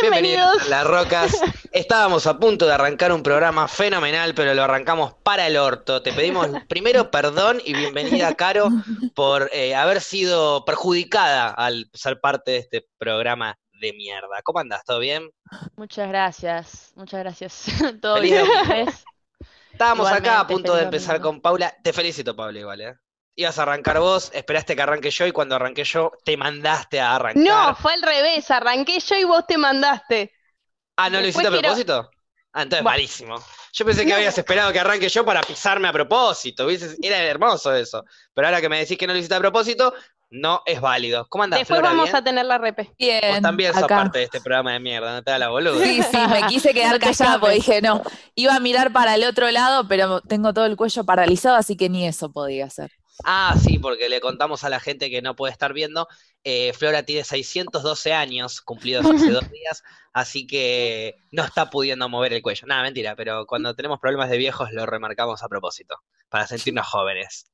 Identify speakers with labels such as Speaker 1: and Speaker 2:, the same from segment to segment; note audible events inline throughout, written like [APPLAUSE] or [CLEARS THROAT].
Speaker 1: Bienvenidos
Speaker 2: Bienvenidos.
Speaker 1: a Las Rocas. Estábamos a punto de arrancar un programa fenomenal, pero lo arrancamos para el orto. Te pedimos primero perdón y bienvenida, Caro, por eh, haber sido perjudicada al ser parte de este programa de mierda. ¿Cómo andás? ¿Todo bien?
Speaker 2: Muchas gracias, muchas gracias. [LAUGHS] Todo
Speaker 1: Feliz
Speaker 2: bien.
Speaker 1: domingo.
Speaker 2: [LAUGHS] ¿ves?
Speaker 1: Estábamos acá a
Speaker 2: Igualmente,
Speaker 1: punto de
Speaker 2: feliz
Speaker 1: empezar
Speaker 2: domingo.
Speaker 1: con Paula. Te felicito, Paula, igual, ¿eh? Ibas a arrancar vos, esperaste que arranque yo y cuando arranqué yo te mandaste a arrancar.
Speaker 3: No, fue al revés, arranqué yo y vos te mandaste.
Speaker 1: Ah, ¿no lo
Speaker 3: Después
Speaker 1: hiciste a
Speaker 3: quiero-
Speaker 1: propósito? Ah, entonces
Speaker 3: Buah.
Speaker 1: malísimo. Yo pensé que habías esperado que arranque yo para pisarme a propósito. ¿viste? Era hermoso eso. Pero ahora que me decís que no lo hiciste a propósito, no es válido. ¿Cómo andás,
Speaker 3: Después
Speaker 1: Flora?
Speaker 3: vamos
Speaker 1: ¿Bien?
Speaker 3: a tener la repe.
Speaker 4: Bien,
Speaker 1: Vos también sos
Speaker 4: acá.
Speaker 1: parte de este [LAUGHS] programa de mierda, no te hagas la boluda.
Speaker 4: Sí, sí, me quise
Speaker 1: [LAUGHS]
Speaker 2: No
Speaker 4: quedar
Speaker 2: te
Speaker 4: callada porque
Speaker 2: escapes.
Speaker 4: dije, no, iba a mirar para el otro lado, pero tengo todo el cuello paralizado, así que ni eso podía hacer.
Speaker 1: Ah, sí, porque le contamos a la gente que no puede estar viendo. eh, Flora tiene 612
Speaker 3: [LAUGHS]
Speaker 1: años cumplidos hace dos días, así que no está pudiendo mover el cuello. Nada, mentira, pero cuando tenemos problemas de viejos lo remarcamos a propósito, para sentirnos jóvenes.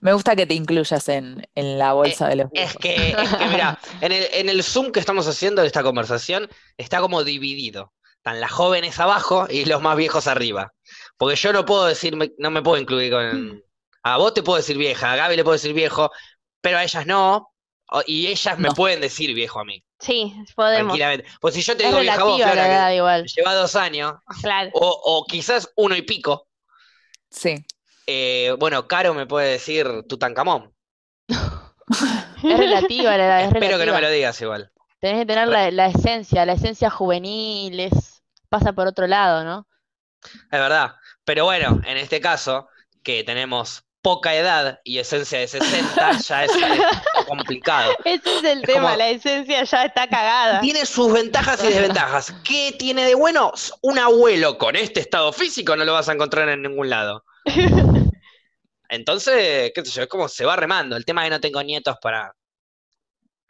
Speaker 4: Me gusta que te incluyas en, en la bolsa de los
Speaker 1: Eh, Es
Speaker 4: viejos.
Speaker 1: que, es que
Speaker 2: [LAUGHS]
Speaker 1: mira, en el, en el Zoom que estamos haciendo de esta conversación está como dividido. Están las jóvenes abajo y los más viejos arriba. Porque yo no puedo decirme, no me puedo incluir
Speaker 2: Mm.
Speaker 1: con... A vos te puedo decir vieja, a Gaby le puedo decir viejo, pero a ellas no. o- Y ellas me
Speaker 4: No.
Speaker 1: pueden decir viejo a mí,
Speaker 3: Sí, podemos.
Speaker 1: tranquilamente. Pues si yo te
Speaker 2: Es
Speaker 1: digo vieja a vos,
Speaker 2: relativa la
Speaker 1: Flora,
Speaker 2: edad
Speaker 1: que [LAUGHS]
Speaker 2: igual.
Speaker 1: lleva dos años,
Speaker 3: Claro.
Speaker 1: o, o quizás uno y pico,
Speaker 4: Sí.
Speaker 1: eh, bueno, Caro me puede decir Tutankamón.
Speaker 2: Es relativa la edad, es
Speaker 1: Espero que no
Speaker 2: relativa.
Speaker 1: me lo digas igual.
Speaker 2: Tenés que tener la, la esencia, la esencia juvenil, es- pasa por otro lado, ¿no?
Speaker 1: Es verdad. Pero bueno, en este caso, que tenemos poca edad y esencia de
Speaker 4: [LAUGHS]
Speaker 1: 60, ya es es complicado.
Speaker 3: Ese es el
Speaker 1: Es
Speaker 3: tema,
Speaker 1: como-
Speaker 3: la esencia ya está cagada.
Speaker 1: Tiene sus ventajas y desventajas. ¿Qué tiene de bueno? Un abuelo con este estado físico no lo vas a encontrar en ningún lado. Entonces, qué sé yo, es como se va remando. El tema es que no tengo nietos para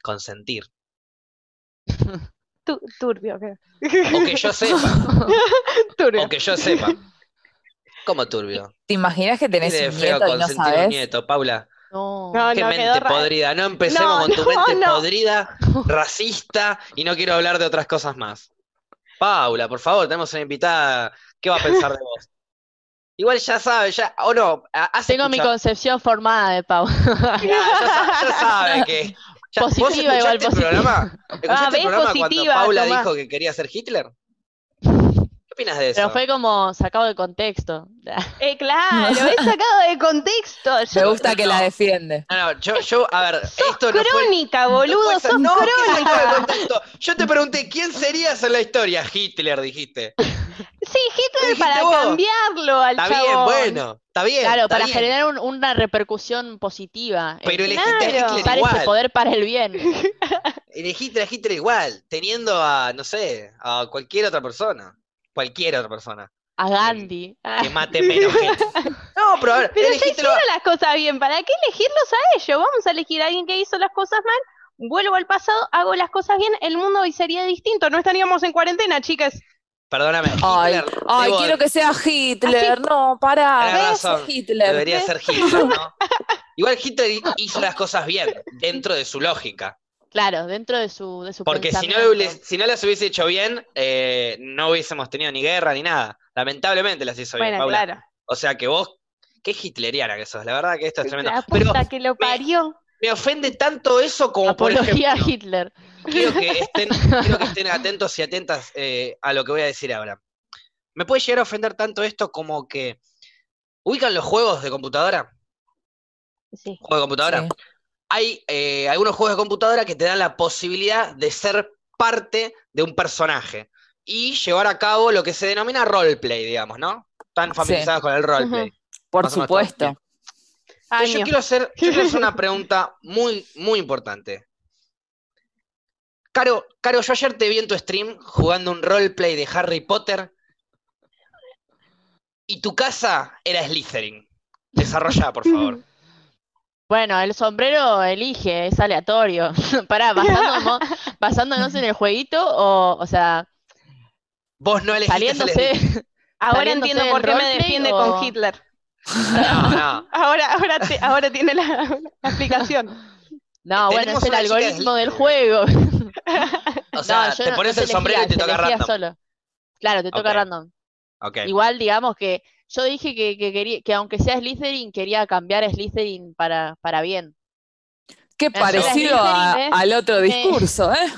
Speaker 1: consentir.
Speaker 3: Tu- turbio, creo.
Speaker 1: O que yo sepa,
Speaker 3: [LAUGHS] Turbio.
Speaker 1: o que yo sepa.
Speaker 4: [LAUGHS]
Speaker 1: Como turbio.
Speaker 4: ¿Te imaginas que
Speaker 1: ¿Qué
Speaker 4: tenés
Speaker 1: de
Speaker 4: un
Speaker 1: feo
Speaker 4: nieto y no
Speaker 1: consentir un
Speaker 4: sabes?
Speaker 1: nieto, Paula?
Speaker 3: No,
Speaker 2: No.
Speaker 1: Qué
Speaker 3: Ah, no,
Speaker 1: mente
Speaker 3: quedó ra- [LAUGHS]
Speaker 1: podrida. No empecemos
Speaker 3: No,
Speaker 1: con tu
Speaker 3: no,
Speaker 1: mente
Speaker 3: no.
Speaker 1: podrida, racista, y no quiero hablar de otras cosas más. Paula, por favor, tenemos una invitada. ¿Qué va a pensar de vos? Igual ya sabe, ya, o no, ha- has
Speaker 2: Tengo mi
Speaker 1: escuchado-
Speaker 2: concepción formada de Pau. [LAUGHS]
Speaker 1: Ya, ya sa- ya sabe que. ya- ¿Vos
Speaker 2: Positiva,
Speaker 1: escuchaste
Speaker 2: igual,
Speaker 1: el
Speaker 2: positiva.
Speaker 1: programa? ¿Escuchaste
Speaker 3: Ah,
Speaker 1: el
Speaker 3: ves,
Speaker 1: programa
Speaker 3: positiva,
Speaker 1: cuando Paula
Speaker 3: Tomás.
Speaker 1: dijo que quería ser Hitler? ¿Qué opinas de eso?
Speaker 2: Pero fue como sacado de contexto. [LAUGHS]
Speaker 3: Eh, claro, es sacado de contexto. Yo-
Speaker 4: Me gusta que la defiende.
Speaker 1: No, no, yo, yo, a ver, esto no fue,
Speaker 3: crónica, boludo,
Speaker 1: No,
Speaker 3: sos
Speaker 1: no, ¿qué
Speaker 3: crónica.
Speaker 1: sacaba de contexto? Yo te pregunté, ¿quién serías en la historia? Hitler, dijiste.
Speaker 3: Sí, Hitler
Speaker 1: Dijiste
Speaker 3: para
Speaker 1: vos.
Speaker 3: cambiarlo al
Speaker 1: Está bien,
Speaker 3: chabón.
Speaker 1: bueno, está bien.
Speaker 2: Claro,
Speaker 1: está
Speaker 2: para
Speaker 1: bien.
Speaker 2: generar un- una repercusión positiva.
Speaker 1: Pero
Speaker 2: Eh,
Speaker 1: elegiste
Speaker 3: Claro.
Speaker 1: a Hitler
Speaker 2: usar ese
Speaker 1: igual.
Speaker 2: poder para el bien.
Speaker 1: Elegiste a Hitler igual, teniendo a, no sé, a cualquier otra persona. Cualquier otra persona.
Speaker 2: A Gandhi. Ah,
Speaker 1: Que
Speaker 2: [LAUGHS]
Speaker 1: mate menos gente. No, pero a ver,
Speaker 3: Pero ya
Speaker 1: elegiste lo-
Speaker 3: hicieron las cosas bien, ¿para qué elegirlos a ellos? Vamos a elegir a alguien que hizo las cosas mal, vuelvo al pasado, hago las cosas bien, el mundo hoy sería distinto, no estaríamos en cuarentena, chicas.
Speaker 1: Perdóname,
Speaker 4: Ay,
Speaker 1: Hitler.
Speaker 4: ay,
Speaker 1: debo-
Speaker 4: quiero que sea Hitler. No, pará.
Speaker 1: Tenés
Speaker 4: ¿Ves?
Speaker 1: razón.
Speaker 4: Hitler.
Speaker 1: Debería ser Hitler,
Speaker 2: [LAUGHS]
Speaker 1: ¿no? Igual Hitler hizo las cosas bien, dentro de su lógica.
Speaker 2: Claro, dentro de su, de su
Speaker 1: Porque si no,
Speaker 2: pensamiento.
Speaker 1: hubiese- si no las hubiese hecho bien, eh, no hubiésemos tenido ni guerra ni nada. Lamentablemente las hizo bien,
Speaker 3: bueno,
Speaker 1: Paula.
Speaker 3: claro.
Speaker 1: O sea que vos, qué hitleriana que sos, la verdad que esto es tremendo.
Speaker 3: La
Speaker 1: Pero
Speaker 3: puta que lo parió.
Speaker 1: me ofende tanto eso como por
Speaker 2: Apología a
Speaker 1: ejemplo,
Speaker 2: Hitler.
Speaker 1: quiero que estén, quiero que estén atentos y atentas eh, a lo que voy a decir ahora. Me puede llegar a ofender tanto esto como que ubican los juegos de computadora,
Speaker 3: Sí.
Speaker 1: juego de computadora.
Speaker 4: Sí.
Speaker 1: Hay eh, algunos juegos de computadora que te dan la posibilidad de ser parte de un personaje y llevar a cabo lo que se denomina roleplay, digamos, ¿no? Están familiarizados con el roleplay.
Speaker 4: Por
Speaker 1: Más o menos todo.
Speaker 4: supuesto.
Speaker 1: Entonces, Yo
Speaker 3: Año.
Speaker 1: quiero, hacer, yo quiero hacer
Speaker 2: [LAUGHS]
Speaker 1: una pregunta muy, muy importante. Caro, Caro, yo ayer te vi en tu stream jugando un roleplay de Harry Potter y tu casa era Slytherin. Desarrolla, por favor.
Speaker 2: Bueno, el sombrero elige, es aleatorio. [LAUGHS]
Speaker 1: [LAUGHS]
Speaker 2: Pará, basándonos, basándonos en el jueguito o, o sea,
Speaker 1: Vos no elegiste ser
Speaker 2: saliéndose.
Speaker 3: Ahora
Speaker 2: saliéndose
Speaker 3: entiendo
Speaker 2: del
Speaker 3: por qué me
Speaker 2: roleplay
Speaker 3: defiende
Speaker 2: o-
Speaker 3: con Hitler.
Speaker 1: Slytherin.
Speaker 2: [LAUGHS]
Speaker 1: No, no.
Speaker 3: Ahora, ahora, te- ahora tiene la, la aplicación.
Speaker 2: [LAUGHS]
Speaker 1: [LAUGHS]
Speaker 2: No, bueno,
Speaker 1: Tenemos
Speaker 2: es el
Speaker 1: una chica
Speaker 2: algoritmo del
Speaker 1: Slytherin.
Speaker 2: juego.
Speaker 1: O sea,
Speaker 2: yo
Speaker 1: te
Speaker 2: no-
Speaker 1: pones
Speaker 2: no
Speaker 1: el
Speaker 2: se
Speaker 1: sombrero y
Speaker 2: elegía,
Speaker 1: te
Speaker 2: se
Speaker 1: toca
Speaker 2: elegía
Speaker 1: random.
Speaker 2: solo. Claro, te toca
Speaker 1: Ok.
Speaker 2: random.
Speaker 1: Ok.
Speaker 2: Igual, digamos que yo dije que, que quería, que aunque sea Slytherin, quería cambiar a Slytherin para, para bien.
Speaker 4: Qué
Speaker 2: Eso.
Speaker 4: parecido a-
Speaker 3: Slytherin, ¿eh?
Speaker 4: al otro discurso, ¿eh?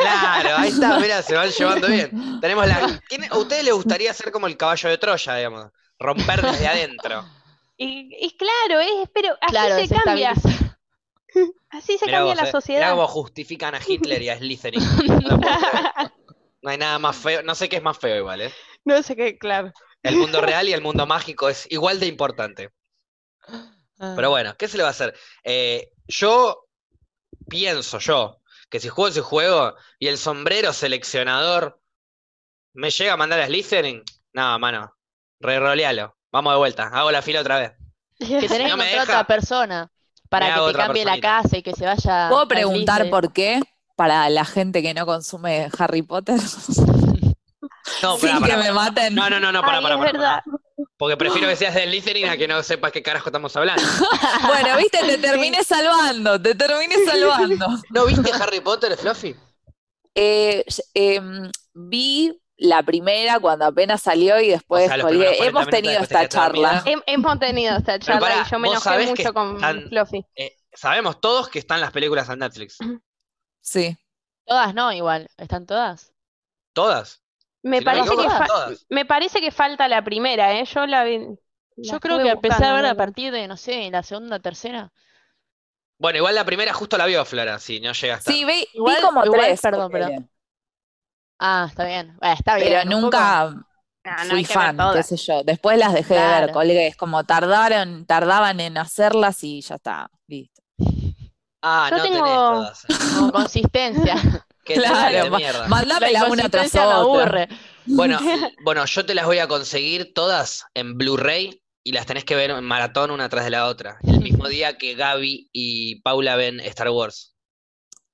Speaker 1: Claro, ahí está, mirá, se van llevando bien. Tenemos la. ¿Quién- ¿A ustedes les gustaría ser como el caballo de Troya, digamos? Romper desde adentro.
Speaker 3: Y, y claro, es, pero así
Speaker 2: Claro,
Speaker 3: se cambia.
Speaker 2: desestabiliza.
Speaker 3: Así se cambia Este la
Speaker 1: Mirá vos, eh. Mirá
Speaker 3: sociedad.
Speaker 1: cómo justifican a Hitler y a Slytherin. No, lo puedo
Speaker 3: [LAUGHS]
Speaker 1: creer. No hay nada más feo, no sé qué es más feo igual, ¿eh?
Speaker 3: No sé qué, claro.
Speaker 1: El mundo real y el mundo mágico es igual de importante.
Speaker 4: Ah.
Speaker 3: Ah.
Speaker 1: Pero bueno, ¿qué se le va a hacer? Eh, yo pienso yo que si juego ese juego y el sombrero seleccionador me llega a mandar a Slytherin, no, mano, rerolealo. Vamos de vuelta, hago la fila otra vez.
Speaker 2: Que
Speaker 1: no
Speaker 2: tenés que
Speaker 1: me
Speaker 2: encontrar
Speaker 1: deja,
Speaker 2: otra persona para
Speaker 1: me
Speaker 2: que
Speaker 1: hago
Speaker 2: te
Speaker 1: otra
Speaker 2: cambie la
Speaker 1: personita.
Speaker 2: casa y que se vaya
Speaker 4: ¿Puedo
Speaker 2: al
Speaker 4: preguntar
Speaker 2: Slytherin.
Speaker 4: por qué? Para la gente que no consume Harry Potter.
Speaker 1: No,
Speaker 4: Sin
Speaker 1: pará,
Speaker 4: que
Speaker 1: pará,
Speaker 4: me
Speaker 1: pará.
Speaker 4: maten.
Speaker 1: no, no, no, no, pará,
Speaker 3: Ay,
Speaker 1: pará,
Speaker 3: es
Speaker 1: pará,
Speaker 3: verdad. Ah.
Speaker 1: pará. Porque prefiero que seas de Slytherin a que no sepas qué carajo estamos hablando.
Speaker 4: Bueno, viste, [LAUGHS] te terminé salvando, te [LAUGHS] terminé salvando.
Speaker 1: ¿No viste Harry Potter, Fluffy?
Speaker 4: Eh, eh, vi la primera cuando apenas salió y después
Speaker 1: O sea, los
Speaker 4: colgué.
Speaker 1: primeros 40
Speaker 4: Hemos
Speaker 1: minutos
Speaker 4: tenido
Speaker 1: después te
Speaker 4: esta
Speaker 1: quedaste dormida.
Speaker 4: charla.
Speaker 3: Hem- Hemos tenido esta charla
Speaker 1: pará,
Speaker 3: y yo me
Speaker 1: vos
Speaker 3: enojé
Speaker 1: sabés
Speaker 3: mucho
Speaker 1: que
Speaker 3: con
Speaker 1: están-
Speaker 3: Fluffy.
Speaker 1: Sabemos todos que están las películas en Netflix.
Speaker 4: Sí.
Speaker 2: Todas no, igual, están todas.
Speaker 1: Todas.
Speaker 3: Me
Speaker 1: Si no
Speaker 3: parece que
Speaker 1: equivoco,
Speaker 3: fa-
Speaker 1: todas.
Speaker 3: me parece que falta la primera, ¿eh? Yo la vi.
Speaker 2: Yo creo que empecé a ver a partir de, no sé, la segunda, tercera.
Speaker 1: Bueno, igual la primera justo la vio Flora, si no llega hasta.
Speaker 4: Sí, vi, vi
Speaker 2: Igual-
Speaker 4: como
Speaker 2: igual,
Speaker 4: tres.
Speaker 2: perdón,
Speaker 4: ponele.
Speaker 2: perdón. Ah, está bien. Bueno, está
Speaker 4: Pero
Speaker 2: bien, un poco.
Speaker 4: nunca
Speaker 3: Ah, no
Speaker 4: fui
Speaker 3: hay que ver
Speaker 4: fan, qué
Speaker 3: todas.
Speaker 4: sé yo. Después las dejé de ver,
Speaker 2: Claro.
Speaker 4: colgué. Es como tardaron, tardaban en hacerlas y ya está. Listo.
Speaker 1: Ah,
Speaker 3: Yo
Speaker 1: no
Speaker 3: tengo-
Speaker 1: tenés todas. [LAUGHS]
Speaker 2: Con consistencia.
Speaker 1: Qué
Speaker 4: Claro,
Speaker 1: claro,
Speaker 4: ma-
Speaker 1: mierda.
Speaker 4: mandámela
Speaker 2: La
Speaker 4: una tras
Speaker 2: inconsistencia me
Speaker 4: otra.
Speaker 2: aburre.
Speaker 1: Bueno, bueno, yo te las voy a conseguir todas en Blu-ray y las tenés que ver en maratón una tras de la otra. El mismo día que Gaby y Paula ven Star Wars.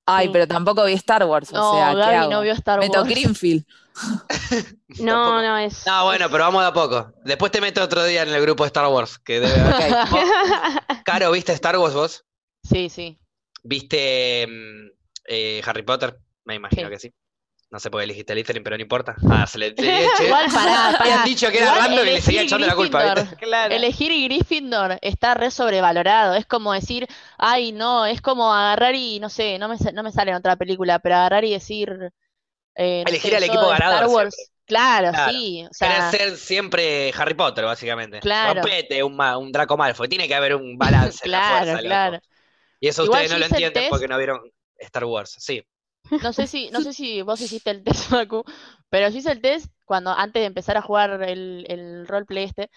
Speaker 4: Ay,
Speaker 2: Sí.
Speaker 4: pero tampoco vi Star Wars, o
Speaker 2: No,
Speaker 4: sea, ¿qué
Speaker 2: Gaby no
Speaker 4: hago?
Speaker 2: vio Star
Speaker 4: Meto
Speaker 2: Wars.
Speaker 4: Greenfield.
Speaker 1: [LAUGHS]
Speaker 3: No, no es.
Speaker 1: No, bueno, pero vamos de a poco. Después te meto otro día en el grupo de Star Wars. Que debe haber.
Speaker 4: [LAUGHS]
Speaker 2: [LAUGHS]
Speaker 1: Caro, ¿viste Star Wars vos?
Speaker 2: Sí, sí.
Speaker 1: ¿Viste mm, eh, Harry Potter? Me imagino
Speaker 2: Sí.
Speaker 1: que sí. No sé por qué elegiste a Slytherin, pero no
Speaker 2: [LAUGHS]
Speaker 1: importa. Ah, se le, le di- che, [LAUGHS]
Speaker 2: Igual pará,
Speaker 1: habían
Speaker 2: pará.
Speaker 1: dicho que era
Speaker 2: Igual
Speaker 1: random y le
Speaker 2: elegí
Speaker 1: seguía echando la culpa, ¿viste?
Speaker 2: Gryffindor.
Speaker 3: claro.
Speaker 2: Elegir Gryffindor está re sobrevalorado. Es como decir, ay, no, es como agarrar y, no sé, no me, sa- no me sale en otra película, pero agarrar y decir. eh, no
Speaker 1: Elegir
Speaker 2: sé,
Speaker 1: al
Speaker 2: yo
Speaker 1: equipo
Speaker 2: de Star
Speaker 1: ganador
Speaker 2: Wars. Claro,
Speaker 1: Claro.
Speaker 2: sí. O
Speaker 1: Querés
Speaker 2: sea,
Speaker 1: ser siempre Harry Potter, básicamente.
Speaker 2: Claro.
Speaker 1: Rompete un, ma- un Draco Malfoy. Tiene que haber un balance en la
Speaker 2: Claro,
Speaker 1: fuerza, loco.
Speaker 2: claro.
Speaker 1: Y eso
Speaker 2: Igual
Speaker 1: ustedes no
Speaker 2: yo
Speaker 1: lo
Speaker 2: hice el
Speaker 1: entienden
Speaker 2: test.
Speaker 1: porque no vieron Star Wars. Sí.
Speaker 2: no sé
Speaker 3: [LAUGHS]
Speaker 2: si, no sé si vos hiciste el test, [LAUGHS] Facu, pero yo hice el test cuando, antes de empezar a jugar el, el roleplay este,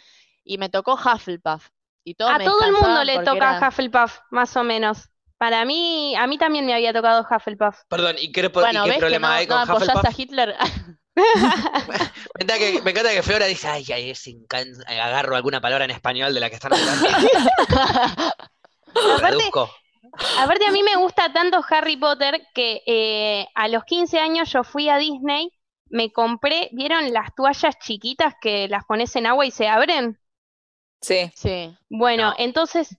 Speaker 2: y me tocó Hufflepuff. Y todos
Speaker 3: A
Speaker 2: me
Speaker 3: todo el mundo
Speaker 2: descansaban
Speaker 3: le
Speaker 2: porque
Speaker 3: toca
Speaker 2: era-
Speaker 3: Hufflepuff, más o menos. Para mí, a mí también me había tocado
Speaker 1: [GASPS]
Speaker 3: Hufflepuff.
Speaker 1: Perdón, ¿y qué, po- y
Speaker 2: Bueno,
Speaker 1: qué
Speaker 2: ves que
Speaker 1: problema
Speaker 2: no,
Speaker 1: hay
Speaker 2: no pues
Speaker 1: con
Speaker 2: apoyás
Speaker 1: Hufflepuff?
Speaker 2: a Hitler. [LAUGHS]
Speaker 1: Me encanta, que, me encanta que Flora dice, ay, ay, es incan- agarro alguna palabra en español de la que están hablando.
Speaker 2: [LAUGHS]
Speaker 3: Aparte,
Speaker 1: Traduzco.
Speaker 3: aparte a mí me gusta tanto Harry Potter que eh, a los 15 años yo fui a Disney, me compré, ¿vieron las toallas chiquitas que las pones en agua y se abren?
Speaker 4: Sí.
Speaker 2: Sí.
Speaker 3: Bueno,
Speaker 1: No.
Speaker 3: entonces,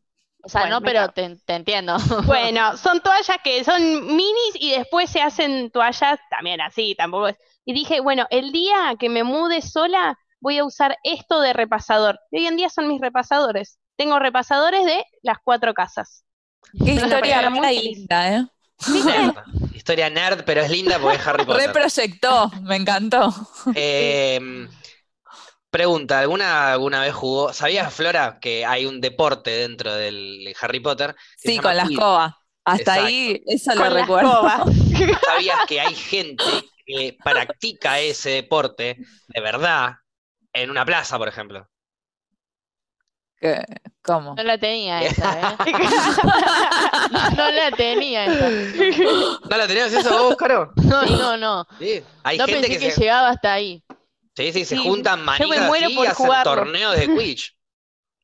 Speaker 2: O sea,
Speaker 3: Bueno,
Speaker 2: no,
Speaker 3: me
Speaker 2: pero
Speaker 3: cago.
Speaker 2: te, te entiendo. [LAUGHS]
Speaker 3: bueno, son toallas que son minis y después se hacen toallas también así, tampoco es. Y dije, bueno, el día que me mude sola voy a usar esto de repasador. Y hoy en día son mis repasadores. Tengo repasadores de las cuatro casas. Una
Speaker 4: Qué historia
Speaker 3: palabra
Speaker 4: rara
Speaker 3: muy
Speaker 4: y
Speaker 3: feliz.
Speaker 4: linda, ¿eh?
Speaker 1: Nerd. Historia nerd, pero es linda porque es Harry Potter.
Speaker 4: Reproyectó, me encantó.
Speaker 1: Eh, pregunta, ¿alguna, alguna vez jugó? ¿Sabías, Flora, que hay un deporte dentro del Harry Potter? que se
Speaker 4: Sí,
Speaker 1: llama
Speaker 4: con la
Speaker 1: Quidditch?
Speaker 4: escoba. Hasta
Speaker 1: Exacto.
Speaker 4: ahí, eso lo
Speaker 3: Con la
Speaker 1: [LAUGHS]
Speaker 4: recuerdo.
Speaker 3: escoba.
Speaker 1: ¿Sabías que hay gente que practica ese deporte de verdad en una plaza, por ejemplo?
Speaker 4: [LAUGHS] Que- ¿Cómo?
Speaker 2: No la
Speaker 1: [LAUGHS]
Speaker 2: tenía esa, ¿eh? No la tenía
Speaker 1: [LAUGHS]
Speaker 2: esa.
Speaker 1: ¿No lo tenías eso vos, Caro?
Speaker 2: No, no, no.
Speaker 1: [LAUGHS] Sí. Hay
Speaker 2: No
Speaker 1: gente
Speaker 2: pensé
Speaker 1: que,
Speaker 2: que
Speaker 1: se,
Speaker 2: llegaba hasta ahí.
Speaker 1: sí, sí,
Speaker 3: Sí,
Speaker 1: se juntan
Speaker 3: me
Speaker 1: manijas
Speaker 3: muero
Speaker 1: así y
Speaker 3: por
Speaker 1: hacen
Speaker 3: jugarlo.
Speaker 1: torneos de Quidditch.
Speaker 2: [LAUGHS]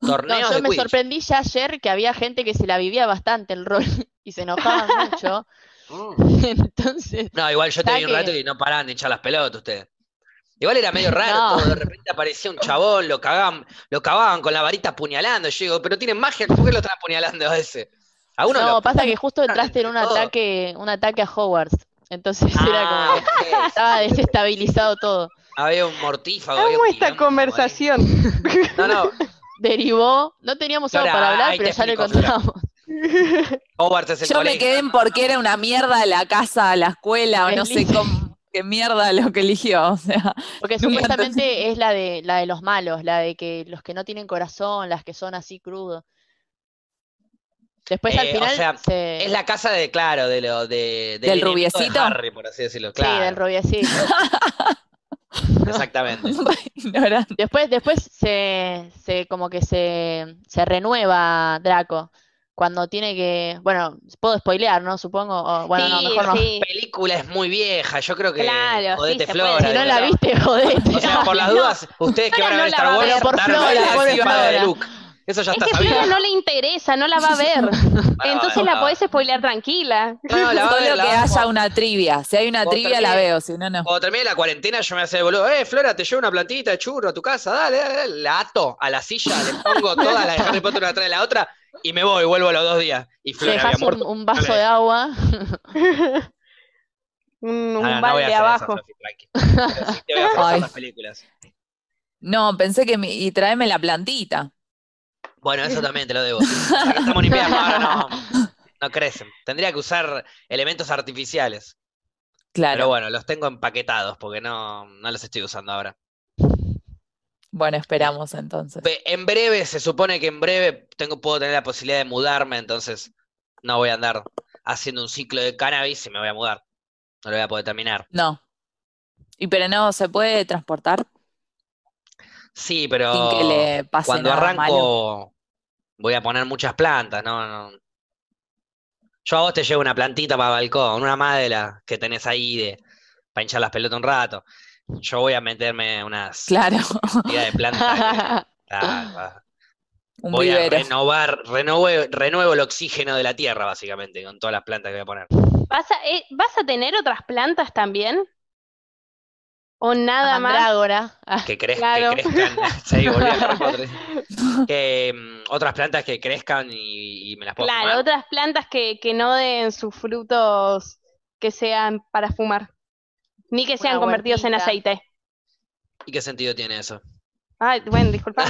Speaker 2: No,
Speaker 1: Torneos
Speaker 2: yo
Speaker 1: de
Speaker 2: me
Speaker 1: Quidditch.
Speaker 2: sorprendí ya ayer que había gente que se la vivía bastante el rol [LAUGHS] y
Speaker 1: [LAUGHS]
Speaker 2: se enojaba mucho. [LAUGHS]
Speaker 1: Mm.
Speaker 2: Entonces,
Speaker 1: No, igual yo te
Speaker 2: Ya
Speaker 1: vi un
Speaker 2: que-
Speaker 1: rato y no paraban de echar las pelotas ustedes. Igual era medio raro,
Speaker 2: No.
Speaker 1: todo, de repente aparecía un chabón, lo cagaban, lo cagaban con la varita apuñalando. Yo digo, pero tienen magia, ¿por qué lo están apuñalando a ese? A uno
Speaker 2: no,
Speaker 1: lo- [LAUGHS]
Speaker 2: pasa que justo entraste en un
Speaker 1: todo.
Speaker 2: ataque, un ataque a Hogwarts. Entonces [LAUGHS] era como que
Speaker 1: Ah, ok.
Speaker 2: estaba desestabilizado todo.
Speaker 1: Había un mortífago. había
Speaker 3: Amo
Speaker 1: un
Speaker 3: esta
Speaker 1: quilombo ahí.
Speaker 3: conversación.
Speaker 1: No, no.
Speaker 2: Derivó, no teníamos algo
Speaker 1: Flora,
Speaker 2: para hablar,
Speaker 1: ahí te
Speaker 2: pero ya le
Speaker 1: explico, Flora.
Speaker 2: contábamos.
Speaker 1: Howard es el
Speaker 4: Yo me
Speaker 1: colegio.
Speaker 4: quedé en porque era una mierda la casa, la escuela, o no sé
Speaker 2: Desliz.
Speaker 4: cómo, qué mierda lo que eligió. O [LAUGHS] sea,
Speaker 2: [LAUGHS]
Speaker 1: [LAUGHS]
Speaker 2: Porque
Speaker 4: Nunca
Speaker 2: supuestamente es la de la de los malos, la de que los que no tienen corazón, las que son así crudos. Después al
Speaker 1: Eh, o
Speaker 2: final
Speaker 1: sea,
Speaker 2: se-
Speaker 1: Es la casa de, claro, de lo, de,
Speaker 4: ¿Del
Speaker 1: enemigo de
Speaker 4: rubiecito?
Speaker 1: Harry, por así decirlo.
Speaker 2: sí, del
Speaker 1: Claro, [LAUGHS]
Speaker 2: rubiecito.
Speaker 1: exactamente.
Speaker 4: [LAUGHS] ignorante.
Speaker 2: Después, después se, se como que se, se renueva Draco. Cuando tiene que, bueno, puedo spoilear, ¿no? Supongo. o- bueno, no,
Speaker 3: Sí,
Speaker 2: mejor no.
Speaker 3: sí.
Speaker 1: película es muy vieja, yo creo que
Speaker 3: Claro, sí,
Speaker 1: jodete
Speaker 3: se
Speaker 1: Flora.
Speaker 3: puede.
Speaker 2: Si no
Speaker 1: digo,
Speaker 2: la
Speaker 1: yo.
Speaker 2: viste, jodete.
Speaker 1: O sea, por
Speaker 3: [LAUGHS]
Speaker 1: las dudas, ustedes que
Speaker 3: Flora
Speaker 1: van a
Speaker 3: no
Speaker 1: ver
Speaker 3: la
Speaker 1: Star
Speaker 3: va a
Speaker 1: Wars,
Speaker 2: ver. Por
Speaker 1: van a
Speaker 2: Flora,
Speaker 1: ver
Speaker 2: pobre
Speaker 1: encima de
Speaker 2: Flora.
Speaker 1: Luke. Eso ya
Speaker 3: Es
Speaker 1: está
Speaker 3: que
Speaker 1: sabido.
Speaker 3: Flora no le interesa, no
Speaker 1: [LAUGHS]
Speaker 3: la va a ver.
Speaker 1: Bueno,
Speaker 3: Entonces
Speaker 1: bueno,
Speaker 3: la podés spoilear tranquila.
Speaker 1: No, la va a ver,
Speaker 4: Solo
Speaker 1: la
Speaker 4: que
Speaker 1: va a ver.
Speaker 4: haya una trivia. Si hay una
Speaker 1: Vos
Speaker 4: trivia, la
Speaker 1: también.
Speaker 4: veo, si no, no.
Speaker 1: Cuando termine la cuarentena, yo me hace el boludo. Eh, Flora, te llevo una plantita de churro a tu casa. Dale, dale, dale. La ato a la silla, le
Speaker 3: [LAUGHS]
Speaker 1: pongo todas las de Harry Potter una atrás de la otra y me voy, vuelvo a los dos días. Y
Speaker 2: Le
Speaker 1: Flora, mi
Speaker 2: dejas
Speaker 1: amor.
Speaker 2: un, un vaso
Speaker 1: le-
Speaker 2: de [LAUGHS] agua.
Speaker 3: Un,
Speaker 1: Ah, No,
Speaker 3: un
Speaker 1: no, no voy a
Speaker 3: balde
Speaker 1: hacer eso,
Speaker 3: abajo.
Speaker 1: Sofi, tranqui. Pero sí te voy a pasar
Speaker 4: Ay.
Speaker 1: las películas.
Speaker 4: No, pensé que mi- y tráeme la plantita.
Speaker 1: Bueno, eso también te lo debo. Ya que Estamos en invierno, ahora no,
Speaker 3: [LAUGHS]
Speaker 1: no crecen. Tendría que usar elementos artificiales. Pero
Speaker 4: Claro.
Speaker 1: bueno, los tengo empaquetados porque no, no los estoy usando ahora.
Speaker 4: Bueno, esperamos entonces.
Speaker 1: Ve- En breve, se supone que en breve tengo, puedo tener la posibilidad de mudarme, entonces no voy a andar haciendo un ciclo de cannabis y me voy a mudar. No lo voy a poder terminar.
Speaker 4: No. Y pero no, ¿se puede transportar
Speaker 1: Sí,
Speaker 4: sin
Speaker 1: pero
Speaker 4: que le pase
Speaker 1: cuando
Speaker 4: nada malo?
Speaker 1: arranco voy a poner muchas plantas, ¿no? no. Yo a vos te llevo una plantita para balcón, una madera que tenés ahí de, para hinchar las pelotas un rato. Yo voy a meterme unas [LAUGHS]
Speaker 4: Claro,
Speaker 1: cantidad de plantas. que-
Speaker 4: [LAUGHS]
Speaker 1: Claro, va.
Speaker 4: un
Speaker 1: Voy a
Speaker 4: vivero.
Speaker 1: renovar, renove- renuevo el oxígeno de la tierra, básicamente, con todas las plantas que voy a poner.
Speaker 3: ¿Vas a, eh, ¿Vas a tener otras plantas también? ¿O
Speaker 2: a
Speaker 3: nada más?
Speaker 2: mandrágora. Ah,
Speaker 1: Que, crez- que
Speaker 3: Claro.
Speaker 4: [LAUGHS]
Speaker 1: crezcan. [LAUGHS] Sí, volví a Harry Potter. Que, mm, otras plantas que crezcan y, y me las puedo
Speaker 3: Claro,
Speaker 1: fumar.
Speaker 3: otras plantas que, que no den sus frutos que sean para fumar. Ni que sean
Speaker 2: Una
Speaker 3: convertidos en
Speaker 2: huertita.
Speaker 3: aceite.
Speaker 1: ¿Y qué sentido tiene eso? [LAUGHS]
Speaker 3: Ay, bueno,
Speaker 4: [LAUGHS]
Speaker 3: disculpa.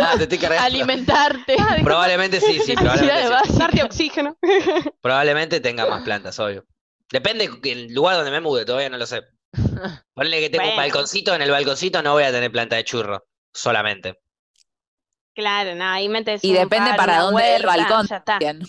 Speaker 1: Ah, te estoy cargando.
Speaker 2: Alimentarte.
Speaker 1: Probablemente sí,
Speaker 4: [LAUGHS]
Speaker 1: sí,
Speaker 2: Necesidades
Speaker 1: probablemente, sí.
Speaker 2: básicas.
Speaker 3: Darte oxígeno.
Speaker 1: Probablemente tenga más plantas, obvio. Depende del lugar donde me mude, todavía no lo
Speaker 4: [LAUGHS]
Speaker 1: sé. Ponle que tengo un
Speaker 3: Bueno.
Speaker 1: balconcito, en el balconcito no voy a tener planta de churro, solamente.
Speaker 3: Claro, no, ahí metes
Speaker 4: Y
Speaker 3: un
Speaker 4: depende
Speaker 3: par,
Speaker 4: para
Speaker 3: una
Speaker 4: dónde
Speaker 3: huerta,
Speaker 4: el balcón
Speaker 3: ya está.
Speaker 4: también.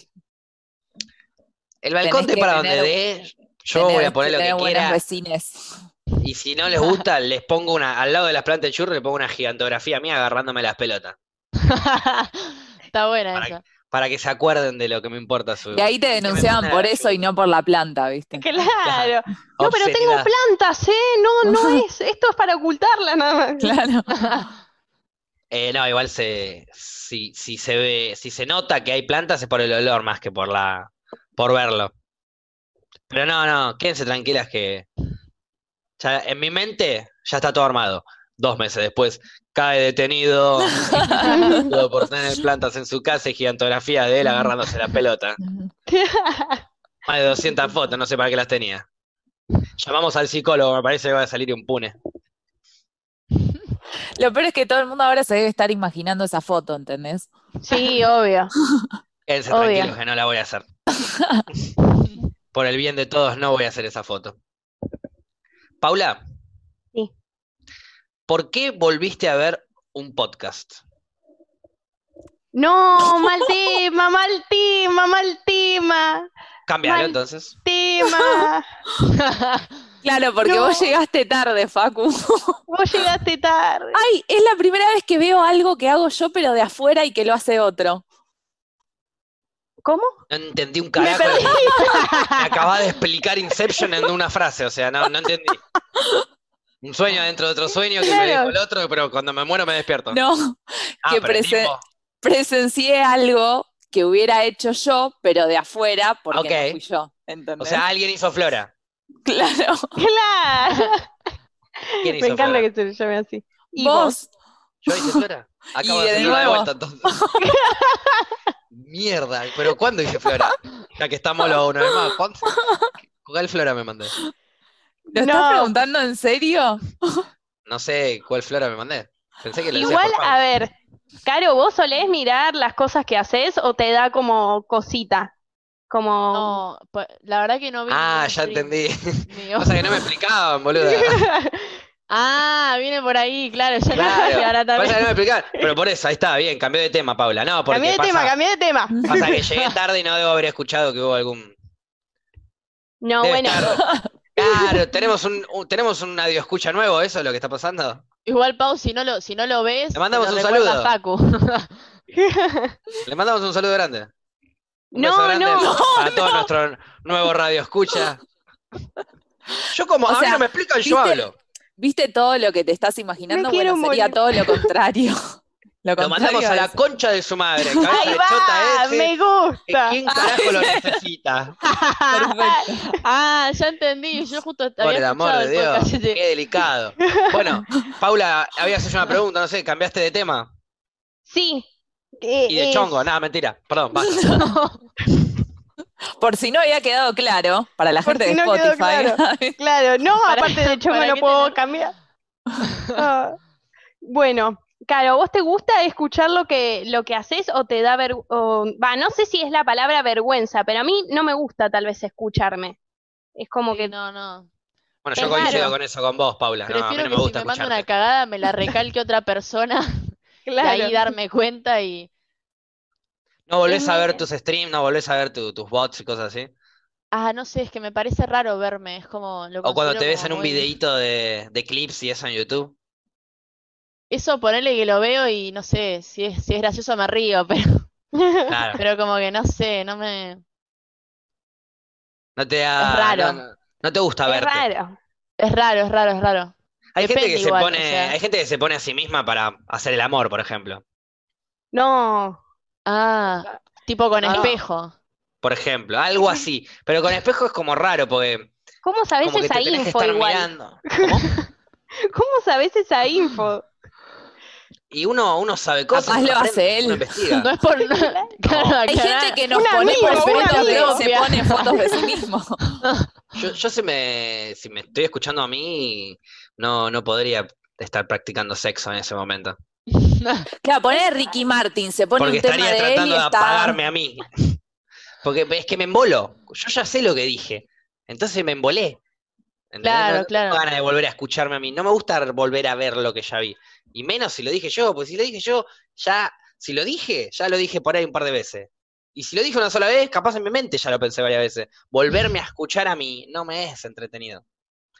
Speaker 1: El balcón
Speaker 4: Tenés
Speaker 1: de
Speaker 4: que
Speaker 1: para
Speaker 4: tener-
Speaker 1: donde dé, yo voy
Speaker 4: Tener-
Speaker 1: a poner lo
Speaker 4: tener
Speaker 1: que
Speaker 4: buenos
Speaker 1: quiera.
Speaker 4: vecines.
Speaker 1: Y si no les gusta, les pongo una, al lado de las plantas de churro, le pongo una gigantografía mía agarrándome las pelotas.
Speaker 2: [LAUGHS] Está buena
Speaker 1: Para-
Speaker 2: esa.
Speaker 1: Para que se acuerden de lo que me importa su.
Speaker 4: Y ahí te
Speaker 1: me
Speaker 4: denunciaban
Speaker 1: manden a
Speaker 4: por
Speaker 1: la
Speaker 4: eso y no por la
Speaker 1: [LAUGHS]
Speaker 4: planta, ¿viste?
Speaker 3: Claro. No, pero tengo
Speaker 1: obscenidad.
Speaker 3: plantas, ¿eh? No, no es. Esto es para ocultarla nada más.
Speaker 4: [LAUGHS]
Speaker 1: [LAUGHS]
Speaker 4: Claro.
Speaker 1: Eh, no, igual se, si, si se ve, si se nota que hay plantas es por el olor más que por la, por verlo. Pero no, no, quédense tranquilas que ya en mi mente ya está todo armado. Dos meses después
Speaker 3: [LAUGHS]
Speaker 1: cae detenido todo por tener plantas en su casa y gigantografía de
Speaker 3: Mm.
Speaker 1: él agarrándose la pelota. Más de 200 fotos, no sé para qué las tenía. Llamamos al psicólogo, me parece que va a salir impune.
Speaker 4: Lo peor es que todo el mundo ahora se debe estar imaginando esa foto, ¿entendés?
Speaker 3: Sí, obvio.
Speaker 1: Quédense
Speaker 3: Obvio.
Speaker 1: tranquilos que no la voy
Speaker 3: [LAUGHS]
Speaker 1: a hacer. Por el bien de todos, no voy a hacer esa foto. Paula.
Speaker 3: Sí.
Speaker 1: ¿Por qué volviste a ver un podcast?
Speaker 3: No, mal tema, mal tema, mal tema,
Speaker 1: Cámbialo
Speaker 3: Mal.
Speaker 1: entonces.
Speaker 3: [LAUGHS] tema.
Speaker 4: Claro, porque
Speaker 3: No.
Speaker 4: vos llegaste tarde, Facu.
Speaker 3: Vos llegaste tarde.
Speaker 4: [LAUGHS] Ay, es la primera vez que veo algo que hago yo, pero de afuera y que lo hace otro.
Speaker 3: ¿Cómo?
Speaker 1: No entendí un carajo.
Speaker 3: perdí.
Speaker 1: [LAUGHS] Me acabas de explicar Inception en una frase, o sea, no, no entendí. Un sueño dentro de otro sueño que me
Speaker 3: Claro.
Speaker 1: dejó el otro, pero cuando me muero me despierto.
Speaker 4: No,
Speaker 1: Ah,
Speaker 4: que
Speaker 1: pero el
Speaker 4: prese-
Speaker 1: tipo-
Speaker 4: presencié algo que hubiera hecho yo, pero de afuera, porque
Speaker 1: Ok.
Speaker 4: no fui yo,
Speaker 1: O
Speaker 4: ¿entendés?
Speaker 1: sea, alguien hizo Flora.
Speaker 4: [LAUGHS] claro.
Speaker 3: Claro.
Speaker 1: ¿Quién
Speaker 3: Me
Speaker 1: hizo
Speaker 3: encanta
Speaker 1: Flora?
Speaker 3: que se lo llame así. Y
Speaker 4: Vos,
Speaker 1: ¿Yo hice Flora? [LAUGHS] Acabo
Speaker 4: Y
Speaker 1: de
Speaker 4: de
Speaker 1: hacerlo de
Speaker 4: nuevo.
Speaker 1: vuelta entonces. Mierda, pero ¿cuándo hice Flora? Ya que estamos los uno de más. ¿cuándo- ¿Cuál flora me mandé?
Speaker 4: ¿Lo estás
Speaker 3: No.
Speaker 4: preguntando en serio?
Speaker 1: No sé cuál flora me mandé. Pensé que lo decías
Speaker 3: Igual,
Speaker 1: por Pablo.
Speaker 3: a ver, Caro, ¿vos solés mirar las cosas que haces o te da como cosita? Como...
Speaker 2: [LAUGHS] No, pues, la verdad que no vi
Speaker 1: Ah,
Speaker 2: ningún
Speaker 1: ya
Speaker 2: stream
Speaker 1: entendí. [LAUGHS]
Speaker 2: mío.
Speaker 1: Cosa que no me explicaban, boludo.
Speaker 2: Ah, viene por ahí, claro, ya
Speaker 1: Claro,
Speaker 2: entendí ahora
Speaker 1: Pasa que no
Speaker 2: también.
Speaker 1: me explicaban. Pero por eso, ahí está, bien, cambió de tema, Paula. No, porque
Speaker 3: cambié de
Speaker 1: pasa,
Speaker 3: tema, cambié de tema.
Speaker 1: pasa que llegué tarde y no debo haber escuchado que hubo algún.
Speaker 3: No,
Speaker 1: Debe
Speaker 3: bueno,
Speaker 1: estar- Claro, tenemos un, un- tenemos un audio escucha nuevo, eso es lo que está pasando.
Speaker 2: [LAUGHS] Igual, Pau, si no lo, si no lo ves,
Speaker 1: Te mandamos
Speaker 2: te lo
Speaker 1: un
Speaker 2: recuerda
Speaker 1: saludo.
Speaker 2: Facu. [LAUGHS]
Speaker 1: Le mandamos un saludo grande. Un
Speaker 3: No,
Speaker 1: beso grande
Speaker 3: no.
Speaker 1: para todos nuestros nuevos radio escucha. Yo como
Speaker 4: O
Speaker 1: a mí
Speaker 4: sea,
Speaker 1: no me explican, yo
Speaker 4: ¿viste?
Speaker 1: hablo.
Speaker 4: ¿Viste todo lo que te estás imaginando?
Speaker 3: Me
Speaker 4: bueno,
Speaker 3: quiero
Speaker 4: sería
Speaker 3: morir.
Speaker 4: todo
Speaker 3: [LAUGHS]
Speaker 4: lo contrario. Lo
Speaker 1: Lo
Speaker 4: contrario
Speaker 1: mandamos a
Speaker 4: de
Speaker 1: la
Speaker 4: eso.
Speaker 1: concha de su madre, cabeza
Speaker 3: ahí
Speaker 1: de
Speaker 3: va,
Speaker 1: chota ese,
Speaker 3: me
Speaker 1: que
Speaker 3: gusta.
Speaker 1: ¿Quién carajo lo necesita?
Speaker 4: Perfecto.
Speaker 2: Ah, ya entendí, yo justo había
Speaker 1: Por el amor de
Speaker 2: escuchado el
Speaker 1: Dios,
Speaker 2: podcast
Speaker 1: qué
Speaker 2: ese.
Speaker 1: delicado. Bueno, Paula, habías hecho una pregunta, no sé, cambiaste de tema.
Speaker 3: Sí.
Speaker 1: Y de
Speaker 3: eh,
Speaker 1: chongo, nada, mentira, perdón, basta.
Speaker 4: Por si no había quedado claro, para la
Speaker 3: Por
Speaker 4: gente
Speaker 3: si
Speaker 4: de
Speaker 3: no quedó
Speaker 4: Spotify.
Speaker 3: Claro, no,
Speaker 2: [LAUGHS] ¿Para-
Speaker 3: aparte de hecho me
Speaker 2: para
Speaker 3: lo
Speaker 2: qué
Speaker 3: puedo
Speaker 2: tener? [LAUGHS]
Speaker 3: cambiar. Ah, bueno, claro, ¿vos te gusta escuchar lo que, lo que haces o te da vergüenza? Va, no sé si es la palabra vergüenza, pero a mí no me gusta tal vez escucharme. Es como
Speaker 2: Sí,
Speaker 3: que...
Speaker 2: No, no.
Speaker 1: Bueno,
Speaker 3: Es
Speaker 1: yo coincido
Speaker 3: raro.
Speaker 1: con eso con vos, Paula. No, a mí
Speaker 2: Prefiero
Speaker 1: no me
Speaker 2: que si
Speaker 1: gusta
Speaker 2: me manda una
Speaker 1: escucharte.
Speaker 2: cagada me la recalque
Speaker 3: [LAUGHS]
Speaker 2: otra persona
Speaker 3: Claro.
Speaker 2: y ahí darme cuenta y.
Speaker 1: No volvés
Speaker 3: es
Speaker 1: a
Speaker 3: muy-
Speaker 1: ver tus streams, no volvés a ver tu- tus bots y cosas así.
Speaker 2: Ah, no sé, es que me parece raro verme, es como lo
Speaker 1: O cuando
Speaker 2: considero
Speaker 1: te ves
Speaker 2: como
Speaker 1: en un
Speaker 2: muy-
Speaker 1: videíto de, de clips y eso en YouTube.
Speaker 2: [LAUGHS] Eso ponele que lo veo y no sé, si es, si es gracioso me río, [LAUGHS] pero,
Speaker 1: Claro,
Speaker 2: pero como que no sé, no me.
Speaker 1: no te da-
Speaker 2: Es raro.
Speaker 1: No, no- no te gusta
Speaker 3: Es
Speaker 1: verte.
Speaker 3: raro.
Speaker 2: Es raro, es raro, es raro.
Speaker 1: Hay gente que
Speaker 2: Depende
Speaker 1: se
Speaker 2: igual, o
Speaker 1: pone,
Speaker 2: sea.
Speaker 1: hay gente que se pone a sí misma para hacer el amor, por ejemplo.
Speaker 3: No.
Speaker 2: Ah, tipo con
Speaker 1: Ah.
Speaker 2: espejo.
Speaker 1: Por ejemplo,
Speaker 2: [LAUGHS]
Speaker 1: algo así. Pero con espejo es como raro porque
Speaker 3: ¿Cómo sabés
Speaker 1: como que
Speaker 3: esa
Speaker 1: te tenés que
Speaker 3: info
Speaker 1: estar
Speaker 3: igual?
Speaker 1: mirando. ¿Cómo?
Speaker 3: [LAUGHS] ¿Cómo sabés esa
Speaker 1: [LAUGHS]
Speaker 3: info? [LAUGHS]
Speaker 1: Y uno, uno sabe cosas.
Speaker 4: Capaz
Speaker 1: uno
Speaker 4: lo hace
Speaker 1: aprende,
Speaker 4: él.
Speaker 1: uno investiga.
Speaker 2: [LAUGHS] No es
Speaker 4: [LAUGHS]
Speaker 2: por. Claro,
Speaker 4: Hay
Speaker 2: acá- [LAUGHS]
Speaker 4: gente que nos
Speaker 3: Un
Speaker 4: pone
Speaker 3: amigo,
Speaker 4: por
Speaker 2: un
Speaker 4: fotos
Speaker 2: amigo.
Speaker 4: de, se pone fotos de
Speaker 3: [LAUGHS]
Speaker 4: sí mismo.
Speaker 1: Yo, yo si me, si me estoy escuchando a mí, no, no podría estar practicando sexo en ese momento.
Speaker 4: Claro, pone Ricky Martin, se pone
Speaker 1: Porque
Speaker 4: un tema
Speaker 1: estaría
Speaker 4: de él y
Speaker 1: tratando de
Speaker 4: está.
Speaker 1: apagarme a mí. Porque es que me embolo. Yo ya sé lo que dije. Entonces me embolé. ¿Entendés?
Speaker 2: Claro,
Speaker 1: no, no
Speaker 2: claro.
Speaker 1: tengo ganas de volver a escucharme a mí. No me gusta volver a ver lo que ya vi. Y menos si lo dije yo, porque si lo dije yo, ya, si lo dije, ya lo dije por ahí un par de veces. Y si lo dije una sola vez, capaz en mi mente ya lo pensé varias veces. Volverme a escuchar a mí no me es entretenido.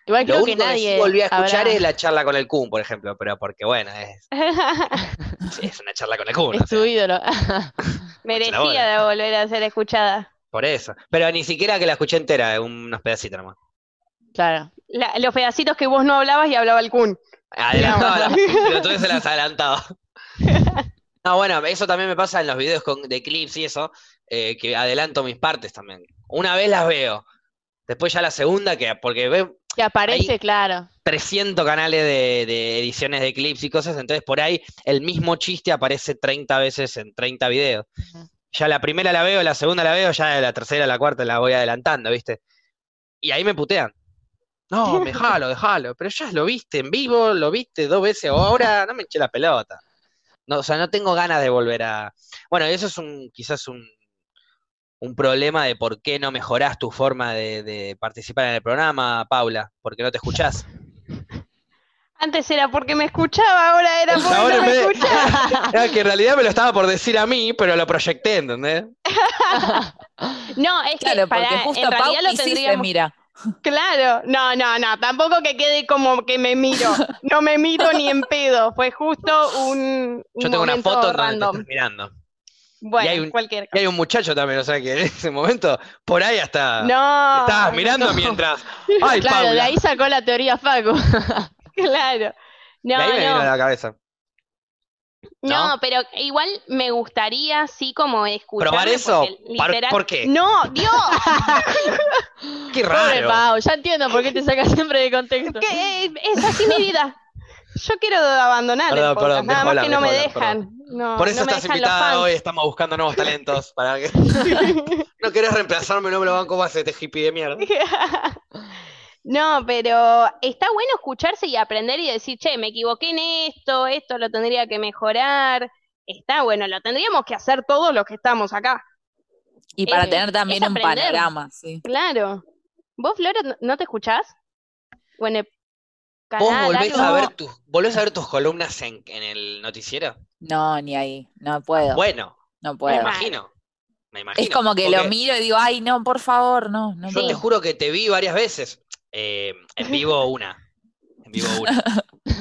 Speaker 2: Igual
Speaker 1: Lo
Speaker 2: creo que
Speaker 1: único que sí
Speaker 2: nadie
Speaker 1: volví a escuchar
Speaker 2: habrá-
Speaker 1: es la charla con el Kun, por ejemplo, pero porque bueno, es, es una charla con el
Speaker 4: [LAUGHS]
Speaker 1: Kun.
Speaker 2: es
Speaker 1: o sea.
Speaker 2: tu ídolo. [LAUGHS]
Speaker 3: Merecía de volver a ser escuchada.
Speaker 1: Por eso. Pero ni siquiera que la escuché entera, eh, unos pedacitos nomás.
Speaker 2: Claro.
Speaker 3: La- los pedacitos que vos no hablabas y hablaba el Kun.
Speaker 1: [LAUGHS] Adelantaba las pero tú se las adelantaba. No, bueno, eso también me pasa en los videos con, de clips y eso, eh, que adelanto mis partes también. Una vez las veo, después ya la segunda, que porque veo
Speaker 2: Que aparece, claro.
Speaker 1: 300 canales de, de ediciones de clips y cosas, entonces por ahí el mismo chiste aparece 30 veces en 30 videos.
Speaker 2: Ujú.
Speaker 1: Ya la primera la veo, la segunda la veo, ya la tercera, la cuarta la voy adelantando, ¿viste? Y ahí me putean. No, dejalo, dejalo, pero ya lo viste en vivo, lo viste dos veces ahora, no me eché la pelota. No, o sea, no tengo ganas de volver a... Bueno, eso es un quizás un, un problema de por qué no mejorás tu forma de, de participar en el programa, Paula, porque no te escuchás.
Speaker 3: Antes era porque me escuchaba, ahora
Speaker 1: [LAUGHS]
Speaker 3: era porque
Speaker 1: Ahora
Speaker 3: no me
Speaker 1: en vez de-
Speaker 3: escuchaba.
Speaker 1: Ah, que en realidad me lo estaba por decir a mí, pero lo proyecté, ¿entendés?
Speaker 3: No, es
Speaker 4: Claro,
Speaker 3: que para,
Speaker 4: porque justo
Speaker 3: en
Speaker 4: Pau
Speaker 3: realidad lo
Speaker 4: sí se
Speaker 3: tendríamos.
Speaker 4: mira.
Speaker 3: Claro, no, no, no, tampoco que quede como que me miro. No me miro ni en pedo. Fue justo un, un
Speaker 1: Yo tengo una
Speaker 3: momento
Speaker 1: foto donde te
Speaker 3: random.
Speaker 1: estás mirando. y hay
Speaker 3: Bueno,
Speaker 1: un-
Speaker 3: cualquier
Speaker 1: Y hay un muchacho también, o sea que en ese momento, por ahí hasta
Speaker 3: No,
Speaker 1: Ah. estabas mirando mientras. Ay,
Speaker 2: Claro,
Speaker 1: Paula.
Speaker 2: de ahí sacó la teoría Facu.
Speaker 3: [LAUGHS]
Speaker 2: [LAUGHS]
Speaker 3: claro.
Speaker 1: De
Speaker 3: No,
Speaker 1: ahí me vino a
Speaker 3: no,
Speaker 1: la cabeza.
Speaker 3: no,
Speaker 1: ¿no?
Speaker 3: pero igual me gustaría sí como escuchar.
Speaker 1: ¿Probar eso? ¿Par- ¿Por qué?
Speaker 3: No, Dios,
Speaker 1: [LAUGHS] Qué
Speaker 2: Pobre
Speaker 1: raro.
Speaker 2: Pau, ya entiendo por qué te
Speaker 4: [LAUGHS]
Speaker 2: sacas siempre de contexto.
Speaker 3: que es así mi vida. Yo quiero abandonar el
Speaker 1: Perdón,
Speaker 3: podcast,
Speaker 1: perdón,
Speaker 3: nada más
Speaker 1: déjala,
Speaker 3: que no me
Speaker 1: déjala,
Speaker 3: dejan. No,
Speaker 1: Por eso
Speaker 3: no me
Speaker 1: estás
Speaker 3: dejan los
Speaker 1: invitada
Speaker 3: fans.
Speaker 1: hoy, estamos
Speaker 3: [LAUGHS]
Speaker 1: buscando nuevos talentos. Para que... no querés reemplazarme, no me lo banco más este hippie de mierda.
Speaker 3: [LAUGHS] No, pero está bueno escucharse y aprender y decir, che, me equivoqué en esto, esto lo tendría que mejorar. Está bueno, lo tendríamos que hacer todos los que estamos acá.
Speaker 4: Y para
Speaker 3: Es-
Speaker 4: tener también
Speaker 3: es
Speaker 4: un
Speaker 3: aprender.
Speaker 4: panorama, sí.
Speaker 3: Claro. ¿Vos, Flora, no- no te escuchás? ¿O en el
Speaker 1: ¿Vos
Speaker 3: canal,
Speaker 1: volvés
Speaker 3: algo?
Speaker 1: a, ver tus, volvés a ver tus columnas en, en el noticiero?
Speaker 4: No, ni ahí. No puedo,
Speaker 1: Bueno,
Speaker 4: no
Speaker 1: me
Speaker 4: puedo.
Speaker 1: imagino. Me imagino.
Speaker 4: Es como que lo
Speaker 1: porque
Speaker 4: miro y digo, ay, no, por favor, no, no
Speaker 1: Yo te
Speaker 4: puedo.
Speaker 1: juro que te vi varias veces. Eh,
Speaker 4: [LAUGHS]
Speaker 1: en vivo una. En vivo una.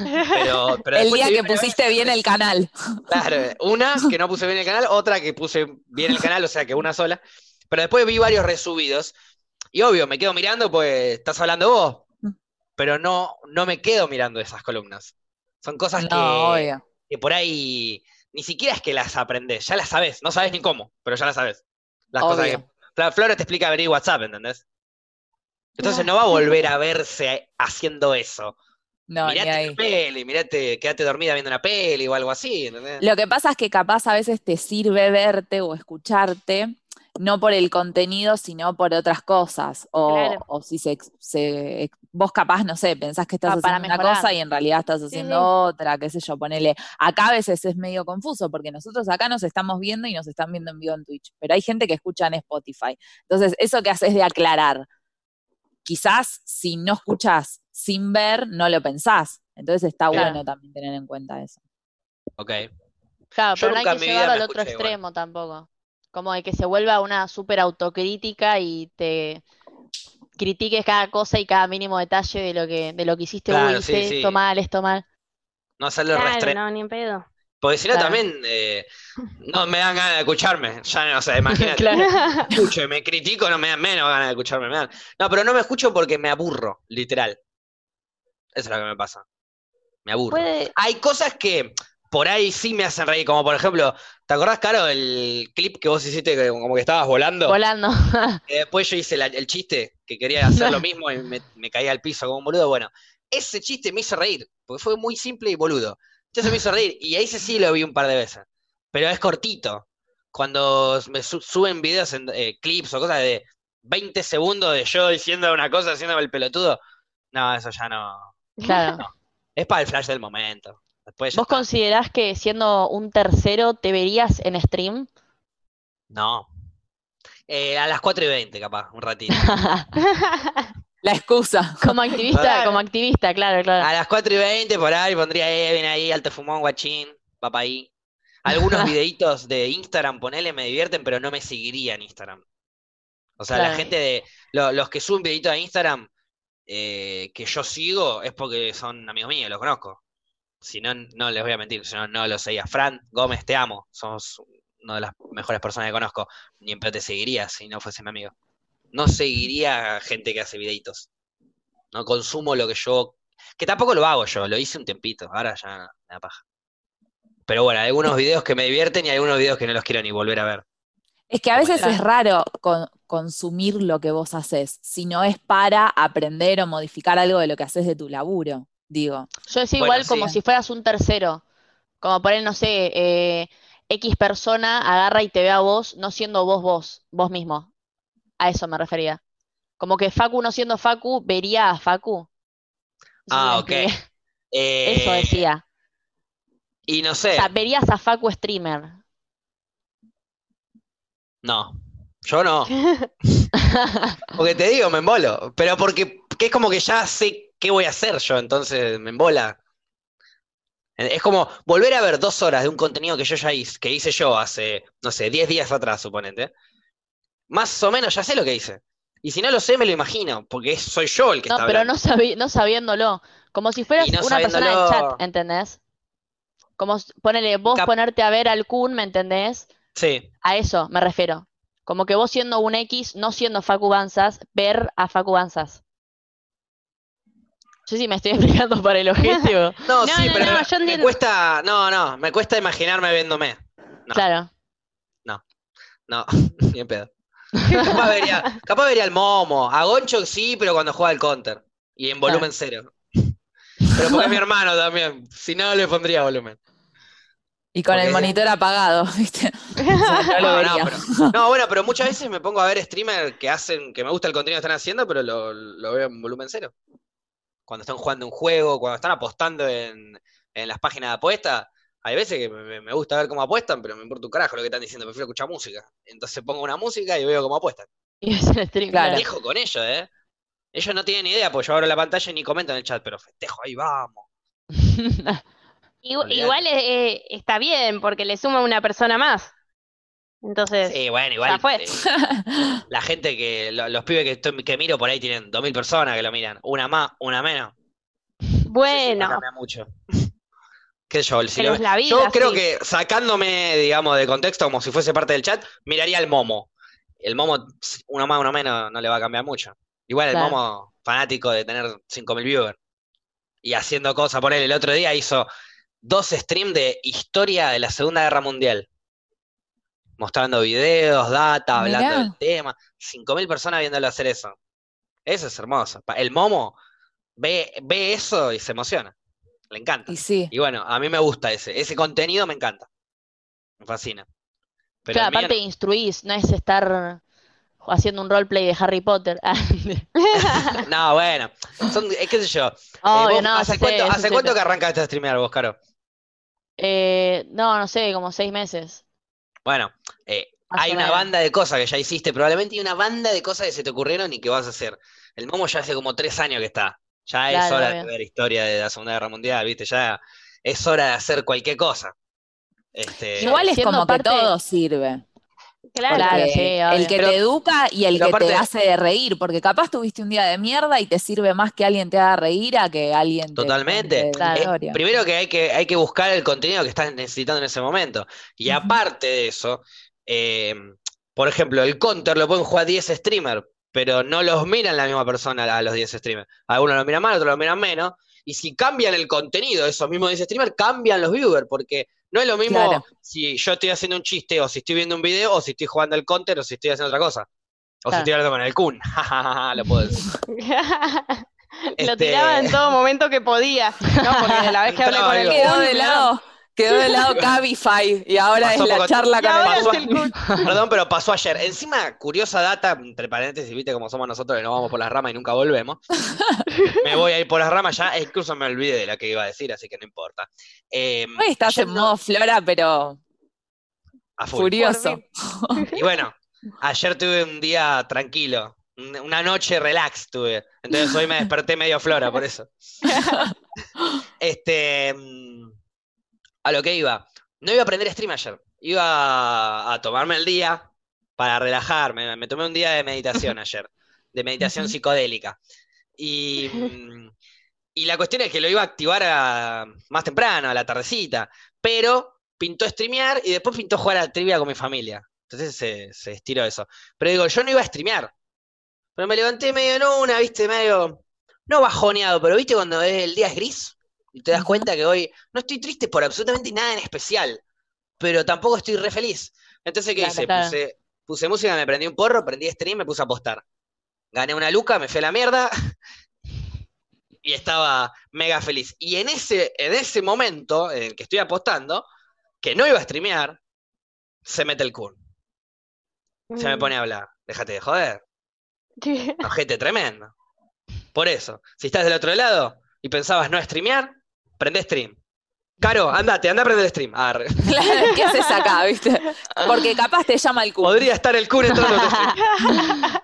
Speaker 1: Pero, pero
Speaker 4: El
Speaker 1: después
Speaker 4: día
Speaker 1: te vi
Speaker 4: que
Speaker 1: varias veces.
Speaker 4: pusiste bien el canal.
Speaker 1: Claro, una que no puse bien el canal, otra que puse bien el canal, o sea que una sola. Pero después vi varios resubidos. Y obvio, me quedo mirando, pues estás hablando
Speaker 4: Mm.
Speaker 1: vos. Pero no, no me quedo mirando esas columnas. Son cosas
Speaker 4: No,
Speaker 1: que,
Speaker 4: obvio.
Speaker 1: que por ahí ni siquiera es que las aprendes, ya las sabes, no sabes ni cómo, pero ya las sabes. Las cosas
Speaker 4: Obvio.
Speaker 1: que. Fla- Flora te explica abrir WhatsApp, ¿entendés? Entonces no va a volver a verse haciendo eso.
Speaker 4: [LAUGHS] No, ni
Speaker 1: mirate
Speaker 4: ahí.
Speaker 1: una peli, mirate, quédate dormida viendo una peli o algo así, ¿entendés?
Speaker 4: Lo que pasa es que capaz a veces te sirve verte o escucharte, no por el contenido, sino por otras cosas. O,
Speaker 3: Claro.
Speaker 4: o si se, ex- se ex- vos capaz, no sé, pensás que estás
Speaker 2: Ah, para
Speaker 4: haciendo una
Speaker 2: mejorar.
Speaker 4: cosa y en realidad estás haciendo
Speaker 3: sí.
Speaker 4: otra, qué sé yo, ponele. Acá a veces es medio confuso porque nosotros acá nos estamos viendo y nos están viendo en vivo en Twitch, pero hay gente que escucha en Spotify. Entonces, eso que haces de aclarar, quizás si no escuchás sin ver, no lo pensás. Entonces está
Speaker 1: Claro.
Speaker 4: bueno también tener en cuenta eso.
Speaker 1: Ok.
Speaker 2: Claro,
Speaker 1: Yo
Speaker 2: pero no
Speaker 1: nunca
Speaker 2: hay
Speaker 1: en mi
Speaker 2: que
Speaker 1: vida
Speaker 2: llevarlo
Speaker 1: me
Speaker 2: al otro
Speaker 1: escuché igual.
Speaker 2: extremo tampoco. Como de que se vuelva una súper autocrítica y te critiques cada cosa y cada mínimo detalle de lo que, de lo que hiciste, uy,
Speaker 1: Claro, sí,
Speaker 2: hice
Speaker 1: sí.
Speaker 2: esto mal, esto mal.
Speaker 1: No hacerlo
Speaker 3: Claro,
Speaker 1: restre-
Speaker 3: no, ni en pedo.
Speaker 1: Porque si no,
Speaker 2: Claro.
Speaker 1: también eh, no me dan ganas de escucharme. Ya no, o sea, imagínate.
Speaker 2: [LAUGHS] Claro.
Speaker 1: Escucho y me critico, no me dan menos ganas de escucharme. Me dan. No, pero no me escucho porque me aburro, literal. Eso es lo que me pasa. Me aburro.
Speaker 3: Puede-
Speaker 1: Hay cosas que por ahí sí me hacen reír, como por ejemplo, ¿te acordás, Caro, el clip que vos hiciste que como que estabas volando? [LAUGHS]
Speaker 2: Volando.
Speaker 1: Que Eh, después yo hice la- el chiste que quería hacer lo mismo y me, me caí al piso como un boludo. Bueno, ese chiste me hizo reír, porque fue muy simple y boludo. Entonces me hizo reír, y ahí ese sí lo vi un par de veces. Pero es cortito. Cuando me su- suben videos, en, eh, clips o cosas de 20 segundos de yo diciendo una cosa, haciendo el pelotudo, no, eso ya no.
Speaker 2: Claro.
Speaker 1: Es para el flash del momento. Después ya
Speaker 2: ¿Vos
Speaker 1: está.
Speaker 2: considerás que siendo un tercero te verías en stream? [LAUGHS]
Speaker 1: No. Eh, a las 4 y 20, capaz, un ratito.
Speaker 4: La excusa.
Speaker 2: Como activista,
Speaker 1: Claro.
Speaker 2: como activista, claro, claro.
Speaker 1: A las 4 y 20 por ahí pondría Evan ahí, alto fumón, guachín, papá ahí. Algunos videitos de Instagram, ponele, me divierten, pero no me seguiría en Instagram. O sea, la
Speaker 2: Claro.
Speaker 1: gente de. lo- los que suben videitos a Instagram eh, que yo sigo es porque son amigos míos, los conozco. Si no, no les voy a mentir, si no, no los seguía. Fran Gómez, te amo. Sos una de las mejores personas que conozco. Ni en pedo te seguiría si no fuese mi amigo. No seguiría a gente que hace videitos. No consumo lo que yo. Que tampoco lo hago yo, lo hice un tiempito. Ahora ya me da paja. Pero bueno, hay algunos videos que me divierten y hay algunos videos que no los quiero ni volver a ver.
Speaker 4: Es que a
Speaker 1: Como
Speaker 4: veces
Speaker 1: está.
Speaker 4: es raro con- consumir lo que vos haces, si no es para aprender o modificar algo de lo que haces de tu laburo, digo.
Speaker 2: Yo es
Speaker 1: Bueno,
Speaker 2: igual
Speaker 1: sí.
Speaker 2: como si fueras un tercero. Como por él, no sé, eh, X persona agarra y te ve a vos, no siendo vos vos, vos mismo. A eso me refería. Como que Facu no siendo Facu, vería a Facu. No sé si
Speaker 1: Ah,
Speaker 2: me
Speaker 1: ok.
Speaker 2: expliqué.
Speaker 1: Eh,
Speaker 2: [LAUGHS] Eso decía.
Speaker 1: Y no
Speaker 2: O
Speaker 1: sé,
Speaker 2: sea, verías a Facu streamer.
Speaker 1: no. Yo
Speaker 2: [LAUGHS]
Speaker 1: no. Porque te digo, me embolo. Pero porque que es como que ya sé qué voy a hacer yo, entonces me embola. Eh, Es como volver a ver dos horas de un contenido que yo ya hice, que hice yo hace, no sé, 10 días atrás, suponete. Más o menos ya sé lo que hice. Y si no lo sé, me lo imagino, porque es- soy yo el que
Speaker 2: No,
Speaker 1: está
Speaker 2: pero
Speaker 1: hablando.
Speaker 2: no sabi- no sabiéndolo. Como si fueras
Speaker 1: Y no
Speaker 2: una persona del
Speaker 1: sabiéndolo.
Speaker 2: chat, ¿entendés? Como s- ponele, vos
Speaker 1: Cap-
Speaker 2: ponerte a ver al Kun, ¿me entendés?
Speaker 1: Sí,
Speaker 2: A eso me refiero. Como que vos siendo un X, no siendo Facu Banzas, ver a Facu Banzas. Yo sí me estoy [LAUGHS] explicando para el objetivo.
Speaker 1: no,
Speaker 3: No,
Speaker 1: sí,
Speaker 3: no,
Speaker 1: pero
Speaker 3: no,
Speaker 1: me-
Speaker 3: yo
Speaker 1: me
Speaker 3: entiendo.
Speaker 1: cuesta, no, no, me cuesta imaginarme viéndome. [LAUGHS] [LAUGHS] No.
Speaker 2: Claro.
Speaker 1: No, ni en pedo. Capaz vería, capaz vería al Momo. A Goncho sí, pero cuando juega al counter. Y en volumen cero. Pero porque es mi hermano también. Si no, le pondría volumen.
Speaker 4: Y con
Speaker 1: Porque-
Speaker 4: el monitor apagado, [LAUGHS]
Speaker 2: [LAUGHS]
Speaker 4: ¿viste? O sea, no lo
Speaker 1: No, Ah, no,
Speaker 4: vería.
Speaker 1: pero- no, bueno, pero muchas veces me pongo a ver streamers que hacen, que me gusta el contenido que están haciendo, pero lo, lo veo en volumen cero. Cuando están jugando un juego, cuando están apostando en, en las páginas de apuesta, hay veces que me, me gusta ver cómo apuestan, pero me importa un carajo lo que están diciendo, prefiero escuchar música. Entonces pongo una música y veo cómo apuestan.
Speaker 2: Y es el stream, [LAUGHS]
Speaker 4: Claro.
Speaker 2: claro.
Speaker 1: Festejo con ellos, ¿eh? Ellos no tienen ni idea, porque yo abro la pantalla y ni comento en el chat, pero festejo, ahí vamos.
Speaker 3: [LAUGHS] Igu-
Speaker 1: Olvidate.
Speaker 3: Igual eh, está bien, porque le suma una persona más. Entonces,
Speaker 1: Sí, bueno, igual.
Speaker 3: Ya fue.
Speaker 1: eh, la gente que. lo- los pibes que, estoy- que miro por ahí tienen 2.000 personas que lo miran. Una más, una menos. No
Speaker 3: bueno,
Speaker 1: cambia mucho. Qué sé yo, el- si
Speaker 3: pero
Speaker 1: lo-
Speaker 3: es la vida.
Speaker 1: Yo creo
Speaker 3: sí.
Speaker 1: que sacándome, digamos, de contexto, como si fuese parte del chat, miraría al momo. El momo, ps, uno más, uno menos, no le va a cambiar mucho. Igual el
Speaker 2: Claro.
Speaker 1: momo, fanático de tener 5.000 viewers. Y haciendo cosas, por él, el otro día hizo dos streams de historia de la Segunda Guerra Mundial. Mostrando videos, data, hablando
Speaker 4: Mirá.
Speaker 1: del tema. 5.000 personas viéndolo hacer eso. Eso es hermoso. Pa- El momo ve, ve eso y se emociona. Le encanta.
Speaker 4: Y sí.
Speaker 1: Y bueno, a mí me gusta ese. Ese contenido me encanta. Me fascina. Pero
Speaker 2: Claro,
Speaker 1: el mío
Speaker 2: aparte instruís, no es estar haciendo un roleplay de Harry Potter. [LAUGHS] Ah,
Speaker 1: Eh, no, [LAUGHS] no, bueno. Son, eh, qué sé yo. Eh,
Speaker 2: [LAUGHS] obvio,
Speaker 1: vos,
Speaker 2: no, ya
Speaker 1: ¿Hace,
Speaker 2: sé,
Speaker 1: cuánto,
Speaker 2: ya
Speaker 1: hace
Speaker 2: sé,
Speaker 1: cuánto
Speaker 2: pero-
Speaker 1: que arrancaste a streamear vos, Caro?
Speaker 2: Eh, no, no sé, como seis meses.
Speaker 1: Bueno, eh,
Speaker 2: más
Speaker 1: hay
Speaker 2: o
Speaker 1: una
Speaker 2: menos.
Speaker 1: banda de cosas que ya hiciste probablemente y una banda de cosas que se te ocurrieron y que vas a hacer. El Momo ya hace como tres años que está. Ya es
Speaker 2: Claro,
Speaker 1: hora de
Speaker 2: obvio.
Speaker 1: ver historia de la Segunda Guerra Mundial, ¿viste? Ya es hora de hacer cualquier cosa. Este,
Speaker 4: Igual es
Speaker 2: siendo
Speaker 4: como
Speaker 2: parte-
Speaker 4: que todo sirve.
Speaker 3: Claro.
Speaker 2: Claro.
Speaker 4: Porque
Speaker 2: sí, obvio.
Speaker 4: el que
Speaker 1: Pero-
Speaker 4: te educa y el
Speaker 1: pero
Speaker 4: que te
Speaker 1: aparte-
Speaker 4: hace de reír, porque capaz tuviste un día de mierda y te sirve más que alguien te haga reír a que alguien te
Speaker 1: Totalmente. Eh,
Speaker 4: cuente la
Speaker 2: Claro.
Speaker 4: historia.
Speaker 1: Primero que hay que hay que buscar el contenido que estás necesitando en ese momento. Y
Speaker 4: Ujú.
Speaker 1: aparte de eso, eh, por ejemplo, el counter lo pueden jugar 10 streamers, pero no los miran la misma persona a los 10 streamers. Algunos lo miran más, otros lo miran menos. Y si cambian el contenido, de esos mismos 10 streamers, cambian los viewers, porque no es lo mismo
Speaker 4: Claro.
Speaker 1: si yo estoy haciendo un chiste, o si estoy viendo un video, o si estoy jugando al counter, o si estoy haciendo otra cosa. O si
Speaker 2: Claro.
Speaker 1: estoy hablando con el Kun. [LAUGHS] lo puedo decir.
Speaker 3: [LAUGHS] Lo
Speaker 1: Este-
Speaker 3: tiraba en
Speaker 1: [LAUGHS]
Speaker 3: todo momento que podía. No, porque de la vez que hablé con el
Speaker 1: Entraba
Speaker 4: Quedó
Speaker 3: Kun,
Speaker 4: de lado, quedó de lado
Speaker 1: [LAUGHS]
Speaker 4: Cabify y ahora
Speaker 1: Pasó
Speaker 4: es la
Speaker 1: poco-
Speaker 4: charla
Speaker 3: y
Speaker 4: con
Speaker 3: ahora
Speaker 4: el
Speaker 3: es
Speaker 1: pasó-
Speaker 3: el Kun.
Speaker 1: Perdón, pero pasó ayer. Encima, curiosa data, entre paréntesis, viste como somos nosotros que nos vamos por las ramas y nunca volvemos. Me voy a ir por las ramas ya, e incluso me olvidé de la que iba a decir, así que no importa. Eh,
Speaker 4: Hoy estás en
Speaker 1: yendo
Speaker 4: modo flora, pero [LAUGHS]
Speaker 1: a full.
Speaker 4: furioso.
Speaker 3: Por
Speaker 1: Y bueno, ayer tuve un día tranquilo, un- una noche relax tuve. Entonces hoy me desperté medio flora, por eso. Este, mm, a lo que iba, no iba a aprender stream ayer, iba a tomarme el día para relajarme, me tomé un día de meditación ayer, de meditación
Speaker 4: Ujú.
Speaker 1: psicodélica. Y, mm, y la cuestión es que lo iba a activar a- más temprano, a la tardecita, pero pintó streamear y después pintó jugar a trivia con mi familia. Entonces se, se estiró eso. Pero digo, yo no iba a streamear. Pero me levanté medio en una, viste, medio. No bajoneado, pero viste cuando es- el día es gris y te das
Speaker 4: Ujú.
Speaker 1: cuenta que hoy no estoy triste por absolutamente nada en especial, pero tampoco estoy re feliz. Entonces, ¿qué
Speaker 2: Claro,
Speaker 1: hice?
Speaker 2: claro.
Speaker 1: Puse, puse música, me prendí un porro, prendí stream, me puse a apostar. Gané una luca, me fui a la mierda [LAUGHS] y estaba mega feliz. Y en ese, en ese momento en el que estoy apostando, que no iba a streamear, se mete el Kun.
Speaker 3: Mm.
Speaker 1: Se me pone a hablar. Déjate de joder. No, gente tremendo. Por eso, si estás del otro lado y pensabas no streamear, prende stream. Caro, andate, anda a prender stream. Arre.
Speaker 4: Claro, ¿qué haces acá, viste? Porque capaz te llama el culo.
Speaker 1: Podría estar el Kun entrando a tu stream.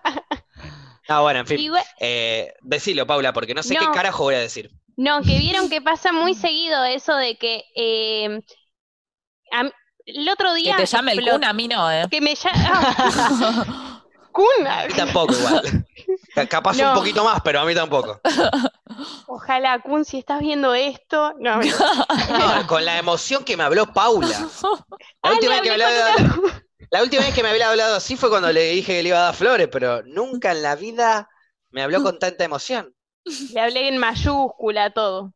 Speaker 1: Ah, bueno, en fin.
Speaker 3: Igual-
Speaker 1: Eh, decilo, Paula, porque no sé
Speaker 3: No.
Speaker 1: qué carajo voy
Speaker 3: [LAUGHS]
Speaker 1: a decir.
Speaker 3: No, que vieron que pasa muy seguido eso de que eh, a mí- el otro
Speaker 4: Que
Speaker 3: día
Speaker 4: te llame el
Speaker 3: explotó-
Speaker 4: cuna, a mí
Speaker 3: [LAUGHS]
Speaker 4: no, ¿eh?
Speaker 3: que me [LAUGHS] llama cuna.
Speaker 1: A mí
Speaker 3: [LAUGHS]
Speaker 1: tampoco igual. Ca- Capaz
Speaker 3: No.
Speaker 1: un poquito más, pero a mí
Speaker 3: [LAUGHS]
Speaker 1: tampoco.
Speaker 3: Ojalá Kun, si estás viendo esto,
Speaker 4: [LAUGHS]
Speaker 3: no. me-
Speaker 1: No, con la emoción que me habló
Speaker 3: [LAUGHS]
Speaker 1: Paula. La
Speaker 3: Ah, le
Speaker 1: última, vez que
Speaker 3: hablé
Speaker 1: me hablaba-
Speaker 3: con una-
Speaker 1: la última vez que me había hablado así fue cuando le dije que le iba a dar flores, pero nunca en la vida me habló con tanta emoción.
Speaker 3: Le hablé en mayúscula
Speaker 4: [LAUGHS]
Speaker 3: todo.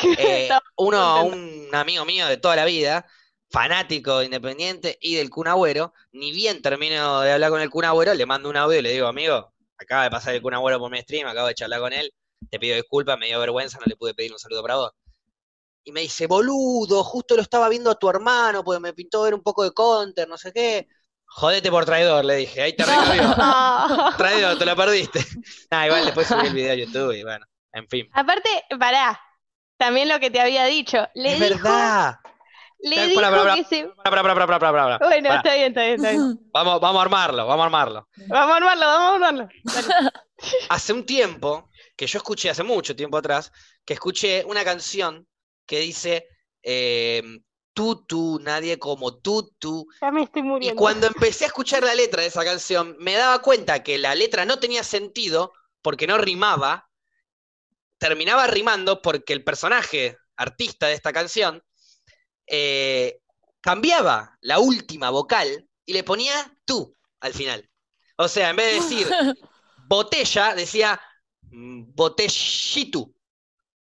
Speaker 1: Eh,
Speaker 3: No,
Speaker 1: uno, un amigo mío de toda la vida, fanático de independiente y del Kun Agüero, ni bien termino de hablar con el Kun Agüero, le mando un audio y le digo, amigo, acaba de pasar el Kun Agüero por mi stream, acabo de charlar con él, te pido disculpas, me dio vergüenza, no le pude pedir un saludo para vos. y me dice, boludo, justo lo estaba viendo a tu hermano, porque me pintó ver un poco de counter, no sé qué. Jodete por traidor, le dije, ahí te recabió.
Speaker 4: Ah.
Speaker 3: Ah.
Speaker 1: traidor, te la perdiste. [LAUGHS] Ah, igual después subí el video a YouTube y bueno, en fin.
Speaker 3: Aparte, pará, también lo que te había dicho. Le
Speaker 1: es
Speaker 3: dijo,
Speaker 1: verdad.
Speaker 3: Le
Speaker 1: Pará,
Speaker 3: dijo
Speaker 1: pará, pará.
Speaker 3: que se...
Speaker 1: Pará, pará, pará, pará, pará, pará.
Speaker 3: Bueno,
Speaker 1: Pará.
Speaker 3: está bien, está bien, está bien.
Speaker 1: Vamos, vamos a armarlo, vamos a armarlo.
Speaker 3: Vamos a armarlo, vamos a armarlo. Dale.
Speaker 1: Hace un tiempo, que yo escuché, hace mucho tiempo atrás, que escuché una canción que dice, eh, tú, tú, nadie como tú, tú,
Speaker 3: Ya me estoy
Speaker 1: Y
Speaker 3: muriendo.
Speaker 1: cuando empecé a escuchar la letra de esa canción, me daba cuenta que la letra no tenía sentido porque no rimaba. Terminaba rimando porque el personaje artista de esta canción eh, cambiaba la última vocal y le ponía tú al final. O sea, en vez de decir botella, decía mm, botellitu.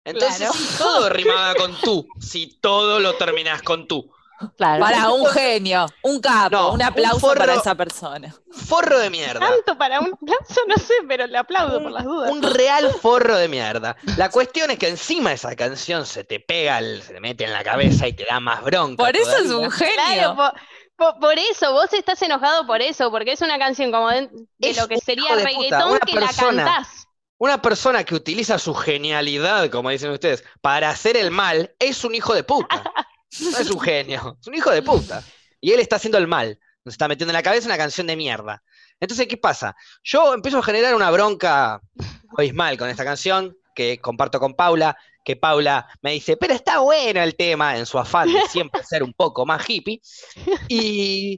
Speaker 1: Entonces,
Speaker 4: Claro.
Speaker 1: sí, todo rimaba con tú, si todo lo terminás con tú.
Speaker 2: Claro.
Speaker 4: Para un genio, un capo,
Speaker 1: No,
Speaker 4: un
Speaker 1: un
Speaker 4: aplauso
Speaker 1: forro-
Speaker 4: para esa persona.
Speaker 1: Forro de mierda.
Speaker 3: Tanto para un aplauso, no sé, pero le aplaudo por las dudas.
Speaker 1: Un real forro de mierda. La cuestión es que encima esa canción se te pega, el- se te mete en la cabeza y te da más bronca.
Speaker 4: Por eso es
Speaker 1: todavía.
Speaker 4: un genio.
Speaker 3: Claro, po- po- por, eso, vos estás enojado por eso, porque es una canción como de, de
Speaker 1: Es
Speaker 3: lo que
Speaker 1: un
Speaker 3: sería
Speaker 1: hijo de puta,
Speaker 3: reggaetón
Speaker 1: una
Speaker 3: que
Speaker 1: persona.
Speaker 3: la cantás.
Speaker 1: Una persona que utiliza su genialidad, como dicen ustedes, para hacer el mal, es un hijo de puta. No es un genio, es un hijo de puta. Y él está haciendo el mal. Nos está metiendo en la cabeza una canción de mierda. Entonces, ¿qué pasa? Yo empiezo a generar una bronca abismal con esta canción que comparto con Paula, que Paula me dice, pero está bueno el tema en su afán de siempre ser un poco más hippie. Y,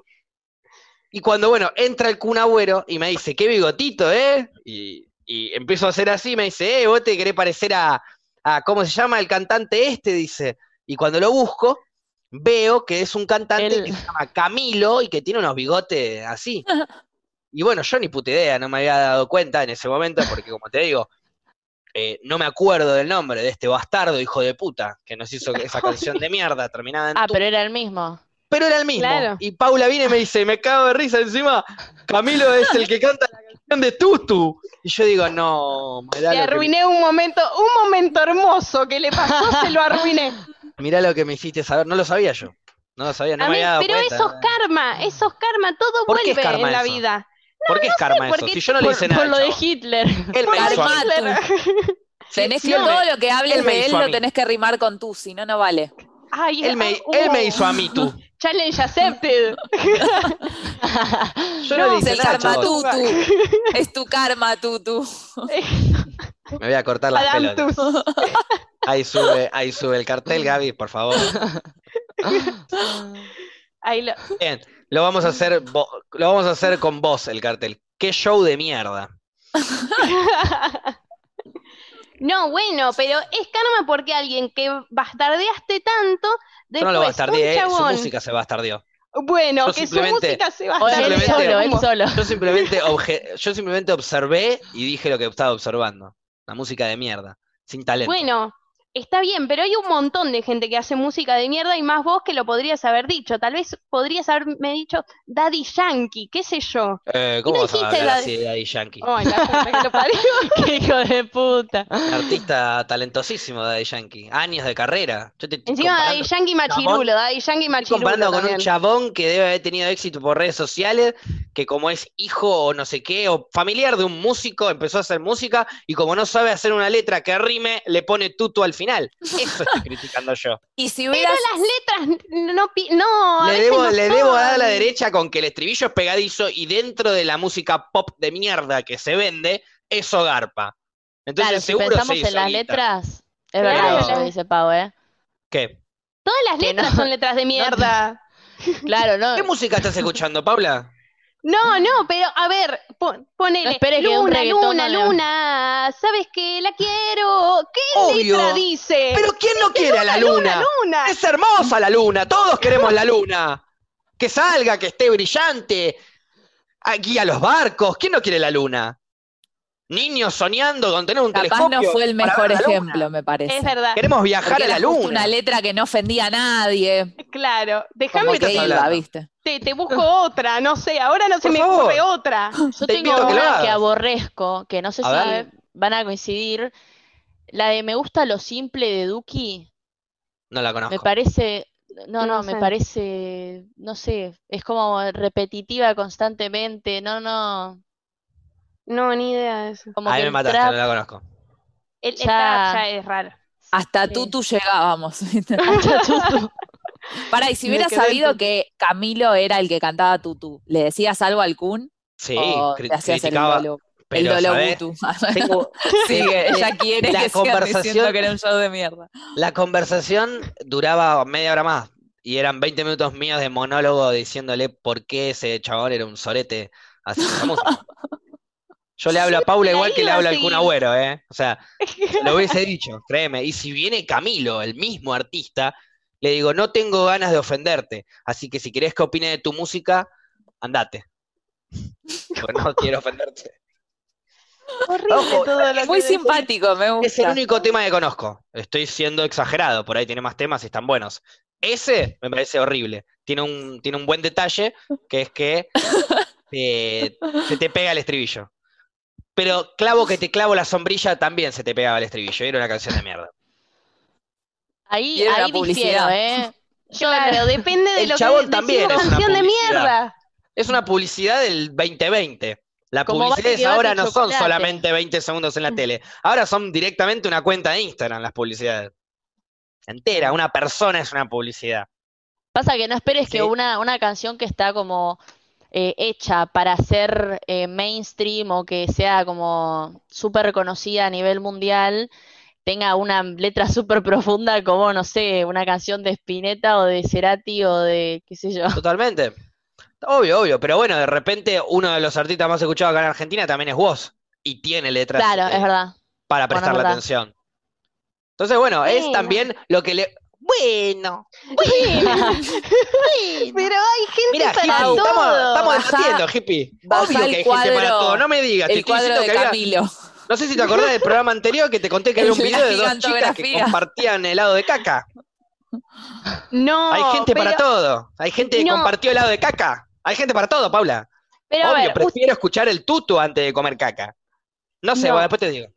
Speaker 1: y cuando, bueno, entra el Kun Agüero y me dice, qué bigotito, ¿eh? Y, y empiezo a hacer así, me dice, eh, vos te querés parecer a, a, ¿cómo se llama? El cantante este, dice. Y cuando lo busco, veo que es un cantante
Speaker 2: El-
Speaker 1: que se llama Camilo y que tiene unos bigotes así. Y bueno, yo ni puta idea, no me había dado cuenta en ese momento, porque como te digo, eh, no me acuerdo del nombre de este bastardo hijo de puta que nos hizo esa canción de mierda terminada en
Speaker 2: Ah,
Speaker 1: tu-
Speaker 2: pero era el mismo.
Speaker 1: pero era el mismo.
Speaker 3: Claro.
Speaker 1: Y Paula viene y me dice, me cago de risa encima, Camilo es el que canta la canción de Tutu. Y yo digo, no, mirá,
Speaker 3: Te
Speaker 1: lo que, me-
Speaker 3: arruiné un momento, un momento hermoso que le pasó, se lo arruiné.
Speaker 1: mirá lo que me hiciste saber, no lo sabía yo. No lo sabía, [LAUGHS] no
Speaker 3: A
Speaker 1: me
Speaker 3: mí-
Speaker 1: había dado
Speaker 3: pero
Speaker 1: cuenta.
Speaker 3: eso es karma, eso es karma, todo
Speaker 1: ¿Por qué es
Speaker 3: vuelve
Speaker 1: karma
Speaker 3: en la
Speaker 1: eso?
Speaker 3: vida.
Speaker 1: ¿Por qué es karma eso?
Speaker 3: porque-
Speaker 1: Si yo no le
Speaker 2: por
Speaker 1: hice nada.
Speaker 2: por lo de
Speaker 1: chabón. [LAUGHS]
Speaker 2: Hitler.
Speaker 1: Él me
Speaker 4: Karma.
Speaker 1: hizo a mí. Sí,
Speaker 4: Tenés
Speaker 1: sí,
Speaker 4: que
Speaker 1: él me-
Speaker 4: todo lo que hables
Speaker 1: él me
Speaker 4: de él
Speaker 1: hizo a
Speaker 4: lo
Speaker 1: mí.
Speaker 4: tenés que rimar con tú, si no, no vale.
Speaker 3: Ay,
Speaker 1: Él me,
Speaker 3: ah,
Speaker 1: él me
Speaker 3: uh,
Speaker 1: hizo a mí tú.
Speaker 3: Challenge accepted.
Speaker 1: Yo no,
Speaker 3: No,
Speaker 1: le
Speaker 4: Es
Speaker 1: hice
Speaker 4: el
Speaker 1: nada.
Speaker 4: karma
Speaker 1: chabón.
Speaker 4: tutu.
Speaker 1: [LAUGHS]
Speaker 4: Es tu karma tutu.
Speaker 1: Me voy a cortar [LAUGHS] las
Speaker 3: Adam
Speaker 1: pelotas.
Speaker 3: Tus.
Speaker 1: Ahí sube, ahí sube el cartel, Gaby, por favor.
Speaker 3: Ahí lo-
Speaker 1: Bien, lo vamos a hacer, vo- lo vamos a hacer con vos el cartel. Qué show de mierda.
Speaker 3: No, bueno, pero es karma porque alguien que bastardeaste tanto,
Speaker 1: Yo no
Speaker 3: después
Speaker 1: lo bastardié,
Speaker 3: un
Speaker 1: eh, su
Speaker 3: chabón.
Speaker 1: música se bastardeó.
Speaker 3: Bueno,
Speaker 1: Yo
Speaker 3: que su
Speaker 1: simplemente-
Speaker 3: música se
Speaker 2: O él
Speaker 1: Simplemente-
Speaker 2: solo,
Speaker 3: bastardea.
Speaker 2: él solo. [LAUGHS]
Speaker 1: Yo simplemente, obje- yo simplemente observé y dije lo que estaba observando. La música de mierda, sin talento.
Speaker 3: Bueno, está bien, pero hay un montón de gente que hace música de mierda y más vos que lo podrías haber dicho. Tal vez podrías haberme dicho Daddy Yankee, qué sé yo.
Speaker 1: [LAUGHS] Eh, ¿Cómo
Speaker 3: ¿y no
Speaker 1: vas a
Speaker 3: dijiste
Speaker 1: hablar
Speaker 3: la-
Speaker 1: así de
Speaker 3: [LAUGHS]
Speaker 1: Daddy Yankee?
Speaker 3: Ay, la puta que lo
Speaker 1: [LAUGHS]
Speaker 3: parió.
Speaker 2: Qué hijo de puta.
Speaker 1: Un artista talentosísimo Daddy Yankee. Años de carrera. Yo te estoy
Speaker 3: Encima Daddy
Speaker 1: comparando,
Speaker 3: Yankee machirulo, Daddy Yankee
Speaker 1: estoy
Speaker 3: machirulo
Speaker 1: comparando con
Speaker 3: también.
Speaker 1: un chabón que debe haber tenido éxito por redes sociales, que como es hijo o no sé qué, o familiar de un músico, empezó a hacer música y como no sabe hacer una letra que rime, le pone tutu al final. Eso estoy criticando yo.
Speaker 4: Y si
Speaker 3: Pero
Speaker 4: hubieras.
Speaker 3: las letras n- no pi- no, a
Speaker 1: Le
Speaker 3: veces
Speaker 1: debo,
Speaker 3: no
Speaker 1: le debo dar a la
Speaker 3: son.
Speaker 1: derecha con que el estribillo es pegadizo y dentro de la música pop de mierda que se vende, eso garpa. Entonces
Speaker 2: Claro, si
Speaker 1: seguro
Speaker 2: pensamos
Speaker 1: se hizo
Speaker 2: en las
Speaker 1: guita.
Speaker 2: letras, es
Speaker 3: Claro.
Speaker 2: verdad eso que dice Pau, ¿eh?
Speaker 1: ¿Qué?
Speaker 3: Todas las
Speaker 2: Que
Speaker 3: letras
Speaker 2: no-
Speaker 1: [LAUGHS]
Speaker 3: son letras de mierda.
Speaker 2: [LAUGHS] Claro, no.
Speaker 1: ¿Qué música estás escuchando, Paula?
Speaker 3: No, no, pero a ver, pon-
Speaker 2: No
Speaker 3: ponele
Speaker 2: esperes que un
Speaker 3: luna,
Speaker 2: reggaetón
Speaker 3: luna,
Speaker 2: no le-
Speaker 3: luna, sabes que la quiero. ¿Qué
Speaker 1: Obvio.
Speaker 3: letra dice?
Speaker 1: Pero ¿quién no quiere a la luna?
Speaker 3: luna.
Speaker 1: Es hermosa la luna, todos queremos la luna. Que salga, que esté brillante, a- guía los barcos. ¿Quién no quiere la luna? Niños soñando con tener un
Speaker 4: Capaz
Speaker 1: telescopio.
Speaker 4: no fue el
Speaker 1: para ver
Speaker 4: mejor
Speaker 1: la luna.
Speaker 4: ejemplo, me parece.
Speaker 3: Es verdad,
Speaker 1: Queremos viajar
Speaker 4: Porque
Speaker 1: a la
Speaker 4: era justo
Speaker 1: luna.
Speaker 4: una letra que no ofendía a nadie.
Speaker 3: claro.
Speaker 4: Como
Speaker 3: Déjame
Speaker 1: estás
Speaker 4: que iba,
Speaker 1: hablando?
Speaker 4: ¿viste?
Speaker 3: te, te busco otra, no sé, ahora no se
Speaker 1: Por
Speaker 3: me
Speaker 1: favor.
Speaker 3: ocurre otra.
Speaker 2: Yo
Speaker 1: Te
Speaker 2: tengo
Speaker 1: invito a que lo
Speaker 2: una
Speaker 1: hagas.
Speaker 2: que aborrezco, que no sé
Speaker 1: A
Speaker 2: si
Speaker 1: ver.
Speaker 2: van a coincidir. La de Me gusta lo simple de Duki.
Speaker 1: No la conozco.
Speaker 2: Me parece,
Speaker 3: No
Speaker 2: no, no, me
Speaker 3: sé.
Speaker 2: parece, no sé, es como repetitiva constantemente, no, no,
Speaker 3: No, ni idea de eso.
Speaker 2: como
Speaker 1: A
Speaker 2: que
Speaker 1: mí me
Speaker 2: el
Speaker 1: mataste,
Speaker 2: trap-
Speaker 1: no la conozco.
Speaker 3: El, el
Speaker 2: Ya.
Speaker 3: trap ya es raro.
Speaker 4: Hasta
Speaker 2: Sí.
Speaker 4: Tutu llegábamos. [LAUGHS]
Speaker 2: Hasta Tutu.
Speaker 4: Para, y si
Speaker 2: Me
Speaker 4: hubiera
Speaker 2: quedé
Speaker 4: sabido
Speaker 2: en Tutu.
Speaker 4: que Camilo era el que cantaba Tutu, ¿le decías algo al Kun?
Speaker 1: Sí,
Speaker 4: o
Speaker 1: cri-
Speaker 4: Oh, te hacías el
Speaker 1: criticaba,
Speaker 4: dolo- el
Speaker 1: pero
Speaker 4: dolo
Speaker 1: ¿sabés?
Speaker 4: [LAUGHS] Butu?
Speaker 1: Tengo- eh,
Speaker 4: Sigue, ella quiere
Speaker 1: La
Speaker 4: que sigan diciendo
Speaker 1: conversación-
Speaker 4: que era un show de mierda.
Speaker 1: la conversación duraba media hora más y eran 20 minutos míos de monólogo diciéndole por qué ese chabón era un sorete haciendo esa música. Yo le hablo a Paula
Speaker 3: la
Speaker 1: igual que le
Speaker 3: iba a
Speaker 1: hablo al Kun
Speaker 3: seguir.
Speaker 1: Agüero, ¿eh? O sea, se lo hubiese dicho, créeme. Y si viene Camilo, el mismo artista, le digo, no tengo ganas de ofenderte, así que si querés que opine de tu música, andate. Porque no quiero ofenderte.
Speaker 3: [LAUGHS] Horrible
Speaker 1: Ojo,
Speaker 3: todo lo
Speaker 4: Muy
Speaker 3: que decís.
Speaker 4: simpático, me gusta.
Speaker 1: Es el único tema que conozco. Estoy siendo exagerado, por ahí tiene más temas y están buenos. Ese me parece horrible. Tiene un, tiene un buen detalle, que es que
Speaker 2: [LAUGHS]
Speaker 1: eh, se te pega el estribillo. Pero clavo que te clavo la sombrilla también se te pegaba el estribillo. Era una canción de mierda.
Speaker 2: ahí,
Speaker 4: Y era
Speaker 2: ahí
Speaker 4: la
Speaker 2: difiero,
Speaker 4: publicidad.
Speaker 3: [LAUGHS]
Speaker 2: ¿eh? Yo
Speaker 3: Claro, depende de
Speaker 1: El
Speaker 3: lo que
Speaker 1: chabón
Speaker 3: decís,
Speaker 1: también es una
Speaker 3: canción de
Speaker 1: publicidad.
Speaker 3: mierda.
Speaker 1: Es una publicidad del 2020. Las
Speaker 2: Como
Speaker 1: publicidades
Speaker 2: Bate que Bate
Speaker 1: ahora no son
Speaker 2: Chocolate.
Speaker 1: solamente 20 segundos en la tele. Ahora son directamente una cuenta de Instagram las publicidades. Entera, una persona es una publicidad.
Speaker 2: Pasa que no esperes
Speaker 1: Sí.
Speaker 2: que una, una canción que está como eh, hecha para ser eh, mainstream o que sea como súper reconocida a nivel mundial tenga una letra [LAUGHS] súper profunda como, no sé, una canción de Spinetta o de Cerati o de qué sé yo.
Speaker 1: Totalmente. Obvio, obvio. Pero bueno, de repente uno de los artistas más escuchados acá en Argentina también es Woz. Y tiene letras
Speaker 2: Claro,
Speaker 1: eh,
Speaker 2: es verdad.
Speaker 1: para
Speaker 2: Bueno, es
Speaker 1: prestarle
Speaker 2: verdad.
Speaker 1: atención. Entonces, bueno, es
Speaker 3: Bueno.
Speaker 1: también lo que le. Bueno,
Speaker 3: Pero hay gente
Speaker 1: mira, hippie,
Speaker 3: para
Speaker 1: estamos,
Speaker 3: todo.
Speaker 1: estamos
Speaker 4: Bajá-
Speaker 1: debatiendo, hippie.
Speaker 4: bajá
Speaker 1: Obvio que
Speaker 4: el
Speaker 1: hay gente
Speaker 4: cuadro-
Speaker 1: para todo. No me digas, te
Speaker 4: El
Speaker 1: estoy
Speaker 4: cuadro
Speaker 1: diciendo
Speaker 4: de
Speaker 1: que había.
Speaker 4: Camilo.
Speaker 1: No sé si te acordás del programa anterior que te conté que había un
Speaker 4: [LAUGHS] La
Speaker 1: video de dos chicas que
Speaker 4: gigantografía.
Speaker 1: compartían helado de caca.
Speaker 3: No,
Speaker 1: Hay gente para
Speaker 3: pero-
Speaker 1: todo. Hay gente que
Speaker 3: No.
Speaker 1: compartió helado de caca. Hay gente para todo, Paula.
Speaker 3: Pero a
Speaker 1: Obvio,
Speaker 3: ver,
Speaker 1: prefiero escuchar el tutu antes de comer caca. No sé,
Speaker 3: No.
Speaker 1: bueno, después te digo.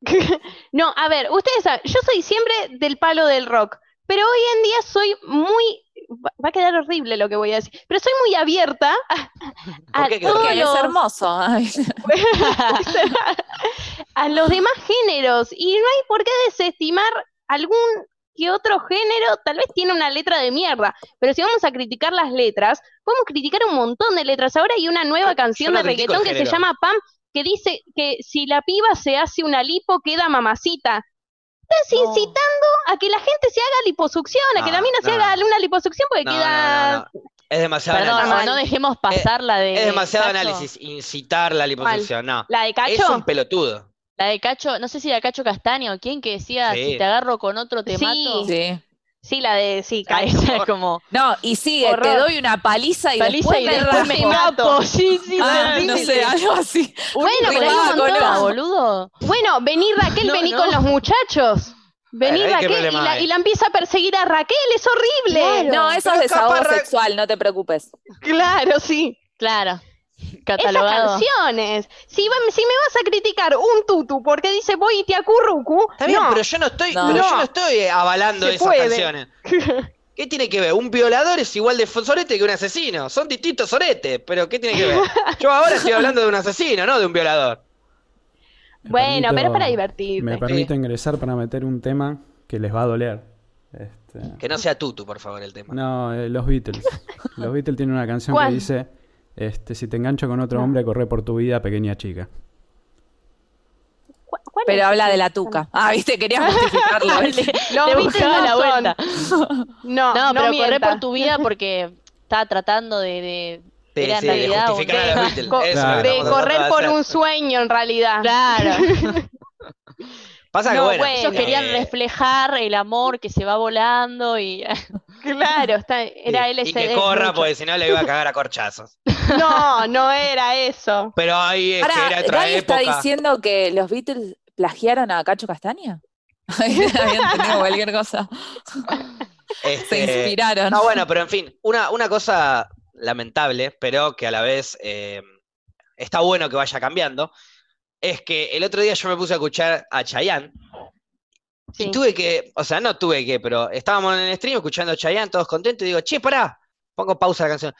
Speaker 3: [LAUGHS] No, a ver, ustedes saben, yo soy siempre del palo del rock, pero hoy en día soy muy, va va a quedar horrible lo que voy a decir, pero soy muy abierta a, a
Speaker 1: ¿Por qué crees que
Speaker 3: todos
Speaker 4: Que es
Speaker 3: los-
Speaker 4: hermoso. Ay,
Speaker 3: [LAUGHS] a los demás géneros y no hay por qué desestimar algún que otro género, tal vez tiene una letra de mierda, pero si vamos a criticar las letras, podemos criticar un montón de letras. Ahora hay una nueva canción
Speaker 1: no
Speaker 3: de
Speaker 1: critico el
Speaker 3: reggaetón que se
Speaker 1: género.
Speaker 3: llama Pam, que dice que si la piba se hace una lipo queda mamacita. Estás
Speaker 2: No.
Speaker 3: incitando a que la gente se haga liposucción, a que
Speaker 1: No,
Speaker 3: la mina se
Speaker 1: no.
Speaker 3: haga una liposucción porque
Speaker 1: No, no,
Speaker 3: queda...
Speaker 1: no, no. Es demasiado
Speaker 2: Perdón,
Speaker 1: análisis.
Speaker 2: no, no dejemos pasar la de
Speaker 1: Es demasiado
Speaker 2: Cacho.
Speaker 1: análisis. Incitar la liposucción, no.
Speaker 3: La de
Speaker 1: Es
Speaker 3: cacho.
Speaker 1: un pelotudo.
Speaker 2: La de Cacho, no sé si era Cacho Castaño o quién que decía,
Speaker 1: Sí.
Speaker 2: si te agarro con otro te
Speaker 3: Sí.
Speaker 2: mato.
Speaker 4: sí.
Speaker 3: Sí, la de... Sí,
Speaker 2: Ah,
Speaker 3: cacho.
Speaker 2: [LAUGHS] esa es como
Speaker 4: No, y sigue,
Speaker 3: Horror.
Speaker 4: te doy una paliza y
Speaker 2: paliza
Speaker 4: después
Speaker 2: y
Speaker 4: me
Speaker 2: después me
Speaker 4: rajo.
Speaker 3: rajo.
Speaker 2: mato. Sí, sí,
Speaker 4: Ah,
Speaker 2: sí,
Speaker 4: no
Speaker 2: sí.
Speaker 4: sé, algo así.
Speaker 2: Bueno, pero hay
Speaker 4: Remaba
Speaker 2: un
Speaker 4: con
Speaker 2: montón,
Speaker 4: eso.
Speaker 2: boludo.
Speaker 3: Bueno, vení Raquel,
Speaker 2: No,
Speaker 3: vení
Speaker 2: no.
Speaker 3: con los muchachos. Vení
Speaker 1: Bueno, ¿y ¿eh? qué
Speaker 3: Raquel y
Speaker 1: problema
Speaker 3: la,
Speaker 1: hay?
Speaker 3: y la empieza a perseguir a Raquel, es horrible.
Speaker 4: No, eso es
Speaker 1: Pero capaz
Speaker 4: desahogo
Speaker 1: re-
Speaker 4: sexual, no te preocupes.
Speaker 3: Claro, sí.
Speaker 2: Claro.
Speaker 3: Esas
Speaker 2: Catalogado.
Speaker 3: canciones. Si, va- si me vas a criticar un tutu porque dice voy y te acurrucu,
Speaker 1: Está bien,
Speaker 3: no.
Speaker 1: pero yo no estoy,
Speaker 4: No.
Speaker 1: pero yo
Speaker 3: No.
Speaker 1: no estoy eh, avalando
Speaker 3: Se
Speaker 1: esas
Speaker 3: puede. [LAUGHS]
Speaker 1: canciones. ¿Qué tiene que ver? Un violador es igual de sorete que un asesino. Son distintos soretes, pero ¿qué tiene que ver? Yo ahora estoy hablando de un asesino, no de un violador.
Speaker 5: Me
Speaker 3: Bueno, pero es
Speaker 5: permito-
Speaker 3: para
Speaker 5: Me
Speaker 3: divertirme.
Speaker 5: permito ingresar para meter un tema que les va a doler. Este,
Speaker 1: Que no sea tutu, por favor, el tema.
Speaker 5: No, eh,
Speaker 3: [LAUGHS]
Speaker 5: los Beatles. Los Beatles tienen una canción
Speaker 3: ¿Cuál? Ah.
Speaker 5: que dice: este, Si te engancho con otro hombre, corre por tu vida, pequeña chica.
Speaker 3: ¿Cu- cuál
Speaker 4: Pero
Speaker 3: es?
Speaker 4: habla de la tuca. Ah, viste, [LAUGHS] quería justificarlo. ¿viste?
Speaker 3: Los
Speaker 2: Le
Speaker 3: Beatles
Speaker 2: buscaba
Speaker 3: no
Speaker 2: la
Speaker 3: son.
Speaker 2: vuelta.
Speaker 3: No, no,
Speaker 2: No, pero corré
Speaker 3: mientas.
Speaker 2: por tu vida porque estaba tratando de. de-
Speaker 1: Sí,
Speaker 2: era en
Speaker 1: sí, de
Speaker 2: realidad un-
Speaker 1: justificar a los Beatles.
Speaker 3: Co-
Speaker 1: Eso es lo que
Speaker 5: Claro.
Speaker 3: De
Speaker 1: estamos
Speaker 3: correr
Speaker 1: tratando
Speaker 3: por
Speaker 1: de
Speaker 3: un
Speaker 1: hacer.
Speaker 3: sueño en
Speaker 2: Ah.
Speaker 3: realidad.
Speaker 2: [LAUGHS] Claro.
Speaker 1: Pasa que
Speaker 3: No,
Speaker 1: bueno,
Speaker 3: bueno.
Speaker 2: Ellos querían
Speaker 1: eh,
Speaker 2: reflejar el amor que se va volando y. [LAUGHS]
Speaker 3: Claro, está, era
Speaker 1: sí,
Speaker 3: LSD.
Speaker 1: Y que corra,
Speaker 3: mucho.
Speaker 1: porque si no le iba a cagar a corchazos.
Speaker 3: No, no era eso. [LAUGHS]
Speaker 1: Pero ahí es que
Speaker 4: Ahora,
Speaker 1: era otra
Speaker 4: ¿Gaby está
Speaker 1: época.
Speaker 4: diciendo que los Beatles plagiaron a Cacho Castaña? [LAUGHS] Habían tenido cualquier cosa. Se
Speaker 1: Este,
Speaker 4: inspiraron.
Speaker 1: No, bueno, pero en fin, una, una cosa lamentable, pero que a la vez eh, está bueno que vaya cambiando, es que el otro día yo me puse a escuchar a Chayanne Y
Speaker 3: Sí.
Speaker 1: tuve que, o sea, no tuve que, pero estábamos en el stream escuchando a Chayanne, todos contentos, y digo, che, pará, pongo pausa a la canción.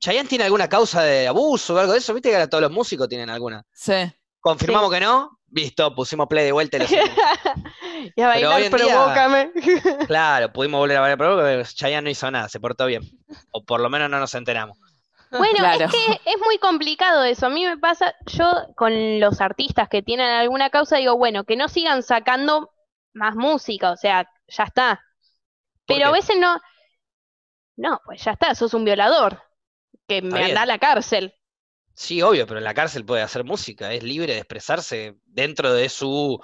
Speaker 1: ¿Chayanne tiene alguna causa de abuso o algo de eso? ¿Viste que ahora todos los músicos tienen alguna?
Speaker 4: Sí.
Speaker 1: Confirmamos que no, listo, pusimos play
Speaker 3: [LAUGHS]
Speaker 1: de vuelta y lo subimos.
Speaker 3: y a
Speaker 1: hoy
Speaker 3: bailar,
Speaker 1: en día-
Speaker 3: provócame.
Speaker 1: Claro, pudimos volver a bailar, pero Chayanne no hizo nada, se portó bien. O por lo menos no nos enteramos.
Speaker 3: Bueno,
Speaker 4: Claro.
Speaker 3: es que es muy complicado eso. A mí me pasa, yo con los artistas que tienen alguna causa, digo, bueno, que no sigan sacando más música, o sea, ya está.
Speaker 1: ¿Por
Speaker 3: Pero a
Speaker 1: qué?
Speaker 3: veces no. No, pues ya está, sos un violador. Que me
Speaker 1: bien.
Speaker 3: anda a la cárcel.
Speaker 1: Sí, obvio, pero en la cárcel puede hacer música, es libre de expresarse dentro de su...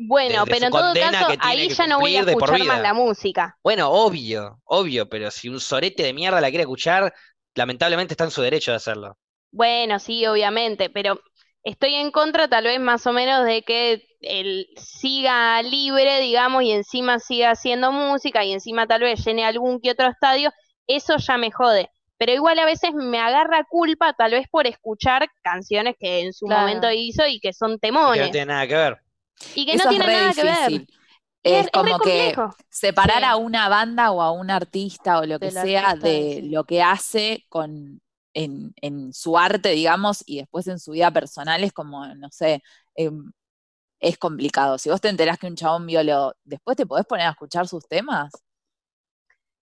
Speaker 3: Bueno,
Speaker 1: Desde su
Speaker 3: pero en todo
Speaker 1: condena
Speaker 3: caso,
Speaker 1: que tiene
Speaker 3: ahí
Speaker 1: que
Speaker 3: ya no voy a
Speaker 1: cumplir de por
Speaker 3: escuchar más
Speaker 1: vida.
Speaker 3: la música.
Speaker 1: Bueno, obvio, obvio, pero si un sorete de mierda la quiere escuchar, lamentablemente está en su derecho de hacerlo.
Speaker 3: Bueno, sí, obviamente, pero estoy en contra tal vez más o menos de que él siga libre, digamos, y encima siga haciendo música y encima tal vez llene algún que otro estadio, eso ya me jode. Pero igual a veces me agarra culpa tal vez por escuchar canciones que en su
Speaker 2: Claro.
Speaker 3: momento hizo y que son
Speaker 1: Que
Speaker 3: temones
Speaker 1: no tiene nada que ver.
Speaker 3: y que
Speaker 4: Eso
Speaker 3: no tienen
Speaker 4: re
Speaker 3: nada que ver.
Speaker 4: difícil.
Speaker 3: Y
Speaker 4: Es,
Speaker 3: re
Speaker 4: como que
Speaker 3: complejo.
Speaker 4: separar
Speaker 2: Sí.
Speaker 4: a una banda o a un artista o lo que
Speaker 2: Del
Speaker 4: sea
Speaker 2: artista,
Speaker 4: de
Speaker 2: sí.
Speaker 4: lo que hace con en, en su arte, digamos, y después en su vida personal es como, no sé, em, es complicado. Si vos te enterás que un chabón violó, después te podés poner a escuchar sus temas.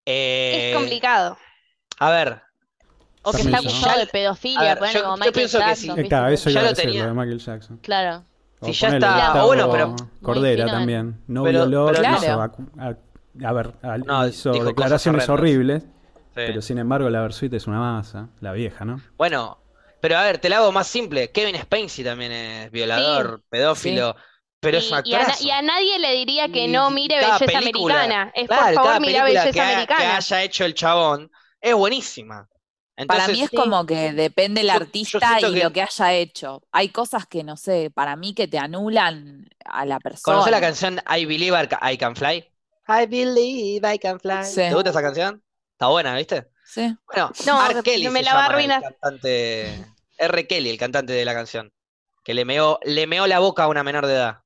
Speaker 1: Eh,
Speaker 3: Es complicado.
Speaker 1: A ver,
Speaker 2: O que
Speaker 5: Sí,
Speaker 2: está
Speaker 5: ¿no?
Speaker 2: acusado de
Speaker 1: A
Speaker 2: pedofilia,
Speaker 1: ver,
Speaker 2: ponele
Speaker 1: yo-
Speaker 2: como
Speaker 1: yo
Speaker 2: Michael
Speaker 1: pienso que
Speaker 2: Jackson,
Speaker 1: sí.
Speaker 5: Eh,
Speaker 2: ¿viste?
Speaker 5: claro, eso
Speaker 1: Ya
Speaker 5: iba a
Speaker 1: lo
Speaker 5: decir,
Speaker 1: tenía.
Speaker 5: lo de Michael Jackson.
Speaker 2: Claro.
Speaker 5: O
Speaker 1: Sí, ya
Speaker 5: ponele,
Speaker 1: está, Ah,
Speaker 5: estaba
Speaker 1: bueno, pero-
Speaker 5: Cordera
Speaker 2: Muy fino,
Speaker 5: también. No
Speaker 1: pero-
Speaker 5: violó,
Speaker 1: pero
Speaker 4: no.
Speaker 5: hizo
Speaker 4: Claro.
Speaker 5: acu- a, a ver, al-
Speaker 1: No,
Speaker 5: hizo
Speaker 1: dijo cosas
Speaker 5: declaraciones
Speaker 1: horrendas.
Speaker 5: horribles,
Speaker 1: eh,
Speaker 5: pero sin embargo la Versuit es una masa, la vieja, ¿no?
Speaker 1: bueno, pero a ver, te la hago más simple. Kevin Spacey también es violador, pedófilo, pero es
Speaker 3: Y,
Speaker 1: un
Speaker 3: y a, na-
Speaker 1: actorazo.
Speaker 3: y a nadie le diría que
Speaker 1: Y
Speaker 3: no mire
Speaker 1: cada
Speaker 3: Belleza
Speaker 1: película-
Speaker 3: Americana. Es por
Speaker 1: Claro, cada
Speaker 3: favor, mira
Speaker 1: película que,
Speaker 3: Belleza
Speaker 1: ha- que
Speaker 3: Americana.
Speaker 1: haya hecho el chabón es buenísima.
Speaker 4: Para
Speaker 1: Entonces,
Speaker 4: mí es como que depende el
Speaker 1: Yo- yo
Speaker 4: artista
Speaker 1: siento
Speaker 4: y
Speaker 1: que-
Speaker 4: lo que haya hecho. Hay cosas que, no sé, para mí que te anulan a la
Speaker 1: ¿conocés la
Speaker 4: persona.
Speaker 1: canción I Believe I Ca- I Can Fly? I Believe I Can Fly.
Speaker 4: Sí.
Speaker 1: ¿Te gusta esa canción? Está buena, ¿viste?
Speaker 4: Sí.
Speaker 1: Bueno,
Speaker 3: No,
Speaker 1: R. Kelly
Speaker 3: me
Speaker 1: se
Speaker 3: la va a
Speaker 1: llama el
Speaker 3: arruinar.
Speaker 1: cantante. R. Kelly, el cantante de la canción. Que le meó, le meó la boca a una menor de edad.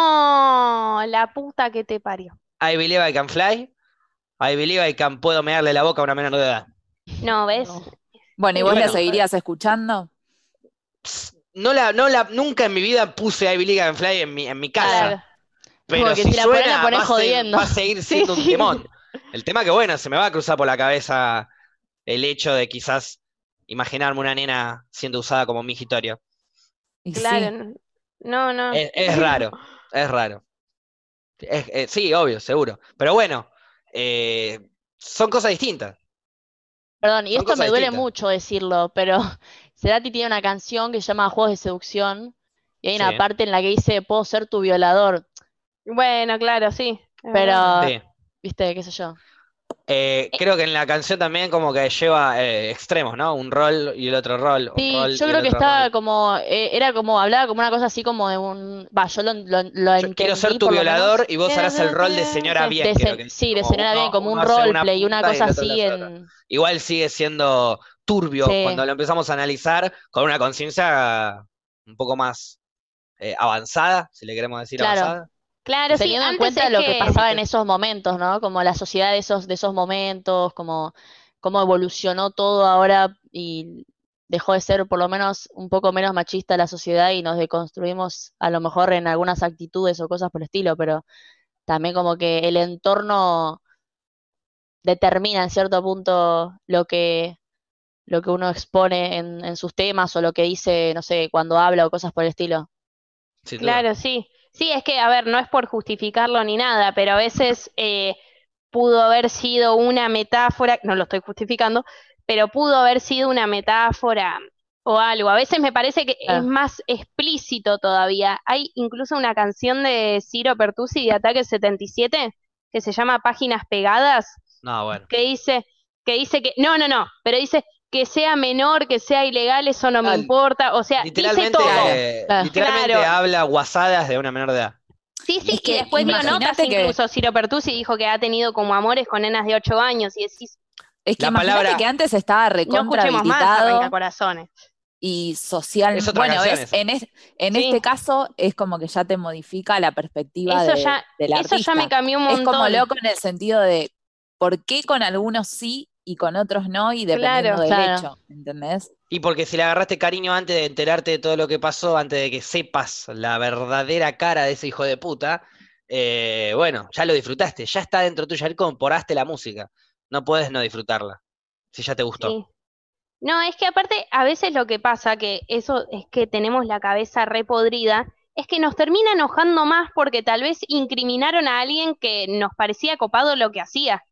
Speaker 3: No, la puta que te parió.
Speaker 1: I believe I can fly. I believe I can puedo mearle la boca a una menor de edad.
Speaker 3: No, ¿ves?
Speaker 4: Bueno, ¿y
Speaker 1: Y
Speaker 4: vos la
Speaker 1: bueno.
Speaker 4: seguirías escuchando?
Speaker 1: Pss, No la, no la, nunca en mi vida puse I believe I can fly en mi, en mi casa.
Speaker 2: Claro.
Speaker 1: Pero
Speaker 2: Porque
Speaker 1: si
Speaker 2: si la ponés,
Speaker 1: suena,
Speaker 2: la ponés
Speaker 1: va a ser-
Speaker 2: jodiendo.
Speaker 1: va a
Speaker 2: [LAUGHS]
Speaker 1: seguir siendo un
Speaker 3: sí.
Speaker 1: temón. El tema que, bueno, se me va a cruzar por la cabeza el hecho de quizás imaginarme una nena siendo usada como mingitorio.
Speaker 4: Y sí.
Speaker 3: Claro. n- No, no.
Speaker 2: Eh.
Speaker 1: Es, es raro, es raro. Es- eh, sí, obvio, seguro. Pero bueno, eh, son cosas distintas.
Speaker 2: Perdón, y
Speaker 1: Son
Speaker 2: esto me
Speaker 1: cosas
Speaker 2: duele
Speaker 1: distintas.
Speaker 2: mucho decirlo, pero [LAUGHS] Cerati tiene una canción que se llama Juegos de Seducción y hay una
Speaker 1: Sí.
Speaker 2: parte en la que dice, puedo ser tu violador,
Speaker 3: Bueno, claro, sí. es verdad.
Speaker 2: pero,
Speaker 1: Sí.
Speaker 2: viste, qué sé yo.
Speaker 1: Eh, creo que en la canción también como que lleva eh, extremos, ¿no? Un rol y el otro rol. un
Speaker 2: Sí,
Speaker 1: rol
Speaker 2: yo
Speaker 1: y el
Speaker 2: creo que
Speaker 1: otro
Speaker 2: estaba
Speaker 1: rol.
Speaker 2: como, eh, era como, hablaba como una cosa así como de un, va, yo lo, lo, lo
Speaker 1: Yo quiero ser
Speaker 2: entendí,
Speaker 1: tu
Speaker 2: por lo menos.
Speaker 1: violador y vos
Speaker 3: Quiero
Speaker 1: harás el
Speaker 3: ser
Speaker 1: rol de
Speaker 3: tu-
Speaker 1: señora
Speaker 2: De
Speaker 1: bien.
Speaker 2: se-
Speaker 1: creo que es.
Speaker 2: sí, de
Speaker 1: Como
Speaker 2: señora
Speaker 1: uno-
Speaker 2: bien, como un
Speaker 1: uno hace una
Speaker 2: roleplay y una
Speaker 1: punta y el
Speaker 2: cosa
Speaker 1: otro
Speaker 2: así
Speaker 1: la otra.
Speaker 2: en...
Speaker 1: Igual sigue siendo turbio
Speaker 2: Sí.
Speaker 1: cuando lo empezamos a analizar con una conciencia un poco más eh, avanzada, si le queremos decir
Speaker 2: Claro.
Speaker 1: avanzada.
Speaker 3: Claro, sí,
Speaker 2: teniendo en
Speaker 3: antes
Speaker 2: cuenta
Speaker 3: es
Speaker 2: lo que
Speaker 3: que-
Speaker 2: pasaba en esos momentos, ¿no? Como la sociedad de esos, de esos momentos, como cómo evolucionó todo ahora y dejó de ser por lo menos un poco menos machista la sociedad y nos deconstruimos a lo mejor en algunas actitudes o cosas por el estilo, pero también como que el entorno determina en cierto punto lo que lo que uno expone en, en sus temas o lo que dice, no sé, cuando habla o cosas por el estilo.
Speaker 1: sin duda.
Speaker 3: Claro, sí. Sí, es que, a ver, no es por justificarlo ni nada, pero a veces eh, pudo haber sido una metáfora, no lo estoy justificando, pero pudo haber sido una metáfora o algo. A veces me parece que
Speaker 2: Claro.
Speaker 3: es más explícito todavía. Hay incluso una canción de Ciro Pertusi de Ataque 77 que se llama Páginas Pegadas,
Speaker 1: No, bueno.
Speaker 3: que dice que dice que no, no, no, pero dice que sea menor, que sea ilegal, eso no me
Speaker 1: Ah,
Speaker 3: importa, o sea, dice
Speaker 1: Literalmente,
Speaker 3: todo.
Speaker 1: eh,
Speaker 2: Claro.
Speaker 1: literalmente
Speaker 3: Claro.
Speaker 1: habla guasadas de una menor de edad.
Speaker 3: Sí, sí,
Speaker 4: Es que
Speaker 3: y después dio
Speaker 4: imagínate
Speaker 3: notas,
Speaker 4: que-
Speaker 3: incluso Ciro Pertusi dijo que ha tenido como amores con nenas de 8 años y decís,
Speaker 4: Es que
Speaker 1: La
Speaker 4: imagínate
Speaker 1: palabra-
Speaker 4: que antes estaba
Speaker 3: no
Speaker 4: recontra
Speaker 3: escuchemos más
Speaker 4: habilitado.
Speaker 3: arranca corazones.
Speaker 4: y social.
Speaker 1: Es otra
Speaker 4: bueno,
Speaker 1: canción
Speaker 4: ves,
Speaker 1: esa.
Speaker 4: en, es- en
Speaker 3: Sí.
Speaker 4: este caso es como que ya te modifica la perspectiva
Speaker 3: Eso
Speaker 4: de,
Speaker 3: ya-
Speaker 4: del
Speaker 3: Eso
Speaker 4: artista.
Speaker 3: ya me cambió un
Speaker 4: es
Speaker 3: montón.
Speaker 4: como loco en el sentido de por qué con algunos sí y con otros no, y dependiendo
Speaker 3: Claro,
Speaker 4: del
Speaker 2: claro.
Speaker 4: hecho, ¿entendés?
Speaker 1: Y porque si le agarraste cariño antes de enterarte de todo lo que pasó, antes de que sepas la verdadera cara de ese hijo de puta, eh, bueno, ya lo disfrutaste, ya está dentro tuyo, ya incorporaste la música. No puedes no disfrutarla, si ya te gustó.
Speaker 3: Sí. No, es que aparte, a veces lo que pasa, que eso es que tenemos la cabeza repodrida, es que nos termina enojando más porque tal vez incriminaron a alguien que nos parecía copado lo que hacía.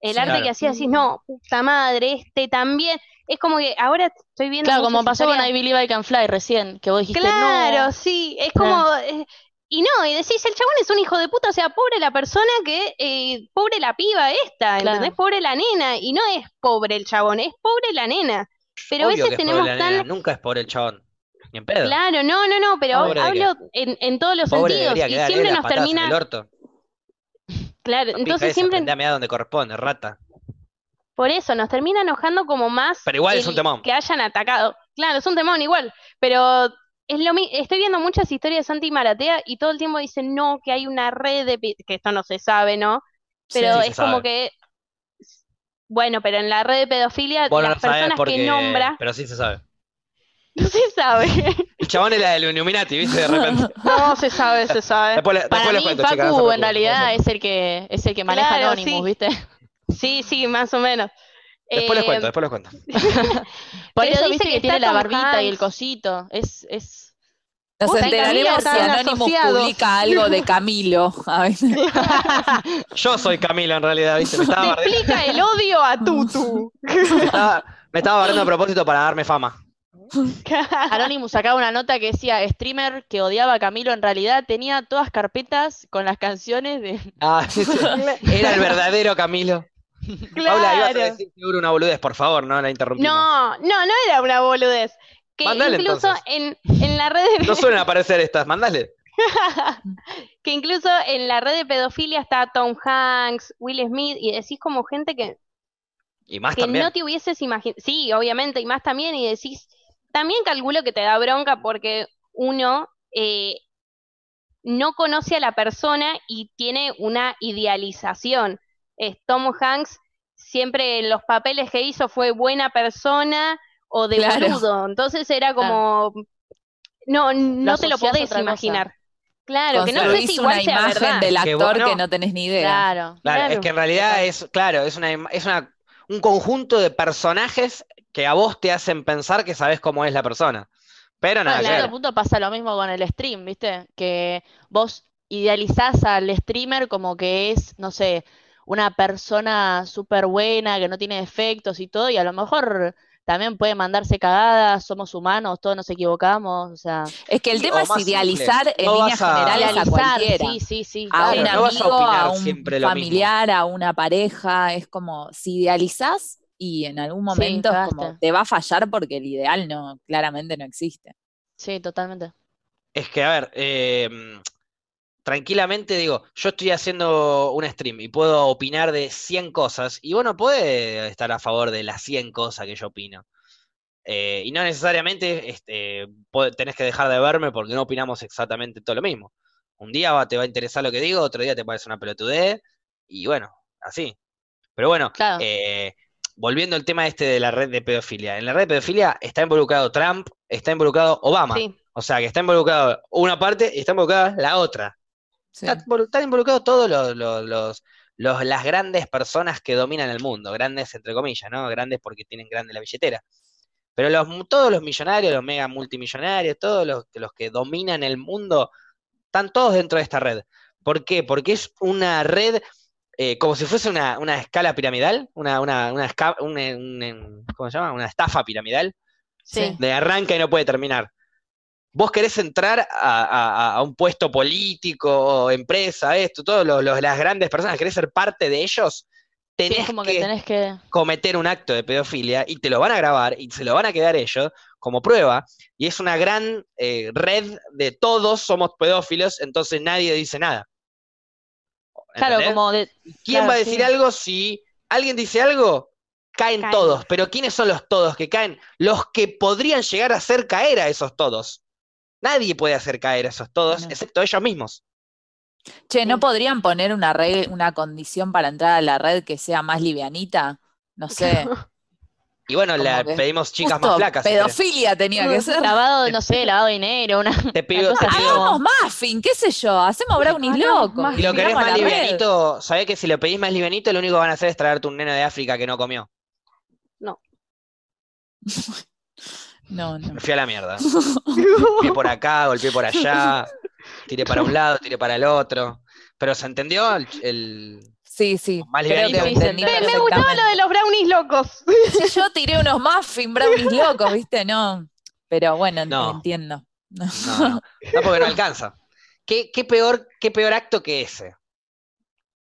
Speaker 3: El
Speaker 4: Sí,
Speaker 3: arte
Speaker 1: claro.
Speaker 3: que hacía, decís, no, puta madre, este también. Es como que ahora estoy viendo.
Speaker 2: Claro, como
Speaker 3: muchas
Speaker 2: pasó con
Speaker 3: historias-
Speaker 2: I Believe I Can Fly recién, que vos dijiste,
Speaker 3: Claro,
Speaker 2: no,
Speaker 3: sí, es como... eh, y no, y decís, el chabón es un hijo de puta, o sea, pobre la persona que... eh, pobre la piba esta,
Speaker 2: Claro.
Speaker 3: ¿entendés? Pobre la nena, y no es pobre el chabón, es pobre la nena. Pero a
Speaker 1: Obvio
Speaker 3: veces
Speaker 1: que es
Speaker 3: tenemos
Speaker 1: por la
Speaker 3: tan...
Speaker 1: nena, nunca es por el chabón. Ni en pedo.
Speaker 3: Claro, no, no, no, pero
Speaker 1: Pobre de
Speaker 3: hablo en, en todos los
Speaker 1: Pobre
Speaker 3: sentidos,
Speaker 1: debería
Speaker 3: y
Speaker 1: quedarle
Speaker 3: siempre
Speaker 1: las
Speaker 3: nos
Speaker 1: patadas en
Speaker 3: termina...
Speaker 1: el orto.
Speaker 3: Claro,
Speaker 1: La pija
Speaker 3: entonces
Speaker 1: esa,
Speaker 3: siempre...
Speaker 1: prendé a mear donde corresponde, rata.
Speaker 3: Por eso, nos termina enojando como más
Speaker 1: Pero igual es
Speaker 3: el
Speaker 1: un temón.
Speaker 3: que hayan atacado. Claro, es un temón igual, pero es lo mi- estoy viendo muchas historias de Santi Maratea y todo el tiempo dicen, no, que hay una red de... pe-", que esto no se sabe, ¿no? Pero
Speaker 1: Sí, se
Speaker 3: es como
Speaker 1: sabe.
Speaker 3: que... Bueno, pero en la red de pedofilia,
Speaker 1: Vos no
Speaker 3: las
Speaker 1: lo sabés
Speaker 3: personas
Speaker 1: porque.
Speaker 3: que nombra, [LAUGHS]
Speaker 1: Pero sí se sabe.
Speaker 3: no se sabe.
Speaker 1: El chabón era del Illuminati, [LAUGHS] ¿viste? De
Speaker 4: [LAUGHS]
Speaker 1: repente.
Speaker 3: [LAUGHS] No, se sabe, se sabe.
Speaker 1: Después, le-
Speaker 2: Para
Speaker 1: después les
Speaker 2: mí,
Speaker 1: cuento,
Speaker 2: Facu,
Speaker 1: chicas, no se
Speaker 2: en
Speaker 1: preocupen.
Speaker 2: realidad es el que es el que maneja
Speaker 3: Claro,
Speaker 2: Anonymous,
Speaker 3: sí.
Speaker 2: ¿viste?
Speaker 3: Sí, sí, más o menos.
Speaker 1: Después les
Speaker 3: Eh,
Speaker 1: cuento, después les cuento.
Speaker 2: Por
Speaker 3: Pero dice
Speaker 2: eso viste
Speaker 3: que
Speaker 2: que
Speaker 3: está
Speaker 2: tiene la
Speaker 3: Tom
Speaker 2: barbita y el
Speaker 3: Hanks.
Speaker 2: cosito. Es, es. [LAUGHS]
Speaker 4: Nos
Speaker 3: Puta,
Speaker 4: enteraremos si
Speaker 3: Camilo, estaban
Speaker 4: Anonymous
Speaker 3: asociados.
Speaker 4: publica algo de Camilo. [LAUGHS] A ver.
Speaker 1: Yo soy Camilo en realidad, ¿viste? Me estaba
Speaker 3: Te
Speaker 1: bardeando,
Speaker 3: explica el odio a
Speaker 1: [LAUGHS]
Speaker 3: Tutu. [LAUGHS]
Speaker 1: me estaba- me estaba bardeando a propósito para darme fama.
Speaker 2: Anonymous sacaba una nota que decía streamer que odiaba a Camilo en realidad tenía todas carpetas con las canciones de.
Speaker 1: Ah, [LAUGHS] sí, sí. Era el verdadero Camilo. Paula, ibas a
Speaker 3: Claro.
Speaker 1: decir seguro una boludez, por favor, no la interrumpimos.
Speaker 3: No, no, no era una boludez. Que
Speaker 1: Mandale,
Speaker 3: incluso
Speaker 1: entonces.
Speaker 3: en, en la red de,
Speaker 1: [LAUGHS] No suelen aparecer estas, mandale.
Speaker 3: [LAUGHS] que incluso en la red de pedofilia está Tom Hanks, Will Smith, y decís como gente que,
Speaker 1: Y más [LAUGHS]
Speaker 3: que
Speaker 1: también.
Speaker 3: no te hubieses imaginado. Sí, obviamente, y más también, y decís, también calculo que te da bronca porque uno eh, no conoce a la persona y tiene una idealización. Es Tom Hanks siempre en los papeles que hizo fue buena persona o de
Speaker 4: Claro.
Speaker 3: boludo. Entonces era como, no, no
Speaker 2: Lo
Speaker 3: te lo
Speaker 2: asociás a
Speaker 3: podés
Speaker 2: otra cosa.
Speaker 3: imaginar. Claro, que no sé
Speaker 4: Construís
Speaker 3: si
Speaker 4: una
Speaker 3: igual sea
Speaker 4: imagen
Speaker 3: verdad.
Speaker 4: del
Speaker 1: Que
Speaker 4: actor
Speaker 1: vos
Speaker 4: que
Speaker 1: no.
Speaker 4: no, tenés ni idea.
Speaker 2: Claro.
Speaker 1: Claro, es
Speaker 3: Claro.
Speaker 1: que en realidad es, claro, es una, im- es una, un conjunto de personajes que a vos te hacen pensar que sabés cómo es la persona. Pero nada,
Speaker 2: Bueno, en cierto
Speaker 1: claro.
Speaker 2: punto pasa lo mismo con el stream, ¿viste? Que vos idealizás al streamer como que es, no sé, una persona súper buena, que no tiene defectos y todo, y a lo mejor también puede mandarse cagadas, somos humanos, todos nos equivocamos, o sea,
Speaker 4: Es que el
Speaker 1: Sí,
Speaker 4: tema
Speaker 1: o
Speaker 4: es
Speaker 1: más
Speaker 4: idealizar
Speaker 1: simple.
Speaker 4: en
Speaker 1: No
Speaker 4: líneas
Speaker 1: vas Ah, a-
Speaker 4: generales a
Speaker 2: idealizar,
Speaker 4: cualquiera.
Speaker 2: sí, sí, sí.
Speaker 4: a
Speaker 1: Claro,
Speaker 4: un
Speaker 1: no vas a
Speaker 4: amigo, a,
Speaker 1: opinar
Speaker 4: un
Speaker 1: siempre lo mismo.
Speaker 4: familiar, a una pareja, es como si idealizás y en algún momento es
Speaker 2: cagaste.
Speaker 4: como te va a fallar porque el ideal no claramente no existe.
Speaker 2: Sí, totalmente.
Speaker 1: Es que, a ver, eh, tranquilamente digo, yo estoy haciendo un stream y puedo opinar de 100 cosas y vos no podés estar a favor de las 100 cosas que yo opino. Eh, y no necesariamente este, po- tenés que dejar de verme porque no opinamos exactamente todo lo mismo. Un día va- te va a interesar lo que digo, otro día te parece una pelotudez y bueno, así. Pero bueno,
Speaker 2: Claro.
Speaker 1: eh, volviendo al tema este de la red de pedofilia. En la red de pedofilia está involucrado Trump, está involucrado Obama.
Speaker 3: Sí. [LAUGHS]
Speaker 1: O sea, que está involucrado una parte y está involucrada la otra.
Speaker 4: Sí.
Speaker 1: Está involu- Están involucrados todos los, los- los- los- las grandes personas que dominan el mundo, grandes entre comillas, ¿no? Grandes porque tienen grande la billetera. Pero los, mu- todos los millonarios, los mega multimillonarios, todos los, los que dominan el mundo, están todos dentro de esta red. ¿Por qué? Porque es una red eh, como si fuese una, una escala piramidal, una, una, una esca- un- un- ¿cómo se llama? Una estafa piramidal
Speaker 2: Sí.
Speaker 1: de arranca y no puede terminar. Vos querés entrar a, a- a- a un puesto político, empresa, esto, todos los, los- las grandes personas, querés ser parte de ellos,
Speaker 2: Sí,
Speaker 1: tenés
Speaker 2: es como
Speaker 1: que,
Speaker 2: que tenés que.
Speaker 1: cometer un acto de pedofilia y te lo van a grabar y se lo van a quedar ellos como prueba. Y es una gran eh, red de todos somos pedófilos, entonces nadie dice nada.
Speaker 2: Claro,
Speaker 1: ¿Entendés?
Speaker 2: como de.
Speaker 1: ¿Quién va a
Speaker 2: claro,
Speaker 1: decir
Speaker 2: sí.
Speaker 1: algo si alguien dice algo? Caen,
Speaker 3: Caen.
Speaker 1: todos, pero ¿quiénes son los todos que caen? Los que podrían llegar a hacer caer a esos todos. Nadie puede hacer caer a esos todos,
Speaker 4: No.
Speaker 1: excepto ellos mismos.
Speaker 4: Che,
Speaker 1: eh,
Speaker 4: ¿no
Speaker 3: Sí.
Speaker 4: podrían poner una regla, una condición para entrar a la red que sea más livianita? No sé.
Speaker 1: Y bueno,
Speaker 4: Como
Speaker 1: le
Speaker 4: que-
Speaker 1: pedimos chicas
Speaker 4: Justo
Speaker 1: más flacas. si querés.
Speaker 4: pedofilia tenía que ser.
Speaker 2: Lavado, no sé, lavado de dinero, [LAUGHS] una,
Speaker 1: Te
Speaker 2: una
Speaker 1: pido-
Speaker 2: cosa
Speaker 1: te
Speaker 2: así
Speaker 1: pido-
Speaker 2: como-
Speaker 4: Hagamos muffin, qué sé yo, hacemos brownies
Speaker 3: Hagamos
Speaker 4: locos.
Speaker 3: muffin.
Speaker 1: Y lo querés
Speaker 4: tiramos a
Speaker 1: más
Speaker 4: la red.
Speaker 1: livianito, sabés que si lo pedís más livianito, lo único que van a hacer es traerte un nene de África que no comió.
Speaker 4: No, no.
Speaker 1: Me fui a la mierda. Golpeé por acá, golpeé por allá, tiré para un lado, tiré para el otro. Pero se entendió el, el-
Speaker 4: Sí, sí.
Speaker 1: Más
Speaker 4: Creo que
Speaker 1: livianito.
Speaker 4: entendí
Speaker 3: Me, me gustaba
Speaker 4: perfectamente.
Speaker 3: lo de los brownies locos.
Speaker 4: Sí, [LAUGHS] yo tiré unos muffin brownies locos, ¿viste? No. Pero bueno,
Speaker 1: No.
Speaker 4: entiendo.
Speaker 1: [LAUGHS] No, no. No, porque no alcanza. ¿Qué, qué peor, ¿Qué peor acto que ese?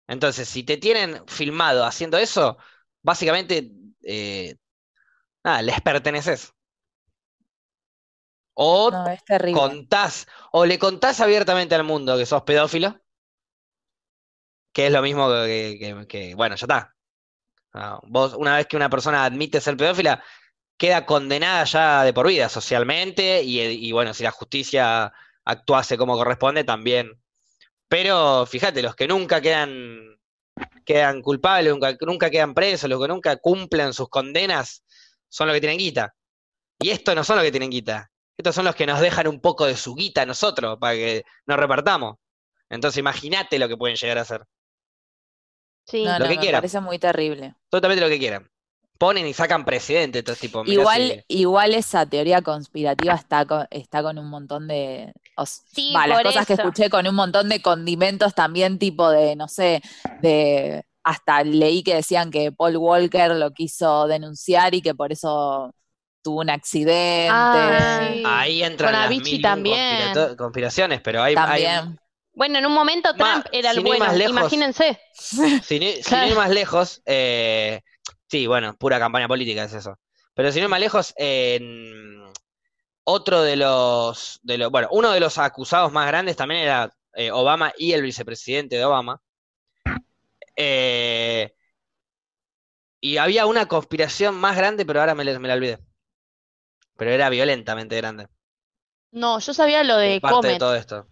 Speaker 1: Entonces, si te tienen filmado haciendo eso, básicamente, eh, nada, les perteneces. O
Speaker 4: No, es terrible.
Speaker 1: contás, o le contás abiertamente al mundo que sos pedófilo, que es lo mismo que, que- que- bueno, ya está. Ah, Vos, una vez que una persona admite ser pedófila, queda condenada ya de por vida socialmente, y, y bueno, si la justicia actuase como corresponde, también. Pero fíjate, los que nunca quedan, quedan culpables, nunca, nunca quedan presos, los que nunca cumplen sus condenas, son los que tienen guita. Y estos no son los que tienen guita, estos son los que nos dejan un poco de su guita a nosotros para que nos repartamos. Entonces imagínate lo que pueden llegar a hacer.
Speaker 3: Sí.
Speaker 4: No,
Speaker 1: Lo
Speaker 4: no,
Speaker 1: que
Speaker 4: me
Speaker 1: quieran.
Speaker 4: parece muy terrible.
Speaker 1: Totalmente lo que quieran. Ponen y sacan presidente estos tipos. mirá
Speaker 4: Igual,
Speaker 1: si-
Speaker 4: igual esa teoría conspirativa está con, está con un montón de. o s-
Speaker 3: Sí,
Speaker 4: va, las
Speaker 3: por
Speaker 4: cosas que
Speaker 3: eso.
Speaker 4: escuché con un montón de condimentos también, tipo de, no sé, de. Hasta leí que decían que Paul Walker lo quiso denunciar y que por eso tuvo un accidente.
Speaker 2: Ah, sí.
Speaker 1: Ahí entran
Speaker 2: Con
Speaker 1: las
Speaker 2: Avicii
Speaker 1: mil y un
Speaker 2: también.
Speaker 1: conspirato- conspiraciones, pero hay, hay-
Speaker 4: También.
Speaker 3: Bueno, en un momento
Speaker 1: Ma,
Speaker 3: Trump era
Speaker 1: si
Speaker 3: el
Speaker 1: no ir
Speaker 3: bueno,
Speaker 1: más lejos.
Speaker 3: imagínense.
Speaker 1: sin, ir, sin
Speaker 2: Claro.
Speaker 1: ir más lejos, eh, sí, bueno, pura campaña política es eso. Pero sin ir más lejos, en otro de los, de los, bueno, uno de los acusados más grandes también era eh, Obama y el vicepresidente de Obama. Eh, y había una conspiración más grande, pero ahora me, la- me la olvidé. Pero era violentamente grande.
Speaker 2: No, yo sabía lo de
Speaker 1: parte de
Speaker 2: Comet,
Speaker 1: todo esto.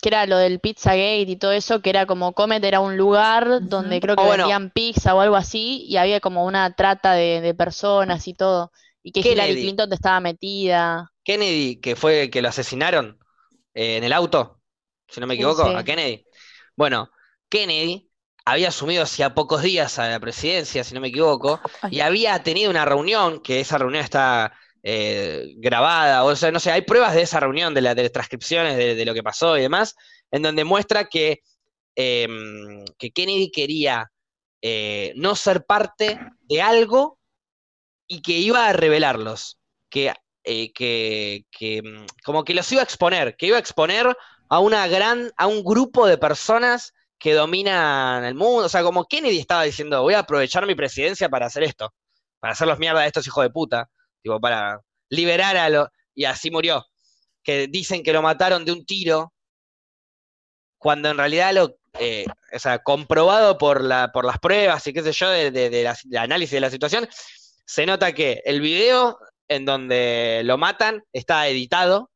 Speaker 2: que era lo del Pizzagate y todo eso, que era como Comet era un lugar donde creo que
Speaker 1: Oh, bueno.
Speaker 2: vendían pizza o algo así, y había como una trata de, de personas y todo, y que Hillary
Speaker 1: Kennedy.
Speaker 2: Clinton estaba metida.
Speaker 1: Kennedy, que fue el que lo asesinaron eh, en el auto, si no me
Speaker 2: Sí,
Speaker 1: equivoco,
Speaker 2: sí.
Speaker 1: a Kennedy. Bueno, Kennedy había asumido hacía pocos días a la presidencia, si no me equivoco, y había tenido una reunión, que esa reunión está eh, grabada, o sea, no sé, hay pruebas de esa reunión, de, la, de las transcripciones de, de lo que pasó y demás, en donde muestra que, em, que Kennedy quería eh, no ser parte de algo y que iba a revelarlos, que, eh, que, que, mm, como que los iba a exponer, que iba a exponer a una gran, a un grupo de personas que dominan el mundo, o sea, como Kennedy estaba diciendo, voy a aprovechar mi presidencia para hacer esto, para hacer los mierda de estos hijos de puta, tipo, para liberar a los, y así murió, que dicen que lo mataron de un tiro, cuando en realidad lo, eh, o sea, comprobado por, la, por las pruebas y qué sé yo, de, de- de la- del análisis de la situación, se nota que el video en donde lo matan está editado.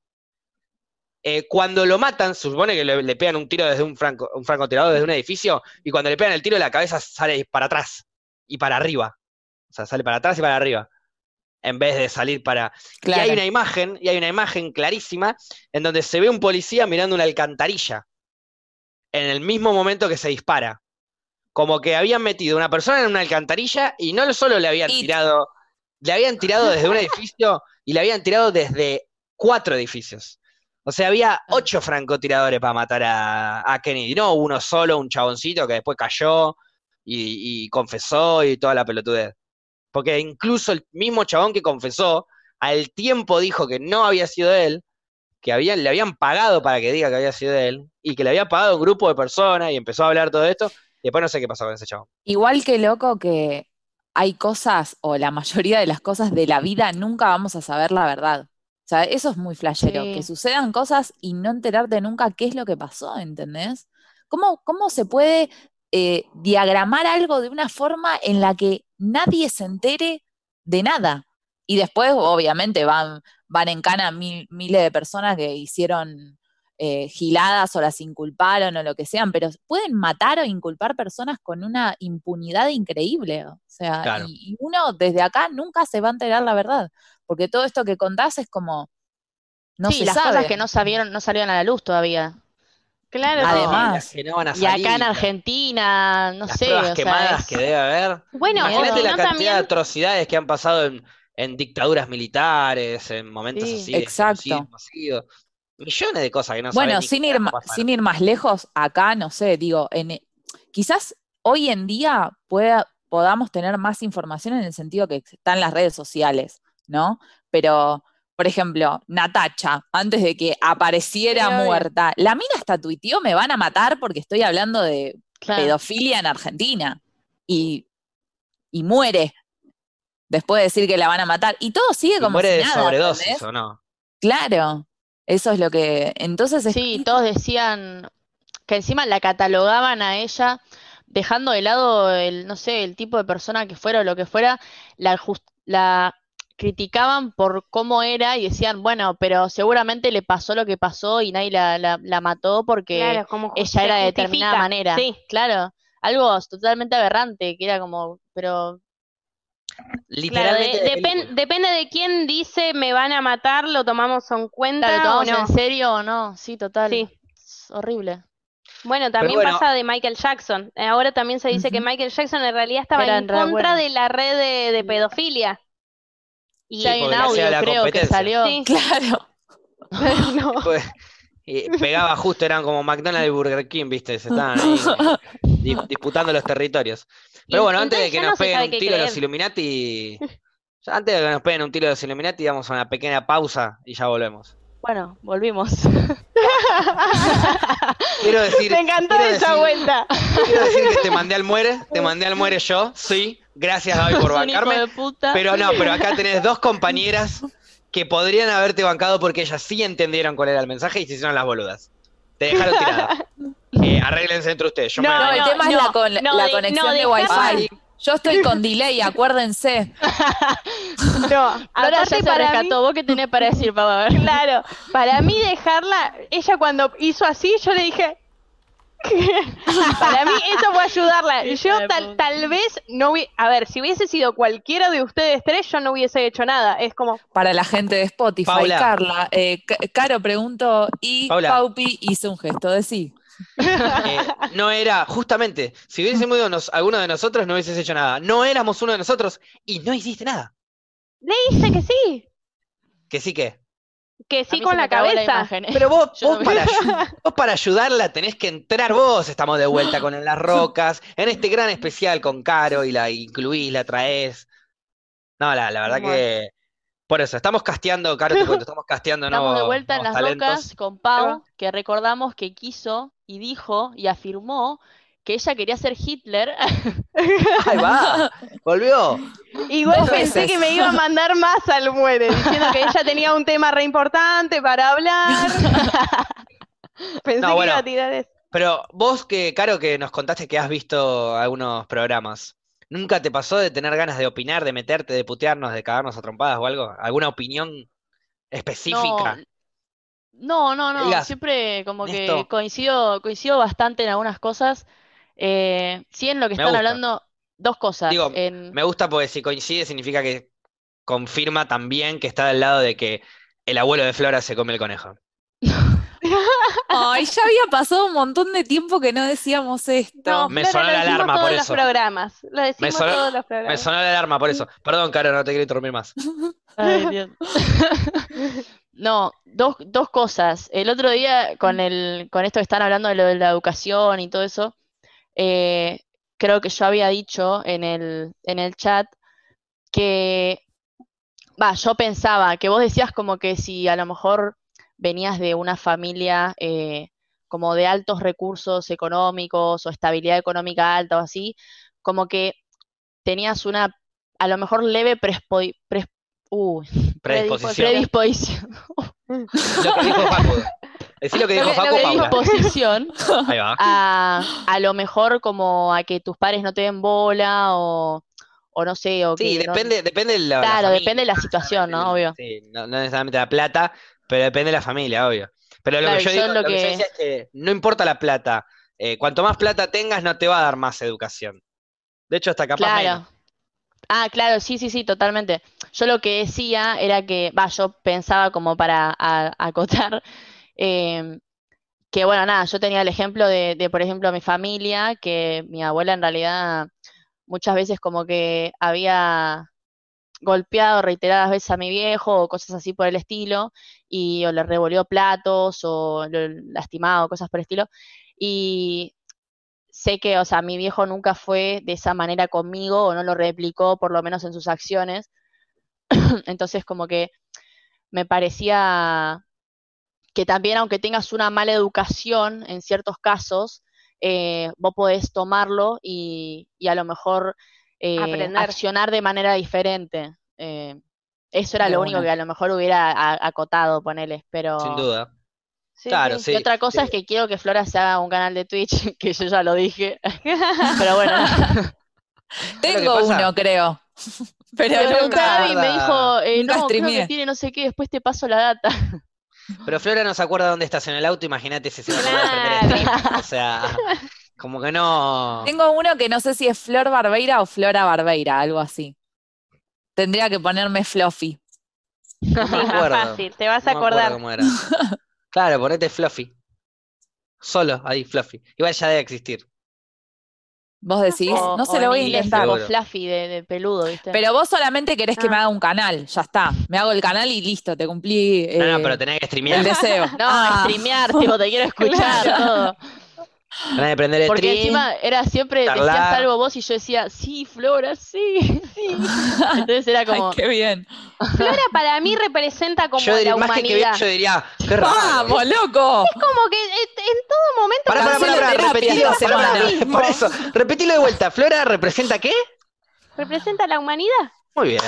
Speaker 1: Eh, cuando lo matan, se supone que le, le pegan un tiro desde un, franco, un francotirador desde un edificio, y cuando le pegan el tiro, la cabeza sale para atrás y para arriba. O sea, sale para atrás y para arriba. En vez de salir para.
Speaker 4: Claro.
Speaker 1: Y hay una imagen, y hay una imagen clarísima, en donde se ve un policía mirando una alcantarilla. En el mismo momento que se dispara. Como que habían metido una persona en una alcantarilla y no solo le habían
Speaker 4: It.
Speaker 1: tirado, le habían tirado desde un edificio y le habían tirado desde cuatro edificios. O sea, había ocho francotiradores para matar a, a Kennedy, no uno solo, un chaboncito que después cayó y, y confesó y toda la pelotudez. Porque incluso el mismo chabón que confesó, al tiempo dijo que no había sido él, que habían, le habían pagado para que diga que había sido él, y que le había pagado un grupo de personas, y empezó a hablar todo esto, y después no sé qué pasó con ese chabón.
Speaker 4: Igual que loco que hay cosas, o la mayoría de las cosas de la vida, nunca vamos a saber la verdad. O sea, eso es muy flashero, que
Speaker 2: Sí.
Speaker 4: sucedan cosas y no enterarte nunca qué es lo que pasó, ¿entendés? ¿Cómo, cómo se puede eh, diagramar algo de una forma en la que nadie se entere de nada. Y después, obviamente, van, van en cana mil- miles de personas que hicieron eh, giladas o las inculparon o lo que sean, pero pueden matar o inculpar personas con una impunidad increíble. O sea,
Speaker 1: Claro.
Speaker 4: y, y uno desde acá nunca se va a enterar la verdad, porque todo esto que contás es como, no
Speaker 2: sí,
Speaker 4: se
Speaker 2: las
Speaker 4: sabe.
Speaker 2: cosas que no sabieron, no salieron a la luz todavía.
Speaker 3: Claro,
Speaker 4: Además,
Speaker 1: las que no van a
Speaker 2: Y acá en
Speaker 1: salir,
Speaker 2: Argentina, no
Speaker 1: las
Speaker 2: sé,
Speaker 1: pruebas
Speaker 2: o sea,
Speaker 1: quemadas
Speaker 2: es-
Speaker 1: que debe haber.
Speaker 3: bueno, o
Speaker 1: Imagínate
Speaker 3: si
Speaker 1: la
Speaker 3: no
Speaker 1: cantidad de
Speaker 3: también,
Speaker 1: atrocidades que han pasado en, en dictaduras militares, en momentos
Speaker 2: Sí.
Speaker 1: así. de
Speaker 4: Exacto.
Speaker 1: genocidio masivo. Millones de cosas que no
Speaker 4: Bueno,
Speaker 1: sabés ni
Speaker 4: sin
Speaker 1: qué
Speaker 4: ir, ma-
Speaker 1: carajo pasaron.
Speaker 4: sin ir más lejos, acá, no sé, digo, en, quizás hoy en día pueda, podamos tener más información en el sentido que están las redes sociales, ¿no? Pero, por ejemplo, Natacha, antes de que apareciera
Speaker 2: Sí, obvio.
Speaker 4: muerta, la mina hasta tuiteó, me van a matar porque estoy hablando de
Speaker 2: claro.
Speaker 4: pedofilia en Argentina y, y muere después de decir que la van a matar y todo sigue
Speaker 1: Y
Speaker 4: como
Speaker 1: muere
Speaker 4: si
Speaker 1: de
Speaker 4: nada,
Speaker 1: sobredosis
Speaker 4: ¿entendés?
Speaker 1: o no.
Speaker 4: Claro, eso es lo que entonces es
Speaker 2: Sí, todos decían que encima la catalogaban a ella, dejando de lado el, no sé, el tipo de persona que fuera o lo que fuera, la, jus- la criticaban por cómo era y decían, bueno, pero seguramente le pasó lo que pasó y nadie la, la- la mató porque
Speaker 3: claro, como ju-
Speaker 2: ella
Speaker 3: se
Speaker 2: era de determinada
Speaker 3: justifica.
Speaker 2: manera.
Speaker 3: Sí.
Speaker 2: Claro, algo totalmente aberrante, que era como, pero
Speaker 3: Claro, de-
Speaker 1: Literalmente. de
Speaker 3: depen-
Speaker 1: película.
Speaker 3: depende de quién dice me van a matar, lo tomamos en cuenta
Speaker 2: claro, ¿lo
Speaker 3: o
Speaker 2: tomamos
Speaker 3: no.
Speaker 2: en serio o no? Sí, total.
Speaker 3: Sí.
Speaker 2: Es horrible.
Speaker 3: Bueno, también
Speaker 1: bueno.
Speaker 3: pasa de Michael Jackson. Eh, Ahora también se dice que
Speaker 4: Ujú.
Speaker 3: Michael Jackson en realidad estaba
Speaker 2: Era
Speaker 3: en
Speaker 2: re
Speaker 3: contra
Speaker 2: bueno.
Speaker 3: de la red de, de pedofilia. Y
Speaker 2: Ya hay un
Speaker 1: porque le hacía
Speaker 2: audio, [LAUGHS]
Speaker 1: la
Speaker 2: creo, que
Speaker 1: competencia.
Speaker 2: salió.
Speaker 3: Sí.
Speaker 4: [LAUGHS] Claro.
Speaker 3: No.
Speaker 1: Pues, y pegaba justo, eran como McDonald's y Burger King, ¿viste? Se estaban
Speaker 3: [LAUGHS]
Speaker 1: ahí di- disputando los territorios. Pero
Speaker 3: Y
Speaker 1: bueno, antes de
Speaker 3: entonces
Speaker 1: que
Speaker 3: ya
Speaker 1: nos
Speaker 3: no se
Speaker 1: peguen
Speaker 3: sabe
Speaker 1: un
Speaker 3: qué
Speaker 1: tiro los
Speaker 3: creer. [LAUGHS]
Speaker 1: Illuminati. ya Antes de que nos peguen un tiro los Illuminati, damos una pequeña pausa y ya volvemos.
Speaker 2: Bueno, volvimos.
Speaker 1: Quiero
Speaker 3: [LAUGHS]
Speaker 1: decir.
Speaker 3: Me encantó
Speaker 1: quiero
Speaker 3: esa
Speaker 1: decir-
Speaker 3: vuelta.
Speaker 1: Quiero decir
Speaker 3: [LAUGHS]
Speaker 1: que te mandé al muere, te mandé al muere yo, sí. Gracias, Gaby, por
Speaker 2: Sos un hijo
Speaker 1: bancarme.
Speaker 2: de puta.
Speaker 1: Pero no, pero acá tenés dos compañeras que podrían haberte bancado porque ellas sí entendieron cuál era el mensaje y se hicieron las boludas. Te dejaron tirada. Eh, arréglense entre ustedes. Yo
Speaker 3: No,
Speaker 4: No, el
Speaker 1: me
Speaker 3: no,
Speaker 4: tema es la,
Speaker 3: no,
Speaker 4: con-
Speaker 3: no,
Speaker 4: la
Speaker 3: de-
Speaker 4: conexión
Speaker 3: no,
Speaker 4: de
Speaker 3: dejá-
Speaker 4: Wi-Fi. Yo estoy con delay, acuérdense.
Speaker 3: No,
Speaker 2: Ahora ya
Speaker 3: aparte
Speaker 2: se
Speaker 3: para mí,
Speaker 2: rescató. ¿Vos qué tenés para decir, papá? A
Speaker 3: [LAUGHS]
Speaker 2: ver.
Speaker 3: claro, para mí dejarla, ella cuando hizo así, yo le dije. [LAUGHS] para mí eso fue ayudarla.
Speaker 2: Hija de
Speaker 3: Yo tal,
Speaker 2: puta.
Speaker 3: tal vez no hubiese, a ver, si hubiese sido cualquiera de ustedes tres, yo no hubiese hecho nada. Es como,
Speaker 4: Para la gente de Spotify,
Speaker 1: Paula.
Speaker 4: Carla. eh, C- Caro preguntó y
Speaker 1: Paula.
Speaker 4: Paupi hizo un gesto de sí.
Speaker 1: Eh, no era, justamente, si hubiésemos ido nos- alguno de nosotros no hubieses hecho nada. No éramos uno de nosotros y no hiciste nada.
Speaker 3: le hice que sí,
Speaker 1: Que sí que.
Speaker 3: que
Speaker 2: A
Speaker 3: sí
Speaker 2: mí
Speaker 3: con
Speaker 2: se me
Speaker 3: la
Speaker 2: cagó
Speaker 3: cabeza.
Speaker 2: imagen.
Speaker 1: Pero vos,
Speaker 2: Yo
Speaker 1: vos
Speaker 2: no vi.
Speaker 1: para, ayu- vos para ayudarla tenés que entrar vos. Estamos de vuelta con En
Speaker 2: [LAUGHS]
Speaker 1: las Rocas, en este gran especial con Caro y la incluís, la traes. No, la, la verdad que. Por eso, estamos casteando, Caro, te cuento, estamos casteando
Speaker 2: Estamos de
Speaker 1: nuevos-
Speaker 2: vuelta en las
Speaker 1: nuevos talentos.
Speaker 2: rocas con Pau, que recordamos que quiso y dijo y afirmó que ella quería ser Hitler. [LAUGHS]
Speaker 1: Ahí va, volvió.
Speaker 3: Igual
Speaker 4: Dos
Speaker 3: pensé
Speaker 4: veces.
Speaker 3: que me iba a mandar más al muere, diciendo que ella tenía un tema re importante para hablar. pensé
Speaker 1: [LAUGHS] No,
Speaker 3: que
Speaker 1: bueno.
Speaker 3: iba a tirar eso.
Speaker 1: Pero vos que, Caro, que nos contaste que has visto algunos programas, ¿nunca te pasó de tener ganas de opinar, de meterte, de putearnos, de cagarnos a trompadas o algo? ¿Alguna opinión específica?
Speaker 2: No, no, no,
Speaker 1: Digas,
Speaker 2: siempre como que
Speaker 1: "Esto".
Speaker 2: coincido, coincido bastante en algunas cosas. Eh, sí, en lo que
Speaker 1: Me
Speaker 2: están
Speaker 1: gusta.
Speaker 2: hablando, dos cosas.
Speaker 1: Digo,
Speaker 2: en-
Speaker 1: Me gusta porque si coincide significa que confirma también que está del lado de que el abuelo de Flora se come el conejo.
Speaker 4: [LAUGHS] Ay, ya había pasado un montón de tiempo que no decíamos esto.
Speaker 3: No,
Speaker 1: Me
Speaker 3: Flora,
Speaker 1: sonó
Speaker 3: lo
Speaker 1: la
Speaker 3: decimos
Speaker 1: alarma
Speaker 3: todos
Speaker 1: por
Speaker 3: los
Speaker 1: eso.
Speaker 3: programas. Lo decimos
Speaker 1: sonó-
Speaker 3: todos los programas.
Speaker 1: Me sonó la alarma por eso. Perdón, Caro, no te quiero interrumpir
Speaker 2: [LAUGHS]
Speaker 1: más.
Speaker 2: Ay, Dios. No, dos, dos cosas. El otro día, con el, con esto que están hablando de lo de la educación y todo eso, eh, creo que yo había dicho en el, en el chat que, va, yo pensaba que vos decías como que si a lo mejor venías de una familia eh, como de altos recursos económicos o estabilidad económica alta o así, como que tenías una, a lo mejor leve prespo- pres- uh,
Speaker 1: Predisposición.
Speaker 2: predisposición.
Speaker 1: Lo que dijo Facu. Decí lo que
Speaker 2: Lo
Speaker 1: dijo
Speaker 2: que-
Speaker 1: Facu,
Speaker 2: lo que Ah,
Speaker 1: Paula. [LAUGHS]
Speaker 2: Predisposición
Speaker 1: Ahí va.
Speaker 2: a, a lo mejor como a que tus padres no te den bola o, o no sé, o
Speaker 1: Sí,
Speaker 2: que no-
Speaker 1: depende, depende de la, la
Speaker 2: Claro,
Speaker 1: familia,
Speaker 2: depende de la
Speaker 1: ¿no?
Speaker 2: situación, ¿no? Obvio.
Speaker 1: Sí, no, no necesariamente la plata, pero depende de la familia, obvio. Pero lo
Speaker 2: Claro,
Speaker 1: que yo
Speaker 2: yo
Speaker 1: digo,
Speaker 2: lo
Speaker 1: lo que yo
Speaker 2: que-
Speaker 1: decía es que no importa la plata. eh, cuanto más plata tengas, no te va a dar más educación. De hecho, hasta capaz menos.
Speaker 2: Claro. Ah, claro, sí, sí, sí, totalmente. Yo lo que decía era que, va, yo pensaba como para a- acotar, [LAUGHS] eh, que bueno, nada, yo tenía el ejemplo de, de, por ejemplo, mi familia, que mi abuela en realidad muchas veces como que había golpeado reiteradas veces a mi viejo o cosas así por el estilo, y o le revolvió platos o lo lastimado, cosas por el estilo. Y sé que, o sea, mi viejo nunca fue de esa manera conmigo o no lo replicó, por lo menos en sus acciones. [COUGHS] Entonces, como que me parecía que también, aunque tengas una mala educación en ciertos casos, eh, vos podés tomarlo y, y a lo mejor eh,
Speaker 3: Aprender.
Speaker 2: accionar de manera diferente. Eh, eso era
Speaker 4: De
Speaker 2: lo único
Speaker 4: una.
Speaker 2: que a lo mejor hubiera a- acotado, ponele, pero...
Speaker 1: Sin duda.
Speaker 3: Sí,
Speaker 1: Claro,
Speaker 2: Y
Speaker 1: sí,
Speaker 2: otra cosa
Speaker 1: sí.
Speaker 2: es que quiero que Flora se haga un canal de Twitch, [LAUGHS] que yo ya lo dije,
Speaker 1: [LAUGHS]
Speaker 2: pero bueno.
Speaker 4: Tengo
Speaker 1: pasa?
Speaker 4: uno, creo. [LAUGHS] Pero
Speaker 2: Me
Speaker 1: nunca-
Speaker 2: preguntó Gaby y me dijo, eh,
Speaker 4: nunca
Speaker 2: no, creo que
Speaker 4: streameé.
Speaker 2: tiene no sé qué, después te paso la data.
Speaker 1: Pero Flora no se acuerda dónde estacionó el auto, imagínate si se va a tomar el primer stream. O sea, como que no.
Speaker 4: Tengo uno que no sé si es Flor Barbeira o Flora Barbeira, algo así. Tendría que ponerme Fluffy.
Speaker 1: No me
Speaker 3: Está
Speaker 1: acuerdo.
Speaker 3: fácil, te vas
Speaker 1: No
Speaker 3: a
Speaker 1: me acuerdo
Speaker 3: acordar.
Speaker 1: cómo era. Claro, ponete Fluffy. Solo, ahí, Fluffy. Igual ya debe existir.
Speaker 4: Vos decís,
Speaker 2: O-
Speaker 4: no se
Speaker 2: o
Speaker 4: lo
Speaker 2: en
Speaker 4: voy a
Speaker 2: inglés,
Speaker 4: intentar.
Speaker 2: Como
Speaker 1: Seguro.
Speaker 2: Fluffy de, de peludo, ¿viste?
Speaker 4: Pero vos solamente querés que
Speaker 3: Ah.
Speaker 4: me haga un canal, ya está. Me hago el canal y listo, te cumplí
Speaker 1: No,
Speaker 4: eh,
Speaker 1: no, pero tenés que
Speaker 4: el
Speaker 3: [LAUGHS]
Speaker 1: streamear.
Speaker 4: deseo.
Speaker 2: no,
Speaker 4: Ah,
Speaker 2: streamear, tipo, te quiero escuchar
Speaker 4: Claro.
Speaker 2: todo.
Speaker 1: Tenés que prender el
Speaker 2: Porque
Speaker 1: stream.
Speaker 2: encima era siempre, decías
Speaker 1: charlar.
Speaker 2: algo vos y yo decía, sí, Flora, sí, [LAUGHS] sí. Entonces era
Speaker 4: [LAUGHS] ay,
Speaker 2: como,
Speaker 4: qué bien.
Speaker 3: Flora para mí representa como
Speaker 1: yo diría,
Speaker 3: la
Speaker 1: más que que bien,
Speaker 3: humanidad.
Speaker 1: yo diría, qué raro.
Speaker 4: ¡Vamos, loco!
Speaker 3: Como que eh, en todo momento
Speaker 1: Pará, pará, pará,
Speaker 4: Haciendo
Speaker 1: pará,
Speaker 4: terapia
Speaker 1: repetilo,
Speaker 4: esta
Speaker 1: pará, pará,
Speaker 4: semana.
Speaker 1: por eso, repetilo de vuelta. Flora representa qué?
Speaker 3: representa la humanidad.
Speaker 1: Muy bien.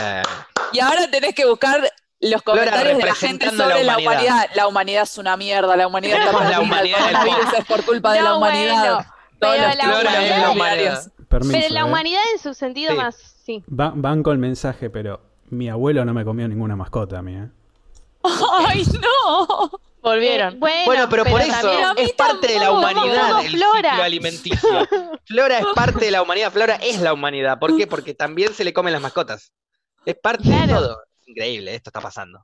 Speaker 4: Y ahora tenés que buscar los comentarios de la gente
Speaker 1: representando
Speaker 4: sobre
Speaker 1: la
Speaker 4: la
Speaker 1: humanidad.
Speaker 4: humanidad. La humanidad es una mierda, la humanidad está
Speaker 1: Tenemos [LAUGHS] la
Speaker 4: perdida,
Speaker 1: humanidad en el
Speaker 4: el coronavirus es por culpa de la
Speaker 3: No,
Speaker 4: humanidad.
Speaker 3: bueno,
Speaker 4: Todos
Speaker 3: pero
Speaker 4: los
Speaker 3: la
Speaker 4: culos, los
Speaker 1: Flora es la
Speaker 3: humanidad-
Speaker 1: humanidad.
Speaker 4: millonarios.
Speaker 5: Permiso.
Speaker 3: Pero la
Speaker 5: eh.
Speaker 3: humanidad en su sentido
Speaker 1: Sí.
Speaker 3: más, sí.
Speaker 5: Va- van con el mensaje, pero mi abuelo no me comió ninguna mascota a mí, ¿eh?
Speaker 4: [LAUGHS] ¡Ay, no!
Speaker 2: volvieron.
Speaker 3: Eh, bueno,
Speaker 1: Bueno, pero, por eso
Speaker 3: también-
Speaker 4: a mí
Speaker 1: es parte de la
Speaker 3: tampoco,
Speaker 1: humanidad
Speaker 3: somos
Speaker 1: el
Speaker 3: Flora.
Speaker 1: ciclo alimenticio. Flora es parte de la humanidad, Flora es la humanidad. ¿Por qué? Porque también se le comen las mascotas. Es parte de
Speaker 3: Claro.
Speaker 1: todo. Es increíble, esto está pasando.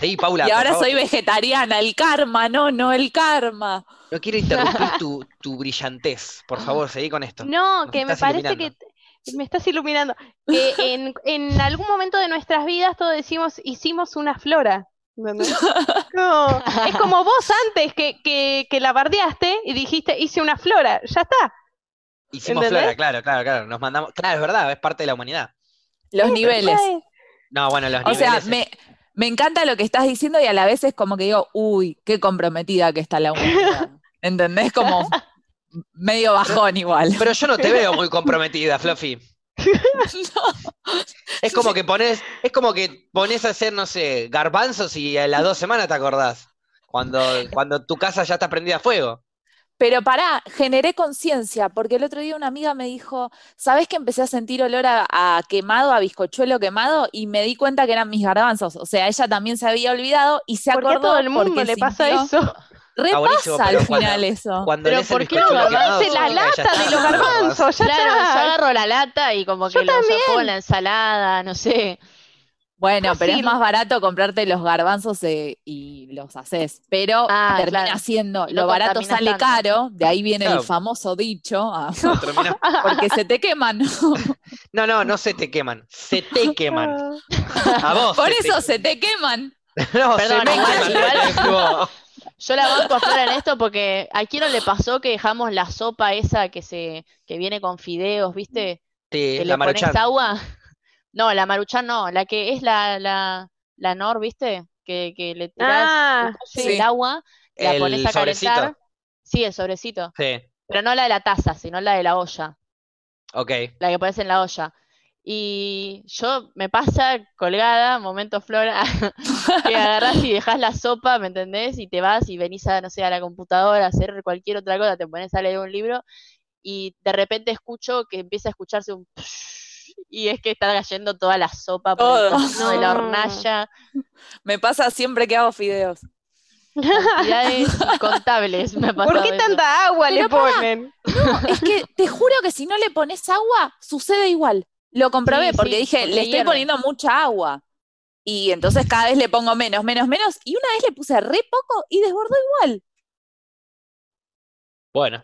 Speaker 1: Sí, Paula.
Speaker 4: [LAUGHS] Y
Speaker 1: por
Speaker 4: ahora
Speaker 1: favor,
Speaker 4: soy vegetariana, el karma, no, no, el karma.
Speaker 1: No quiero interrumpir tu, tu brillantez. Por favor, seguí con esto.
Speaker 3: No,
Speaker 1: Nos
Speaker 3: que me
Speaker 1: estás
Speaker 3: parece que
Speaker 1: iluminando.
Speaker 3: t- me estás iluminando. Que
Speaker 4: [LAUGHS]
Speaker 3: en, en algún momento de nuestras vidas todos decimos, hicimos una flora.
Speaker 4: [LAUGHS]
Speaker 3: ¿entendés? No, es como vos antes que, que, que la bardeaste y dijiste, hice una flora, ya está.
Speaker 1: Hicimos
Speaker 3: ¿entendés?
Speaker 1: Flora, claro, claro, claro. Nos mandamos. Claro, es verdad, es parte de la humanidad.
Speaker 4: Los niveles.
Speaker 3: Ay,
Speaker 1: No, bueno, los
Speaker 4: O sea,
Speaker 1: niveles.
Speaker 4: me, me encanta lo que estás diciendo y a la vez es como que digo, uy, qué comprometida
Speaker 3: [LAUGHS]
Speaker 4: que está la humanidad. ¿Entendés? Como medio bajón igual. [LAUGHS]
Speaker 1: Pero yo no te veo muy comprometida, Fluffy. Es como que pones, es como que pones a hacer, no sé, garbanzos y a las dos semanas te acordás. Cuando, cuando tu casa ya está prendida a fuego.
Speaker 4: Pero pará, generé conciencia, porque el otro día una amiga me dijo, ¿sabés que empecé a sentir olor a, a quemado, a bizcochuelo quemado? Y me di cuenta que eran mis garbanzos. O sea, ella también se había olvidado y se
Speaker 3: ¿Por qué a
Speaker 4: acordó
Speaker 3: todo el mundo
Speaker 4: porque
Speaker 3: le pasa
Speaker 4: sintió-
Speaker 3: eso?
Speaker 1: Ah, buenísimo,
Speaker 4: Repasa
Speaker 1: pero
Speaker 4: al
Speaker 1: cuando-
Speaker 4: final eso.
Speaker 1: Cuando
Speaker 2: Pero
Speaker 1: lees el
Speaker 2: ¿por qué los
Speaker 1: bizcochuelo
Speaker 2: garbanzos
Speaker 1: quemado,
Speaker 2: la
Speaker 1: ya está,
Speaker 3: lata de los
Speaker 1: te acordás.
Speaker 3: garbanzos? Ya
Speaker 2: Claro, yo
Speaker 3: está.
Speaker 2: agarro la lata y como que
Speaker 3: Yo
Speaker 2: lo yo
Speaker 3: también.
Speaker 2: pongo en la ensalada, no sé.
Speaker 4: Bueno, pero es
Speaker 3: Fácil.
Speaker 4: más barato comprarte los garbanzos eh, y los haces, pero
Speaker 2: Ah,
Speaker 4: termina
Speaker 2: claro.
Speaker 4: siendo,
Speaker 2: No
Speaker 4: lo barato
Speaker 2: contaminas
Speaker 4: sale
Speaker 2: tanto.
Speaker 4: caro, de ahí viene
Speaker 1: Claro.
Speaker 4: el famoso dicho, [LAUGHS] ah,
Speaker 1: Terminás-
Speaker 4: porque se te queman.
Speaker 1: No, no, no se te queman. Se
Speaker 2: [LAUGHS]
Speaker 1: te queman. A vos.
Speaker 4: Por
Speaker 1: se te-
Speaker 4: eso se te queman.
Speaker 1: No,
Speaker 2: Ah. Perdón,
Speaker 1: se me
Speaker 2: igual-
Speaker 1: queman.
Speaker 2: igual-
Speaker 1: Tipo,
Speaker 2: Yo la banco a Flora en esto porque ¿a quién no le pasó que dejamos la sopa esa que se que viene con fideos, viste?
Speaker 1: sí,
Speaker 2: Que
Speaker 1: la
Speaker 2: le pones
Speaker 1: maruchan.
Speaker 2: agua. [LAUGHS] No, la maruchan no, la que es la la, la nor, ¿viste? Que, que le tirás
Speaker 3: Ah,
Speaker 2: le pones
Speaker 3: sí.
Speaker 2: el agua, la
Speaker 1: El
Speaker 2: pones a
Speaker 1: sobrecito.
Speaker 2: calentar. Sí, el sobrecito,
Speaker 1: Sí,
Speaker 2: pero no la de la taza, sino la de la olla.
Speaker 1: ok.
Speaker 2: la que pones en la olla. Y yo me pasa colgada, momento flora, [LAUGHS] que agarrás y dejás la sopa, ¿me entendés? Y te vas y venís a, no sé, a la computadora, a hacer cualquier otra cosa, te pones a leer un libro y de repente escucho que empieza a escucharse un [LAUGHS] y es que está cayendo toda la sopa por
Speaker 3: Oh.
Speaker 4: Todo.
Speaker 2: el costado de la
Speaker 3: No.
Speaker 2: hornalla.
Speaker 4: Me pasa siempre que hago fideos.
Speaker 2: Cantidades incontables me ha
Speaker 3: ¿Por
Speaker 2: pasado
Speaker 3: qué
Speaker 2: eso. [LAUGHS]
Speaker 3: tanta agua
Speaker 4: Pero
Speaker 3: le
Speaker 4: pará.
Speaker 3: ponen?
Speaker 4: Es que te juro que si no le pones agua, sucede igual. Lo comprobé
Speaker 2: Sí,
Speaker 4: porque
Speaker 2: sí,
Speaker 4: dije,
Speaker 2: porque
Speaker 4: le estoy
Speaker 2: hierve.
Speaker 4: poniendo mucha agua. Y entonces cada vez le pongo menos, menos, menos. Y una vez le puse re poco y desbordó [LAUGHS] igual.
Speaker 1: Bueno,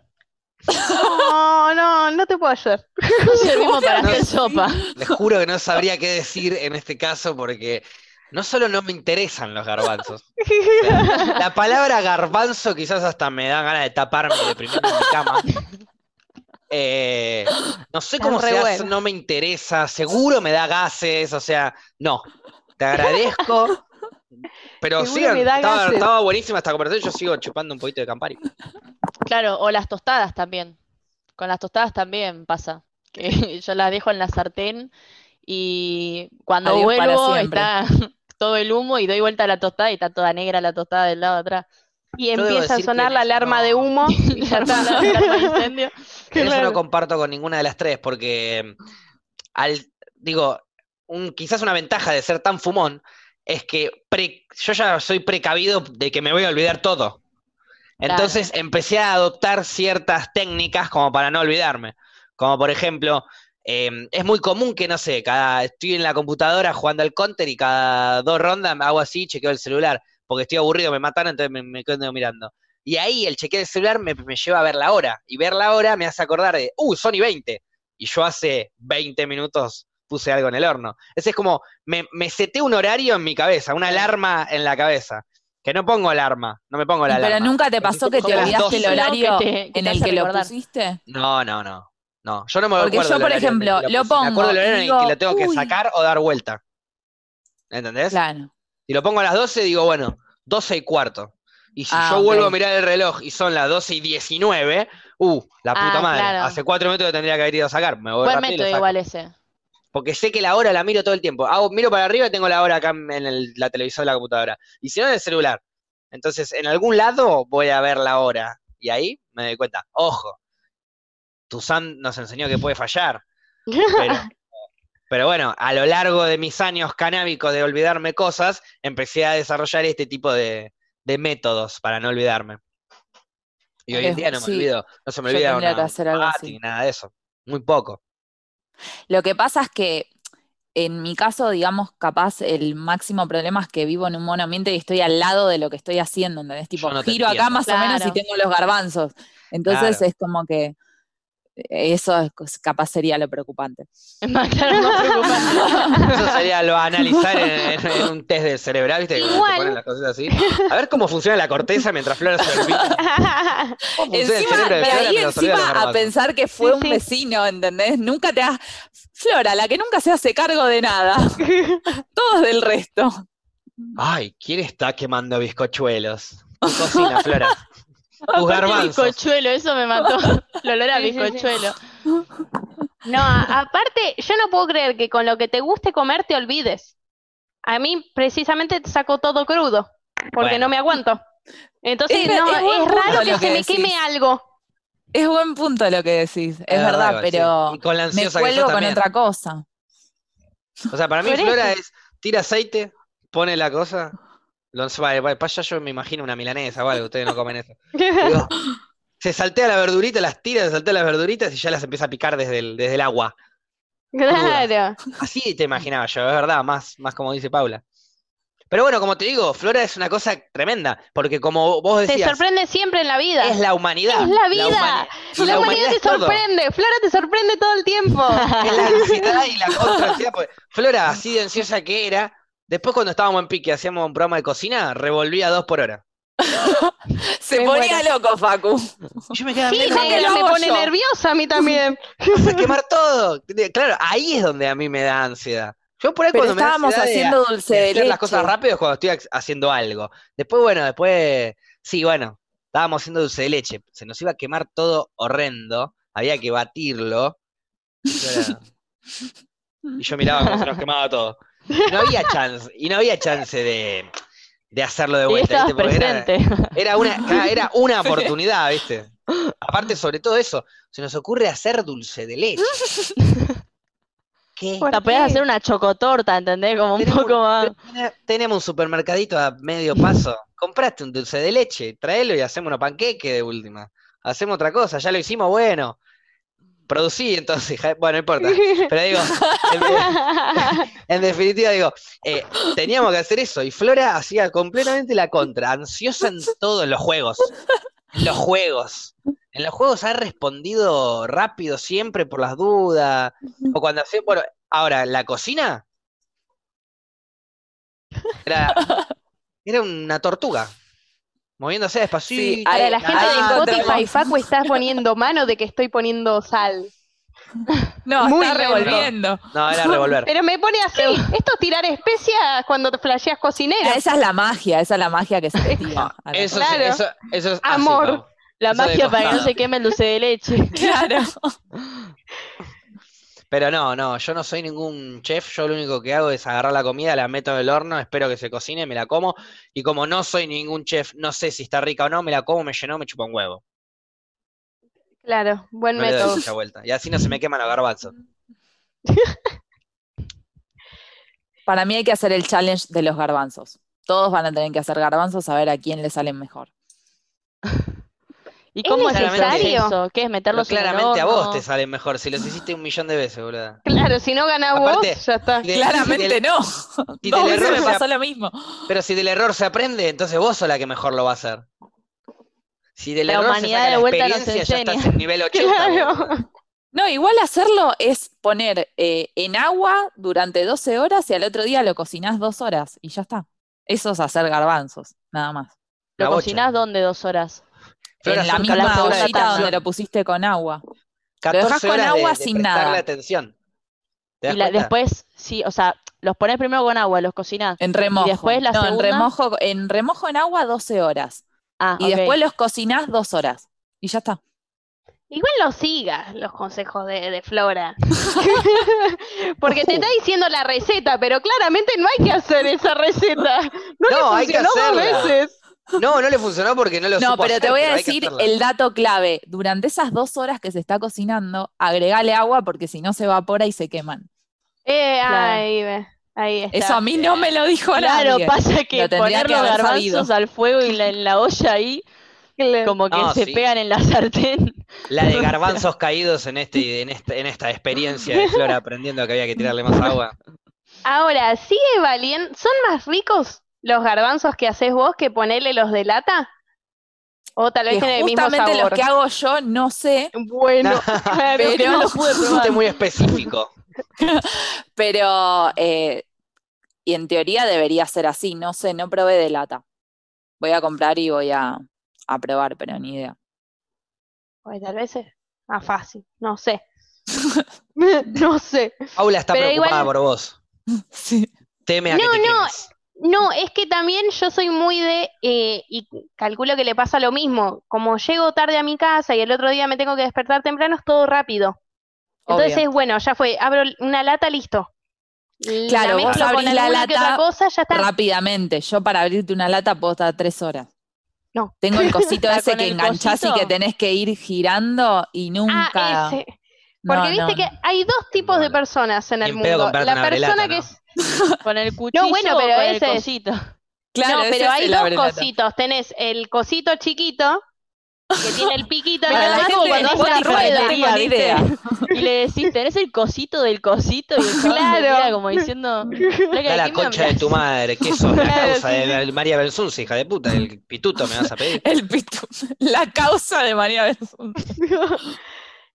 Speaker 3: No, no, no te puedo [LAUGHS] ayudar.
Speaker 2: No servimos para
Speaker 1: No,
Speaker 2: hacer
Speaker 1: sí.
Speaker 4: [LAUGHS]
Speaker 2: sopa.
Speaker 1: les juro que no sabría qué decir en este caso porque no solo no me interesan los garbanzos. [LAUGHS] La palabra garbanzo quizás hasta me da ganas de taparme de primero en mi cama. Eh, no sé
Speaker 3: Está
Speaker 1: cómo
Speaker 3: re
Speaker 1: se hace,
Speaker 3: buena.
Speaker 1: no me interesa, seguro me da gases, o sea, no.
Speaker 3: [LAUGHS]
Speaker 1: Te agradezco. Pero
Speaker 3: Seguro
Speaker 1: sí,
Speaker 3: me da
Speaker 1: estaba,
Speaker 3: gases.
Speaker 1: estaba buenísima esta conversación, yo sigo chupando un poquito de Campari.
Speaker 2: Claro, o las tostadas también. Con las tostadas también pasa. Que [LAUGHS] yo las dejo en la sartén y cuando
Speaker 4: Adiós para
Speaker 2: vuelvo
Speaker 4: siempre.
Speaker 2: está [LAUGHS] todo el humo y doy vuelta a la tostada y está toda negra la tostada del lado de atrás.
Speaker 3: Y
Speaker 1: debo
Speaker 3: empieza a
Speaker 1: decir que
Speaker 3: sonar la
Speaker 1: en eso
Speaker 3: alarma
Speaker 1: no-
Speaker 3: de [LAUGHS] humo.
Speaker 2: Y ya
Speaker 3: [LAUGHS]
Speaker 2: está la alarma de incendio.
Speaker 3: Qué
Speaker 1: En eso
Speaker 3: raro.
Speaker 1: no comparto con ninguna de las tres, porque mm, al, digo, un- quizás una ventaja de ser tan fumón es que pre- yo ya soy precavido de que me voy a olvidar todo.
Speaker 2: Claro.
Speaker 1: Entonces empecé a adoptar ciertas técnicas como para no olvidarme. Como por ejemplo, eh, es muy común que, no sé, cada, estoy en la computadora jugando al counter y cada dos rondas me hago así, chequeo el celular, porque estoy aburrido, me matan, entonces me, me quedo mirando. Y ahí el chequear el celular me, me lleva a ver la hora. Y ver la hora me hace acordar de, uh, Sony 20. Y yo hace 20 minutos puse algo en el horno. Ese es como, me, me seté un horario en mi cabeza, una alarma en la cabeza. Que no pongo alarma, no me pongo la
Speaker 4: Pero
Speaker 1: alarma.
Speaker 4: nunca te pasó que te
Speaker 1: Como las
Speaker 4: olvidaste el
Speaker 1: 12.
Speaker 4: horario
Speaker 2: No, que te- que
Speaker 4: en
Speaker 2: te
Speaker 4: el
Speaker 2: hace
Speaker 4: que lo
Speaker 2: recordar.
Speaker 4: pusiste.
Speaker 1: No, no, no. No, yo no me
Speaker 4: Porque
Speaker 1: acuerdo.
Speaker 4: yo,
Speaker 1: el
Speaker 4: por
Speaker 1: horario en el
Speaker 4: ejemplo,
Speaker 1: que
Speaker 4: lo
Speaker 1: puse. Me
Speaker 4: pongo
Speaker 1: acuerdo el
Speaker 4: y
Speaker 1: horario en el
Speaker 4: digo,
Speaker 1: que lo tengo que
Speaker 4: "Uy".
Speaker 1: sacar o dar vuelta. ¿Entendés?
Speaker 4: Claro.
Speaker 1: Si lo pongo a las 12, digo, bueno, 12 y cuarto. Y si
Speaker 4: Ah,
Speaker 1: yo
Speaker 4: ok.
Speaker 1: vuelvo a mirar el reloj y son las 12 y 19, uh, la puta
Speaker 2: Ah,
Speaker 1: madre.
Speaker 2: claro.
Speaker 1: Hace cuatro minutos que tendría que haber ido a sacar. Me voy
Speaker 2: Buen
Speaker 1: rápido y lo
Speaker 2: método
Speaker 1: saco.
Speaker 2: igual ese. [LAUGHS]
Speaker 1: Porque sé que la hora la miro todo el tiempo. Hago, miro para arriba y tengo la hora acá en el- la televisor de la computadora. Y si no, en el celular. Entonces, en algún lado voy a ver la hora. Y ahí me doy cuenta. Ojo, Tuzán nos enseñó que puede fallar.
Speaker 4: [LAUGHS]
Speaker 1: Pero, pero bueno, a lo largo de mis años canábicos de olvidarme cosas, empecé a desarrollar este tipo de, de métodos para no olvidarme. Y hoy en
Speaker 4: Es-
Speaker 1: día no me
Speaker 4: sí.
Speaker 1: olvido, no se me
Speaker 4: Yo
Speaker 1: olvida
Speaker 4: tendría
Speaker 1: una,
Speaker 4: que hacer algo
Speaker 1: party,
Speaker 4: así.
Speaker 1: nada de eso. Muy poco.
Speaker 4: Lo que pasa es que en mi caso, digamos, capaz el máximo problema es que vivo en un monoambiente y estoy al lado de lo que estoy haciendo, ¿entendés? Tipo,
Speaker 1: no te
Speaker 4: giro acá
Speaker 1: entiendo.
Speaker 4: más o menos y
Speaker 2: Claro.
Speaker 4: tengo los garbanzos. Entonces
Speaker 1: Claro.
Speaker 4: es como que eh, eso es- capaz sería lo preocupante.
Speaker 2: Es más claro,
Speaker 1: [LAUGHS]
Speaker 2: más preocupante.
Speaker 1: Eso sería lo a analizar en, en- en un test del cerebral, ¿viste? Que te
Speaker 3: Igual.
Speaker 1: ponen las cosas así. A ver cómo funciona la corteza mientras Flora se
Speaker 4: [LAUGHS]
Speaker 1: olvida. ¿Cómo funciona el
Speaker 4: Encima,
Speaker 1: cerebro de
Speaker 4: de
Speaker 1: Flora
Speaker 4: ahí
Speaker 1: mientras olvida los
Speaker 4: encima a
Speaker 1: garbanzos?
Speaker 4: pensar que fue
Speaker 3: Sí,
Speaker 4: un
Speaker 3: sí.
Speaker 4: vecino, ¿entendés? Nunca te has... Flora, la que nunca se hace cargo
Speaker 1: [LAUGHS]
Speaker 4: de nada, todos del resto.
Speaker 1: Ay, ¿quién está quemando bizcochuelos? Cocina,
Speaker 4: [LAUGHS]
Speaker 1: Flora. Tus
Speaker 2: Aparte,
Speaker 1: garbanzos.
Speaker 2: bizcochuelo, eso me mató. El olor a
Speaker 3: Sí, sí, sí.
Speaker 2: bizcochuelo.
Speaker 3: [LAUGHS] No, a- aparte, yo no puedo creer que con lo que te guste comer te olvides. A mí, precisamente, te saco todo crudo, porque
Speaker 1: Bueno.
Speaker 3: no me aguanto. Entonces,
Speaker 4: Es-
Speaker 3: no,
Speaker 4: es buen
Speaker 3: es
Speaker 4: punto
Speaker 3: raro que
Speaker 4: lo
Speaker 3: se
Speaker 4: que
Speaker 3: me
Speaker 4: decís.
Speaker 3: queme algo.
Speaker 4: Es buen punto lo que decís, es verdad,
Speaker 1: Iván, sí.
Speaker 4: pero
Speaker 1: Ah, Y con la
Speaker 4: me
Speaker 1: ansiosa que
Speaker 4: cuelgo
Speaker 1: sos
Speaker 4: con
Speaker 1: también.
Speaker 4: otra cosa.
Speaker 1: O sea, para mí
Speaker 3: Por
Speaker 1: Flora
Speaker 3: eso.
Speaker 1: es tira aceite, pone la cosa, lo va, va- pasa yo me imagino una milanesa o algo, ustedes no comen eso.
Speaker 4: [LAUGHS]
Speaker 1: Digo, se saltea la verdurita, las tira, se saltea las verduritas y ya las empieza a picar desde el, desde el agua.
Speaker 3: [LAUGHS] Claro.
Speaker 1: Así te imaginaba yo, es verdad, más, más como dice Paula. Pero bueno, como te digo, Flora es una cosa tremenda, porque como vos
Speaker 3: Te
Speaker 1: decías,
Speaker 3: sorprende siempre en la vida.
Speaker 1: es la humanidad.
Speaker 3: Es la vida.
Speaker 1: humani-
Speaker 3: La
Speaker 1: la
Speaker 3: humanidad
Speaker 1: humanidad
Speaker 3: te
Speaker 1: es todo.
Speaker 3: sorprende. Flora te sorprende todo el tiempo.
Speaker 1: [LAUGHS] Es la ansiedad y la contraansiedad. porque Flora, así de ansiosa que era, después cuando estábamos en pique, hacíamos un programa de cocina, revolvía dos por hora.
Speaker 4: Se
Speaker 3: Me
Speaker 4: ponía loco, Facu.
Speaker 1: Y yo me quedaba
Speaker 3: Sí,
Speaker 1: mirando,
Speaker 4: Déjame
Speaker 3: me,
Speaker 4: lo
Speaker 3: me
Speaker 4: hago
Speaker 3: pone
Speaker 4: yo.
Speaker 3: nerviosa a mí
Speaker 1: [LAUGHS]
Speaker 3: también.
Speaker 1: vamos a quemar todo. De- Claro, ahí es donde a mí me da ansiedad. Yo por ahí
Speaker 4: Pero
Speaker 1: cuando me da
Speaker 4: estábamos
Speaker 1: ansiedad de-
Speaker 4: haciendo dulce
Speaker 1: de
Speaker 4: de
Speaker 1: hacer
Speaker 4: leche.
Speaker 1: las cosas rápido es cuando estoy ac- haciendo algo. Después, bueno, después, sí, bueno, estábamos haciendo dulce de leche. Se nos iba a quemar todo horrendo, había que batirlo. Yo era- Y yo miraba cómo se nos quemaba todo. Y no había chance, y no había chance de, de hacerlo de
Speaker 2: Y
Speaker 1: vuelta,
Speaker 2: estabas
Speaker 1: ¿viste? Porque era,
Speaker 2: presente.
Speaker 1: era
Speaker 4: [LAUGHS]
Speaker 1: una, claro, era una oportunidad, ¿viste? Aparte, sobre todo eso, se nos ocurre hacer dulce de leche. ¿Qué?
Speaker 3: ¿Por
Speaker 2: La podías
Speaker 3: qué?
Speaker 2: hacer una chocotorta, ¿entendés? Como un
Speaker 1: Tenemos-
Speaker 2: poco más.
Speaker 1: Tenemos un supermercadito a medio paso. Compraste un dulce de leche, tráelo y hacemos unos panqueques de última. Hacemos otra cosa, ya lo hicimos, bueno. Producí entonces, [LAUGHS] ja- bueno, no importa. Pero digo, en, en definitiva digo, eh, teníamos que hacer eso. Y Flora hacía completamente la contra, ansiosa en todos los juegos. En los juegos. En los juegos ha respondido rápido siempre por las dudas. O cuando hacía, bueno, ahora, la cocina era, era una tortuga. Moviéndose despacito.
Speaker 4: Sí, ahí-
Speaker 3: Para la gente
Speaker 4: ahí
Speaker 3: de
Speaker 1: Ah,
Speaker 4: encontramos.
Speaker 3: Spotify, Facu, estás poniendo mano de que estoy poniendo sal.
Speaker 4: [LAUGHS] No,
Speaker 3: Muy
Speaker 4: está
Speaker 3: lento.
Speaker 4: revolviendo.
Speaker 1: No,
Speaker 3: [LAUGHS]
Speaker 1: era revolver.
Speaker 3: Pero me pone así. Esto es tirar especias cuando te flasheas cocinera.
Speaker 4: Esa es la magia, esa es la magia que se tira. a la-
Speaker 1: Eso, [LAUGHS]
Speaker 3: Claro.
Speaker 1: sí, eso, eso es así,
Speaker 3: Amor.
Speaker 1: Pau.
Speaker 2: La
Speaker 1: Eso de
Speaker 2: magia para que no
Speaker 1: costado.
Speaker 2: se queme el dulce de leche.
Speaker 4: Claro.
Speaker 1: Pero no, no, yo no soy ningún chef, yo lo único que hago es agarrar la comida, la meto en el horno, espero que se cocine, me la como, y como no soy ningún chef, no sé si está rica o no, me la como, me llenó, me chupa un huevo.
Speaker 3: Claro, buen
Speaker 1: No le doy
Speaker 3: método.
Speaker 1: mucha vuelta. Y así no se me queman los garbanzos.
Speaker 4: Para mí hay que hacer el challenge de los garbanzos. Todos van a tener que hacer garbanzos a ver a quién le salen mejor.
Speaker 2: ¿Y
Speaker 3: ¿Es
Speaker 2: cómo es, el
Speaker 3: necesario?
Speaker 2: proceso? ¿Qué es
Speaker 1: Pero
Speaker 2: meterlos en el
Speaker 1: claramente a vos
Speaker 2: horno?
Speaker 1: te salen mejor, si los hiciste un millón de veces, boludo.
Speaker 3: Claro, si no ganás
Speaker 1: Aparte-
Speaker 3: vos, ya
Speaker 2: Ah,
Speaker 3: está.
Speaker 1: Y de-
Speaker 4: Claramente
Speaker 1: y del-
Speaker 4: no.
Speaker 1: y
Speaker 4: Dos
Speaker 1: del
Speaker 4: veces
Speaker 1: error
Speaker 4: me
Speaker 1: se
Speaker 4: pasó lo mismo.
Speaker 1: Pero si del error se aprende, entonces vos sos la que mejor lo va a hacer. Si del
Speaker 2: La
Speaker 1: error se
Speaker 2: humanidad
Speaker 1: saca
Speaker 2: de
Speaker 1: la
Speaker 2: vuelta nos
Speaker 1: experiencia, ya estás
Speaker 2: enseña.
Speaker 1: en
Speaker 2: [LAUGHS]
Speaker 1: nivel 80.
Speaker 3: Claro.
Speaker 1: boluda.
Speaker 4: No, igual hacerlo es poner eh, en agua durante 12 horas y al otro día lo cocinás dos horas y ya está. Eso es hacer garbanzos, nada más.
Speaker 1: La
Speaker 2: ¿Lo
Speaker 1: bocha.
Speaker 2: cocinás dónde dos horas?
Speaker 1: Flora,
Speaker 4: en la
Speaker 1: son
Speaker 4: misma
Speaker 1: 14 horas de
Speaker 4: ollita
Speaker 1: atención.
Speaker 4: donde lo pusiste con agua. dejás
Speaker 1: 14
Speaker 4: con
Speaker 1: horas
Speaker 4: agua
Speaker 1: de, de
Speaker 4: sin
Speaker 1: prestarle
Speaker 4: nada.
Speaker 1: atención. ¿Te das
Speaker 2: Y la-
Speaker 1: cuenta?
Speaker 2: después, sí, o sea, los ponés primero con agua, los cocinás.
Speaker 4: En remojo.
Speaker 2: después la
Speaker 4: No, en
Speaker 2: segunda?
Speaker 4: remojo, en remojo en agua 12 horas.
Speaker 2: Ah,
Speaker 4: Y
Speaker 2: ok.
Speaker 4: después los cocinás dos horas. Y ya está.
Speaker 3: Igual lo sigas los consejos de, de
Speaker 4: [LAUGHS]
Speaker 3: Flora. Porque te está diciendo la receta, pero claramente no hay que hacer esa receta. No, le
Speaker 1: No, hay que
Speaker 3: funcionó dos
Speaker 1: hacerla.
Speaker 3: veces.
Speaker 1: No, no le funcionó porque no lo
Speaker 4: No,
Speaker 1: supo
Speaker 4: pero te
Speaker 1: hacer,
Speaker 4: voy a
Speaker 1: hay que
Speaker 4: decir
Speaker 1: hacerla.
Speaker 4: el dato clave. Durante esas dos horas que se está cocinando, agregale agua porque si no se evapora y se queman.
Speaker 3: Eh,
Speaker 2: Claro.
Speaker 3: ahí, ve, ahí está.
Speaker 4: Eso a mí no me lo dijo
Speaker 2: Claro,
Speaker 4: nadie.
Speaker 2: pasa que
Speaker 4: Lo tendría
Speaker 2: poner
Speaker 4: que
Speaker 2: los
Speaker 4: haber
Speaker 2: garbanzos
Speaker 4: sabido.
Speaker 2: al fuego y la- en la olla ahí,
Speaker 3: Claro.
Speaker 2: como que
Speaker 1: No,
Speaker 2: se
Speaker 1: Ah, sí.
Speaker 2: pegan en la sartén.
Speaker 1: La de garbanzos caídos en, este, en, este- en esta experiencia de Flora aprendiendo que había que tirarle más agua.
Speaker 3: Ahora, ¿sigue valiendo? ¿Son más ricos los garbanzos que haces vos que ponerle los de lata? O tal vez
Speaker 4: Que
Speaker 3: tienen el mismo
Speaker 4: justamente los
Speaker 3: sabor.
Speaker 4: que hago yo, no sé,
Speaker 2: [LAUGHS]
Speaker 3: Bueno, claro,
Speaker 4: Pero-
Speaker 3: no lo pude
Speaker 1: Fuiste
Speaker 3: probar.
Speaker 4: [LAUGHS]
Speaker 1: muy específico.
Speaker 4: pero eh, y en teoría debería ser así. No sé, no probé de lata. Voy a comprar y voy a, a probar, pero ni idea.
Speaker 3: Pues tal vez es más fácil, no
Speaker 4: [LAUGHS]
Speaker 3: sé. [LAUGHS] no sé.
Speaker 1: Paula está
Speaker 3: Pero
Speaker 1: preocupada
Speaker 3: igual-
Speaker 1: por vos.
Speaker 4: Sí.
Speaker 1: Teme a que
Speaker 3: No,
Speaker 1: te
Speaker 3: no,
Speaker 1: quemes.
Speaker 3: No, es que también yo soy muy de, eh, y calculo que le pasa lo mismo, como llego tarde a mi casa y el otro día me tengo que despertar temprano, es todo rápido. Entonces
Speaker 4: Obvio.
Speaker 3: es bueno, ya fue, abro una lata, listo. La
Speaker 4: Claro, vos
Speaker 3: mezclo con
Speaker 4: abrís la
Speaker 3: alguna que otra
Speaker 4: lata
Speaker 3: cosa, ya está.
Speaker 4: Rápidamente, yo para abrirte una lata puedo estar tres horas.
Speaker 3: No.
Speaker 4: Tengo
Speaker 3: [LAUGHS]
Speaker 4: el cosito
Speaker 2: Ah,
Speaker 4: ese
Speaker 2: ¿con
Speaker 4: que
Speaker 2: el
Speaker 4: enganchás y que
Speaker 2: cosito?
Speaker 4: tenés que ir girando y nunca.
Speaker 3: Ah, ese. Porque
Speaker 4: No,
Speaker 3: viste
Speaker 4: no,
Speaker 3: que hay dos tipos de
Speaker 1: Bueno.
Speaker 3: personas en
Speaker 1: Ni
Speaker 3: el
Speaker 1: en pedo
Speaker 3: mundo.
Speaker 1: comprarte
Speaker 3: La
Speaker 1: una
Speaker 3: persona
Speaker 1: brelata,
Speaker 3: que
Speaker 1: ¿no?
Speaker 3: es...
Speaker 2: Con el cuchillo
Speaker 3: bueno,
Speaker 2: o
Speaker 3: pero
Speaker 2: con el
Speaker 3: ese es-
Speaker 2: cosito.
Speaker 4: Claro,
Speaker 3: no,
Speaker 4: ese
Speaker 3: pero
Speaker 4: es
Speaker 3: hay
Speaker 4: el
Speaker 3: dos
Speaker 4: abrelata.
Speaker 3: cositos. Tenés el cosito chiquito, que tiene el piquito
Speaker 4: Para
Speaker 3: nada
Speaker 4: la
Speaker 3: más,
Speaker 4: gente
Speaker 3: como
Speaker 4: de
Speaker 3: cuando hace la
Speaker 4: Spotify no
Speaker 3: rueda.
Speaker 4: tengo ni
Speaker 2: ¿viste?
Speaker 4: idea.
Speaker 2: Y le decís, tenés el cosito del cosito. Y el chabón se
Speaker 3: Claro.
Speaker 2: mira como diciendo, "Flaca,
Speaker 1: Da
Speaker 2: ¿de
Speaker 1: la
Speaker 2: qué me
Speaker 1: concha de
Speaker 2: hablas?".
Speaker 1: tu madre, que sos
Speaker 4: [LAUGHS]
Speaker 1: la
Speaker 3: Claro,
Speaker 1: causa
Speaker 3: sí,
Speaker 1: de
Speaker 3: sí.
Speaker 1: la- María Belsunce, hija de puta, el pituto me vas a pedir.
Speaker 4: El pitu, [LAUGHS] la causa de María Belsunce.
Speaker 3: [LAUGHS]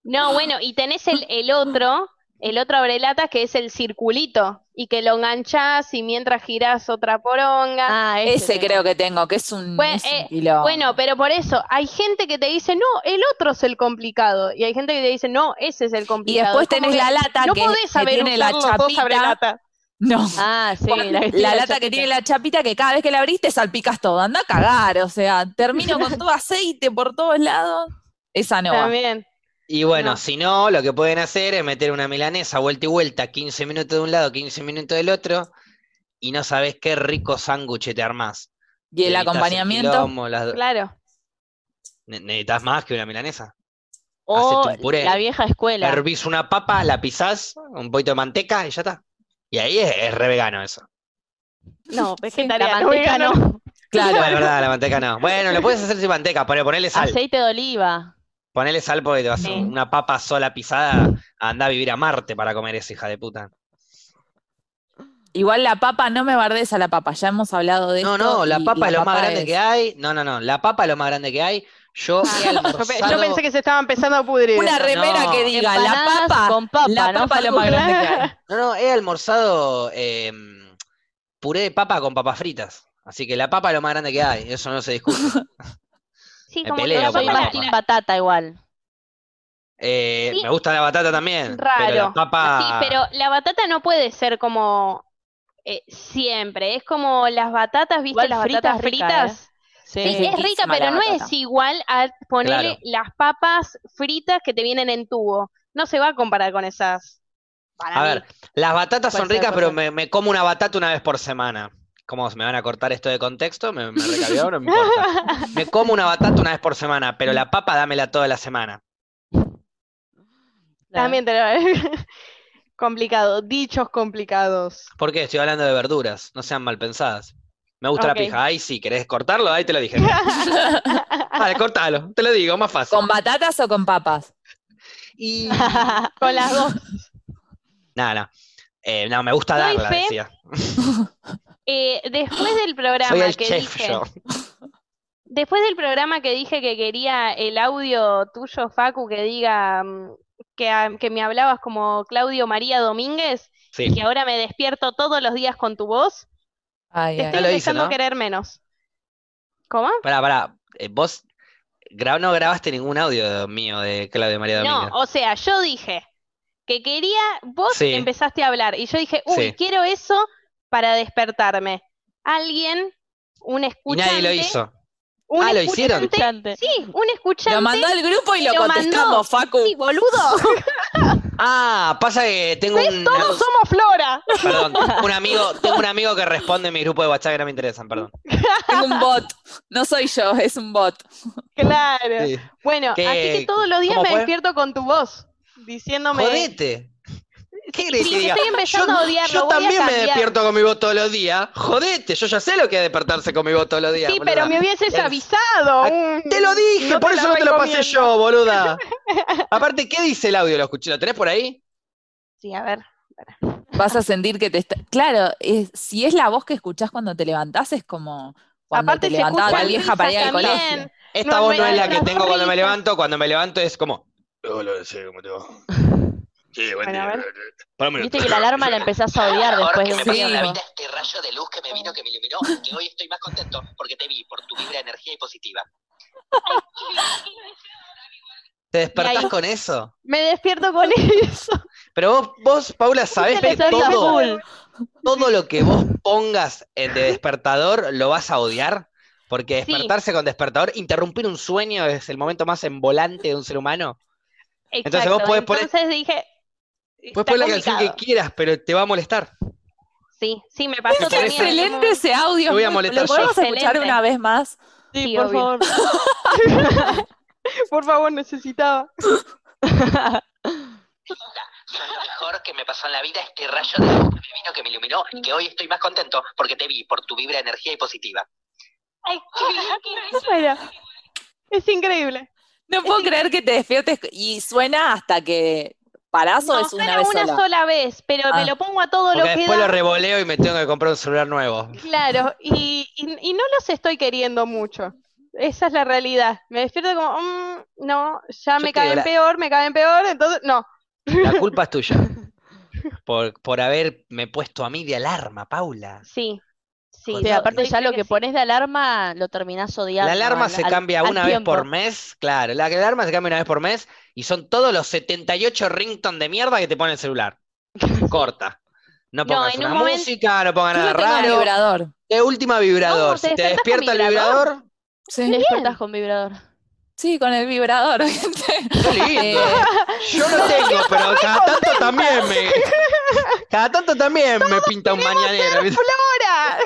Speaker 3: No, bueno, y tenés el, el otro, el otro abrelata que es el circulito, y que lo enganchás y mientras girás otra poronga.
Speaker 2: Ah,
Speaker 4: Ese
Speaker 2: tengo.
Speaker 4: creo que tengo, que es un,
Speaker 3: Bueno,
Speaker 4: es un
Speaker 3: eh,
Speaker 4: quilombo.
Speaker 3: Bueno, pero por eso, hay gente que te dice, no, el otro es el complicado, y hay gente que te dice, no, ese es el
Speaker 4: y
Speaker 3: complicado.
Speaker 4: después
Speaker 3: Es como
Speaker 4: tenés
Speaker 3: que
Speaker 4: la lata
Speaker 3: no
Speaker 4: que,
Speaker 3: podés
Speaker 4: que
Speaker 3: saber
Speaker 4: tiene la
Speaker 3: usar los dos
Speaker 4: chapita.
Speaker 3: abrelatas. [LAUGHS]
Speaker 4: No.
Speaker 2: Ah, sí,
Speaker 4: Cuando-
Speaker 2: la,
Speaker 4: la,
Speaker 2: que tiene la
Speaker 4: lata que
Speaker 2: chapita.
Speaker 4: tiene la chapita que cada vez que la abrís te salpicas todo. Anda a cagar, o sea, termino con todo aceite por todos lados. Esa no. va.
Speaker 3: También.
Speaker 1: Y bueno,
Speaker 3: No.
Speaker 1: si no, lo que pueden hacer es meter una milanesa vuelta y vuelta, 15 minutos de un lado, 15 minutos del otro, y no sabés qué rico sándwich te armás.
Speaker 4: Y el
Speaker 1: Necesitas [LAUGHS]
Speaker 4: acompañamiento,
Speaker 1: quilombo, las do-
Speaker 3: Claro.
Speaker 1: Ne- ¿Necesitas más que una milanesa?
Speaker 2: O
Speaker 1: Hacete un puré.
Speaker 2: Oh, la vieja escuela.
Speaker 1: Hervís una papa, la pisás, un poquito de manteca y ya está. Y ahí es, es re vegano eso.
Speaker 4: [LAUGHS]
Speaker 3: No,
Speaker 2: la
Speaker 3: vegetariano.
Speaker 2: manteca
Speaker 3: vegano.
Speaker 2: no.
Speaker 1: Claro, es verdad, la manteca no. Bueno, lo puedes hacer sin manteca, pero ponele sal.
Speaker 2: Aceite de oliva.
Speaker 1: Ponele sal porque te vas
Speaker 3: Sí.
Speaker 1: una papa sola pisada, anda a vivir a Marte para comer esa hija de puta.
Speaker 4: Igual la papa, no me bardes a la papa, ya hemos hablado de
Speaker 1: No,
Speaker 4: esto
Speaker 1: no, la
Speaker 4: y- y
Speaker 1: papa es lo más grande
Speaker 4: es-
Speaker 1: que hay. No, no, no, la papa es lo más grande que hay.
Speaker 3: Ah,
Speaker 1: Yo he
Speaker 3: [LAUGHS] Yo, pe-
Speaker 1: almorzado-
Speaker 3: yo pensé que se estaba empezando a pudrir.
Speaker 4: Una remera
Speaker 1: No.
Speaker 4: que diga, la
Speaker 2: Empanadas
Speaker 4: papa,
Speaker 2: con papa,
Speaker 4: la
Speaker 2: ¿no,
Speaker 4: papa es lo
Speaker 2: Facu?
Speaker 4: más grande que
Speaker 3: [LAUGHS]
Speaker 4: hay.
Speaker 1: No, no, he almorzado em, puré de papa con papas fritas. Así que la papa es lo más grande que hay, eso no se
Speaker 3: [LAUGHS]
Speaker 1: discute.
Speaker 3: Sí,
Speaker 1: Me
Speaker 3: como que
Speaker 1: peleo
Speaker 3: la
Speaker 1: con
Speaker 2: Soy
Speaker 1: la
Speaker 3: papa-
Speaker 2: más
Speaker 1: papa.
Speaker 2: team batata igual.
Speaker 1: Eh,
Speaker 3: Sí.
Speaker 1: me gusta la batata también, pero
Speaker 3: Raro.
Speaker 1: la papa...
Speaker 3: Sí, pero la batata no puede ser como eh, siempre. Es como las batatas, ¿viste?
Speaker 2: Igual
Speaker 3: las
Speaker 2: fritas
Speaker 3: batatas
Speaker 2: rica,
Speaker 3: fritas.
Speaker 2: Sí.
Speaker 3: Es, es rica,
Speaker 4: riquísima
Speaker 3: pero
Speaker 4: la
Speaker 3: no
Speaker 4: batata.
Speaker 3: es igual a ponerle
Speaker 1: Claro.
Speaker 3: las papas fritas que te vienen en tubo. No se va a comparar con esas. Para
Speaker 1: A
Speaker 3: mí.
Speaker 1: ver, las batatas
Speaker 3: Puede
Speaker 1: son
Speaker 3: ser,
Speaker 1: ricas,
Speaker 3: puede
Speaker 1: pero
Speaker 3: ser.
Speaker 1: me, me como una batata una vez por semana. ¿Cómo se me van a cortar esto de contexto? Me, me recabió, no
Speaker 3: [LAUGHS]
Speaker 1: me importa. Me como una batata una vez por semana, pero la papa dámela toda la semana.
Speaker 3: También te lo... [LAUGHS] Complicado. Dichos complicados.
Speaker 1: ¿Por qué? Estoy hablando de verduras, no sean mal pensadas. Me
Speaker 3: Ok.
Speaker 1: gusta la pija. Ahí sí, ¿querés cortarlo? Ahí te lo dije.
Speaker 3: [LAUGHS]
Speaker 1: Vale, cortalo, te lo digo, más fácil.
Speaker 4: ¿Con batatas o con papas?
Speaker 1: Y...
Speaker 3: Con las dos.
Speaker 1: Nada, no. Eh, no, me gusta
Speaker 3: Soy
Speaker 1: darla,
Speaker 3: fe-
Speaker 1: decía.
Speaker 3: Eh, después del programa
Speaker 1: Soy el
Speaker 3: que
Speaker 1: chef
Speaker 3: dije,
Speaker 1: yo.
Speaker 3: después del programa que dije que quería el audio tuyo, Facu, que diga mm, que, a- que me hablabas como Claudio María Domínguez y
Speaker 1: Sí.
Speaker 3: que ahora me despierto todos los días con tu voz,
Speaker 4: Ay,
Speaker 3: te
Speaker 4: ay.
Speaker 3: estoy
Speaker 1: Ya lo hice,
Speaker 3: empezando
Speaker 1: ¿no?
Speaker 3: a querer menos. ¿Cómo?
Speaker 1: Pará, pará. Eh, vos gra- no grabaste ningún audio mío de Claudio María Domínguez.
Speaker 3: No, o sea, yo dije que quería, vos
Speaker 1: Sí.
Speaker 3: empezaste a hablar y yo dije, uy,
Speaker 1: Sí.
Speaker 3: quiero eso para despertarme. Alguien, un
Speaker 1: y nadie lo
Speaker 3: escuchante,
Speaker 1: hizo.
Speaker 3: un
Speaker 1: Ah, ¿lo hicieron?
Speaker 3: escuchante-
Speaker 2: Escuchante.
Speaker 3: sí, un escuchante,
Speaker 4: Lo mandó al grupo y lo,
Speaker 3: Lo mandó.
Speaker 4: contestamos, Facu.
Speaker 3: sí, boludo.
Speaker 4: [LAUGHS]
Speaker 1: Ah, pasa que tengo un,
Speaker 3: Todos somos flora. [LAUGHS]
Speaker 1: perdón, un amigo, tengo un amigo que responde en mi grupo de WhatsApp que no me interesan, perdón.
Speaker 4: Tengo un bot. No soy yo, es un bot.
Speaker 3: Claro.
Speaker 1: Sí.
Speaker 3: Bueno,
Speaker 1: ¿Qué-
Speaker 3: así que todos los días
Speaker 1: cómo
Speaker 3: me
Speaker 1: fue?
Speaker 3: despierto con tu voz, diciéndome.
Speaker 1: Jodete. ¿Qué querés
Speaker 3: Sí,
Speaker 1: que diga?
Speaker 3: estoy empezando
Speaker 1: yo,
Speaker 3: a odiarlo,
Speaker 1: yo
Speaker 3: voy a
Speaker 1: también me
Speaker 3: cambiar.
Speaker 1: despierto con mi voz todos los días. Jodete, yo ya sé lo que es despertarse con mi voz todos los días.
Speaker 3: Sí,
Speaker 1: boluda.
Speaker 3: pero me hubieses
Speaker 1: Es-
Speaker 3: avisado.
Speaker 1: Ah,
Speaker 3: un-
Speaker 1: Te lo dije,
Speaker 3: No
Speaker 1: por
Speaker 3: te
Speaker 1: eso
Speaker 3: la
Speaker 1: no te lo pasé
Speaker 3: recomiendo.
Speaker 1: yo, boluda.
Speaker 3: [LAUGHS]
Speaker 1: Aparte, ¿qué dice el audio? ¿Lo escuché? ¿Lo tenés por ahí?
Speaker 3: Sí, a ver.
Speaker 4: Vas a sentir que te está. Claro, es- si es la voz que escuchás cuando te levantás, es como cuando
Speaker 3: Aparte
Speaker 4: te
Speaker 3: se
Speaker 4: levantaba tu
Speaker 3: escuchan
Speaker 4: vieja para ir al
Speaker 3: risas
Speaker 4: colegio.
Speaker 3: también.
Speaker 1: Esta
Speaker 3: No,
Speaker 1: voz
Speaker 3: no,
Speaker 1: no es la que
Speaker 3: las
Speaker 1: tengo cuando
Speaker 3: risas.
Speaker 1: me levanto. Cuando me levanto es como. Hola, sí, ¿cómo
Speaker 2: [LAUGHS]
Speaker 1: te va? Sí, buen
Speaker 3: Bueno, a
Speaker 1: día.
Speaker 3: ver.
Speaker 1: Pará un minuto.
Speaker 2: Viste que la alarma
Speaker 1: [LAUGHS]
Speaker 2: la empezás a odiar después de un
Speaker 4: me pasa en la
Speaker 2: tiempo.
Speaker 4: vida.
Speaker 6: este rayo de luz que me vino, que me iluminó, que hoy estoy más contento porque te vi por tu vibra, energía y positiva.
Speaker 1: ¿Te despertás
Speaker 3: ahí-
Speaker 1: con eso?
Speaker 3: Me despierto con [LAUGHS] eso.
Speaker 1: Pero vos, vos Paula, sabés que
Speaker 2: Empezás a
Speaker 1: todo,
Speaker 2: full.
Speaker 1: todo lo que vos pongas en de despertador lo vas a odiar. Porque
Speaker 3: Sí.
Speaker 1: despertarse con despertador, interrumpir un sueño es el momento más envolante de un ser humano. Entonces
Speaker 3: Exacto,
Speaker 1: vos podés poner-
Speaker 3: Entonces dije.
Speaker 1: Puedes
Speaker 3: está
Speaker 1: poner la canción que
Speaker 3: complicado.
Speaker 1: quieras, pero te va a molestar.
Speaker 3: Sí, sí, me pasó
Speaker 1: Es
Speaker 3: también.
Speaker 1: Ponés-
Speaker 4: Excelente ese audio.
Speaker 1: Te voy a
Speaker 4: muy-
Speaker 1: molestar
Speaker 4: ¿Lo
Speaker 1: yo.
Speaker 4: podemos escuchar
Speaker 3: Excelente.
Speaker 4: una vez más?
Speaker 3: Sí,
Speaker 2: Sí,
Speaker 3: por
Speaker 2: obvio.
Speaker 3: favor. por favor, necesitaba.
Speaker 6: Soy lo mejor que me pasó en la vida, este rayo de luz que me vino, que me iluminó, y que hoy estoy más contento porque te vi por tu vibra, energía y positiva.
Speaker 3: Bueno, es increíble.
Speaker 4: No puedo creer que te despiertes y suena hasta que parás o
Speaker 3: No,
Speaker 4: es una
Speaker 3: suena
Speaker 4: vez
Speaker 3: una
Speaker 4: sola.
Speaker 3: sola vez, pero
Speaker 4: Ah.
Speaker 3: me lo pongo a todo lo
Speaker 1: Porque
Speaker 3: que
Speaker 1: después
Speaker 3: da.
Speaker 1: lo revoleo y me tengo que comprar un celular nuevo.
Speaker 3: Claro, y, y- y no los estoy queriendo mucho. Esa es la realidad. Me despierto como, "Mm, no, ya me
Speaker 1: Yo te digo,
Speaker 3: caen
Speaker 1: la-
Speaker 3: peor, me caen peor, entonces, no.
Speaker 1: La culpa es
Speaker 3: [LAUGHS]
Speaker 1: tuya. Por, por haberme puesto a mí de alarma, Paula.
Speaker 3: Sí, sí.
Speaker 1: O
Speaker 2: Pero
Speaker 1: sea,
Speaker 3: yo-
Speaker 2: aparte
Speaker 3: yo
Speaker 2: ya
Speaker 3: creo
Speaker 2: lo que
Speaker 3: sí.
Speaker 2: pones de alarma lo terminás odiando.
Speaker 1: La alarma
Speaker 2: al-
Speaker 1: se
Speaker 2: al-
Speaker 1: cambia
Speaker 2: al
Speaker 1: una vez por
Speaker 2: tiempo.
Speaker 1: mes, claro. La alarma se cambia una vez por mes y son todos los 78 rington de mierda que te pone el celular. Corta. No
Speaker 3: No,
Speaker 1: pongas
Speaker 3: en
Speaker 1: una
Speaker 3: un momento-
Speaker 1: música, no pongas
Speaker 4: Yo
Speaker 1: nada
Speaker 4: lo tengo en
Speaker 1: raro.
Speaker 4: vibrador.
Speaker 1: De última vibrador.
Speaker 3: No,
Speaker 1: si te
Speaker 3: ¿te despertás con
Speaker 1: despierta el vibrador,
Speaker 4: Sí.
Speaker 2: Te despertás con vibrador.
Speaker 4: Sí, con el vibrador, [LAUGHS] ¿viste?
Speaker 1: qué lindo.
Speaker 4: Eh,
Speaker 1: Yo lo tengo, pero cada tanto también me. Cada tanto también me pinta un mañanero. ¿viste?
Speaker 3: [LAUGHS] Ahora,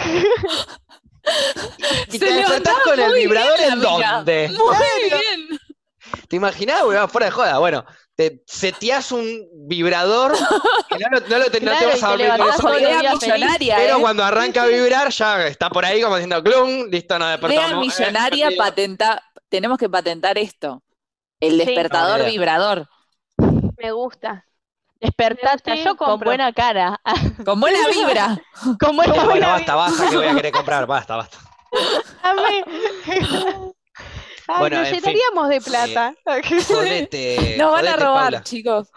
Speaker 1: Y
Speaker 4: se
Speaker 1: te despertás
Speaker 4: levantaba
Speaker 1: con el
Speaker 4: muy bien
Speaker 1: vibrador
Speaker 4: la
Speaker 1: en
Speaker 4: mina.
Speaker 1: dónde.
Speaker 4: Muy bien.
Speaker 1: ¿Te imaginás, weón? Fuera de joda. Bueno, te seteás un
Speaker 4: [LAUGHS]
Speaker 1: vibrador que no, lo- no lo te, no te
Speaker 2: Claro, y
Speaker 1: vas a dormir
Speaker 2: te
Speaker 1: con
Speaker 2: levantás
Speaker 1: eso.
Speaker 2: todo el
Speaker 1: porque-
Speaker 2: día
Speaker 4: Idea
Speaker 2: feliz.
Speaker 4: millonaria,
Speaker 1: Pero
Speaker 4: ¿eh?
Speaker 1: cuando arranca a vibrar, ya está por ahí como diciendo clum, listo, nos
Speaker 4: Idea
Speaker 1: despertamos.
Speaker 4: millonaria
Speaker 1: Eh,
Speaker 4: patenta, tenemos que patentar esto. El
Speaker 3: Sí.
Speaker 4: despertador
Speaker 1: Buena idea.
Speaker 4: vibrador.
Speaker 3: Me gusta. Me
Speaker 2: Despertate
Speaker 3: gusta, yo
Speaker 2: con
Speaker 3: compro.
Speaker 2: buena cara.
Speaker 4: Con buena vibra.
Speaker 2: con buena
Speaker 1: eh, Bueno,
Speaker 3: Buena
Speaker 1: basta, basta, que voy a querer comprar, basta,
Speaker 4: [LAUGHS]
Speaker 1: basta.
Speaker 3: [LAUGHS] Amé. Ay,
Speaker 1: Bueno, en
Speaker 3: nos
Speaker 1: fin.
Speaker 3: llenaríamos de plata. [LAUGHS]
Speaker 1: Jodete.
Speaker 4: Nos van a
Speaker 1: jodete,
Speaker 4: robar,
Speaker 1: Paula.
Speaker 4: chicos.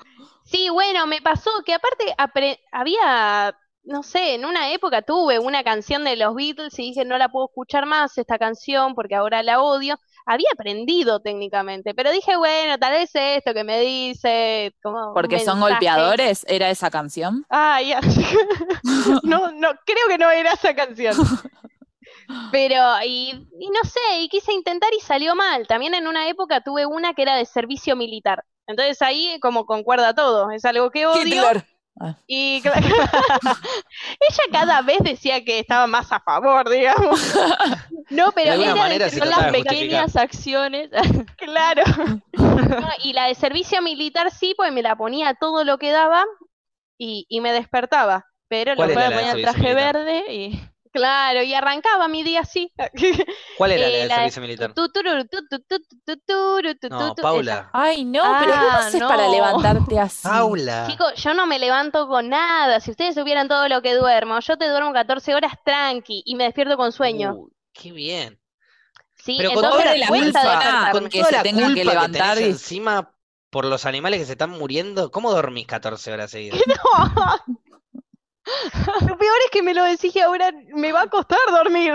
Speaker 3: Sí, bueno, me pasó que aparte apre- había, no sé, en una época tuve una canción de los Beatles y dije, no la puedo escuchar más esta canción porque ahora la odio. Había aprendido técnicamente, pero dije, bueno, tal vez esto que me dice, como un
Speaker 4: Porque son
Speaker 3: mensaje.
Speaker 4: golpeadores, era esa canción.
Speaker 3: Ay,
Speaker 4: [LAUGHS]
Speaker 3: ya. no, no, creo que no era esa
Speaker 4: [LAUGHS]
Speaker 3: canción. Pero, y, y no sé, y quise intentar y salió mal. También en una época tuve una que era de servicio militar. Entonces ahí como concuerda todo, es algo que odio.
Speaker 4: Hitler.
Speaker 3: Y cla- [LAUGHS] ella cada vez decía que estaba más a favor,
Speaker 1: [LAUGHS]
Speaker 3: digamos. No,
Speaker 1: De
Speaker 3: pero
Speaker 1: alguna
Speaker 3: era de
Speaker 1: manera se
Speaker 3: ser-
Speaker 2: Son
Speaker 1: trataba
Speaker 2: las
Speaker 1: de justificar.
Speaker 2: pequeñas acciones.
Speaker 1: [LAUGHS]
Speaker 3: claro. No, y la de servicio militar sí, pues me la ponía todo lo que daba y, y me despertaba. Pero lo
Speaker 1: ¿Cuál
Speaker 3: que
Speaker 1: era la
Speaker 2: Después me
Speaker 1: de
Speaker 2: ponía el
Speaker 1: servicio
Speaker 2: traje
Speaker 1: militar?
Speaker 2: verde y.
Speaker 3: Claro, y arrancaba mi día [LAUGHS] así.
Speaker 1: ¿Cuál era
Speaker 3: Eh,
Speaker 1: la del
Speaker 3: la de-
Speaker 1: servicio militar?
Speaker 3: Tu, tururu, tu, tu, tu, tu, tu, turu, tu, tu,
Speaker 1: No,
Speaker 3: tu,
Speaker 1: Paula.
Speaker 4: Ay, no,
Speaker 2: Ah,
Speaker 4: pero ¿cómo haces
Speaker 2: no.
Speaker 4: para levantarte así?
Speaker 1: Paula.
Speaker 3: Chicos, yo no me levanto con nada. Si ustedes supieran todo lo que duermo, yo te duermo 14 horas tranqui y me despierto con sueño.
Speaker 1: Uh, qué bien.
Speaker 3: Sí,
Speaker 1: Pero con
Speaker 3: entonces
Speaker 1: toda
Speaker 3: me
Speaker 1: la
Speaker 3: cuesta
Speaker 4: culpa,
Speaker 3: despertarme.
Speaker 4: con
Speaker 1: Con
Speaker 4: que
Speaker 1: toda
Speaker 4: se
Speaker 1: la
Speaker 4: tengan que
Speaker 1: culpa que
Speaker 4: levantar
Speaker 1: tenés
Speaker 4: y-
Speaker 1: encima por los animales que se están muriendo, ¿cómo dormís 14 horas seguidas?
Speaker 3: No. [LAUGHS] Lo peor es que me lo decís y ahora me va a costar
Speaker 1: [LAUGHS]
Speaker 3: dormir.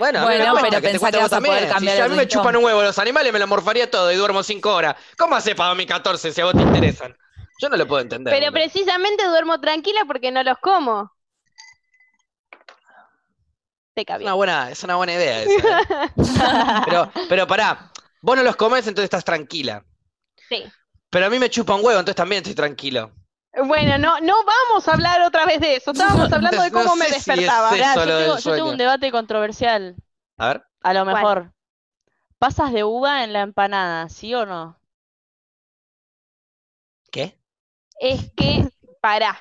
Speaker 1: Bueno, a mí me
Speaker 4: Bueno,
Speaker 1: cuesta,
Speaker 4: pero
Speaker 1: que te
Speaker 4: pensá
Speaker 1: cueste
Speaker 4: que
Speaker 1: vos
Speaker 4: vas a poder
Speaker 1: también.
Speaker 4: cambiar
Speaker 1: Si a
Speaker 4: el
Speaker 1: mí me
Speaker 4: rincón.
Speaker 1: chupan un huevo los animales, me lo morfaría todo y duermo 5 horas. ¿Cómo haces para dormir 14 si a vos te interesan? Yo no lo puedo entender.
Speaker 3: Pero
Speaker 1: boludo.
Speaker 3: precisamente duermo tranquila porque no los como. Te
Speaker 1: es,
Speaker 3: cabía.
Speaker 1: una buena, es una buena idea esa.
Speaker 3: [LAUGHS]
Speaker 1: ¿eh? Pero, pero pará, vos no los comés, entonces estás tranquila.
Speaker 3: Sí.
Speaker 1: Pero a mí me chupa un huevo, entonces también estoy tranquilo.
Speaker 3: Bueno, no, no vamos a hablar otra vez de eso. Estábamos hablando de
Speaker 1: [LAUGHS] No
Speaker 3: cómo me
Speaker 1: sé si es
Speaker 3: despertaba.
Speaker 1: eso.
Speaker 2: Pará,
Speaker 1: lo
Speaker 2: yo,
Speaker 1: del
Speaker 2: tengo, yo tengo
Speaker 1: sueño.
Speaker 2: un debate controversial.
Speaker 1: A ver.
Speaker 2: A lo
Speaker 3: ¿Cuál?
Speaker 2: mejor. ¿Pasas de uva en la empanada, sí o no?
Speaker 1: ¿Qué?
Speaker 3: Es que, pará.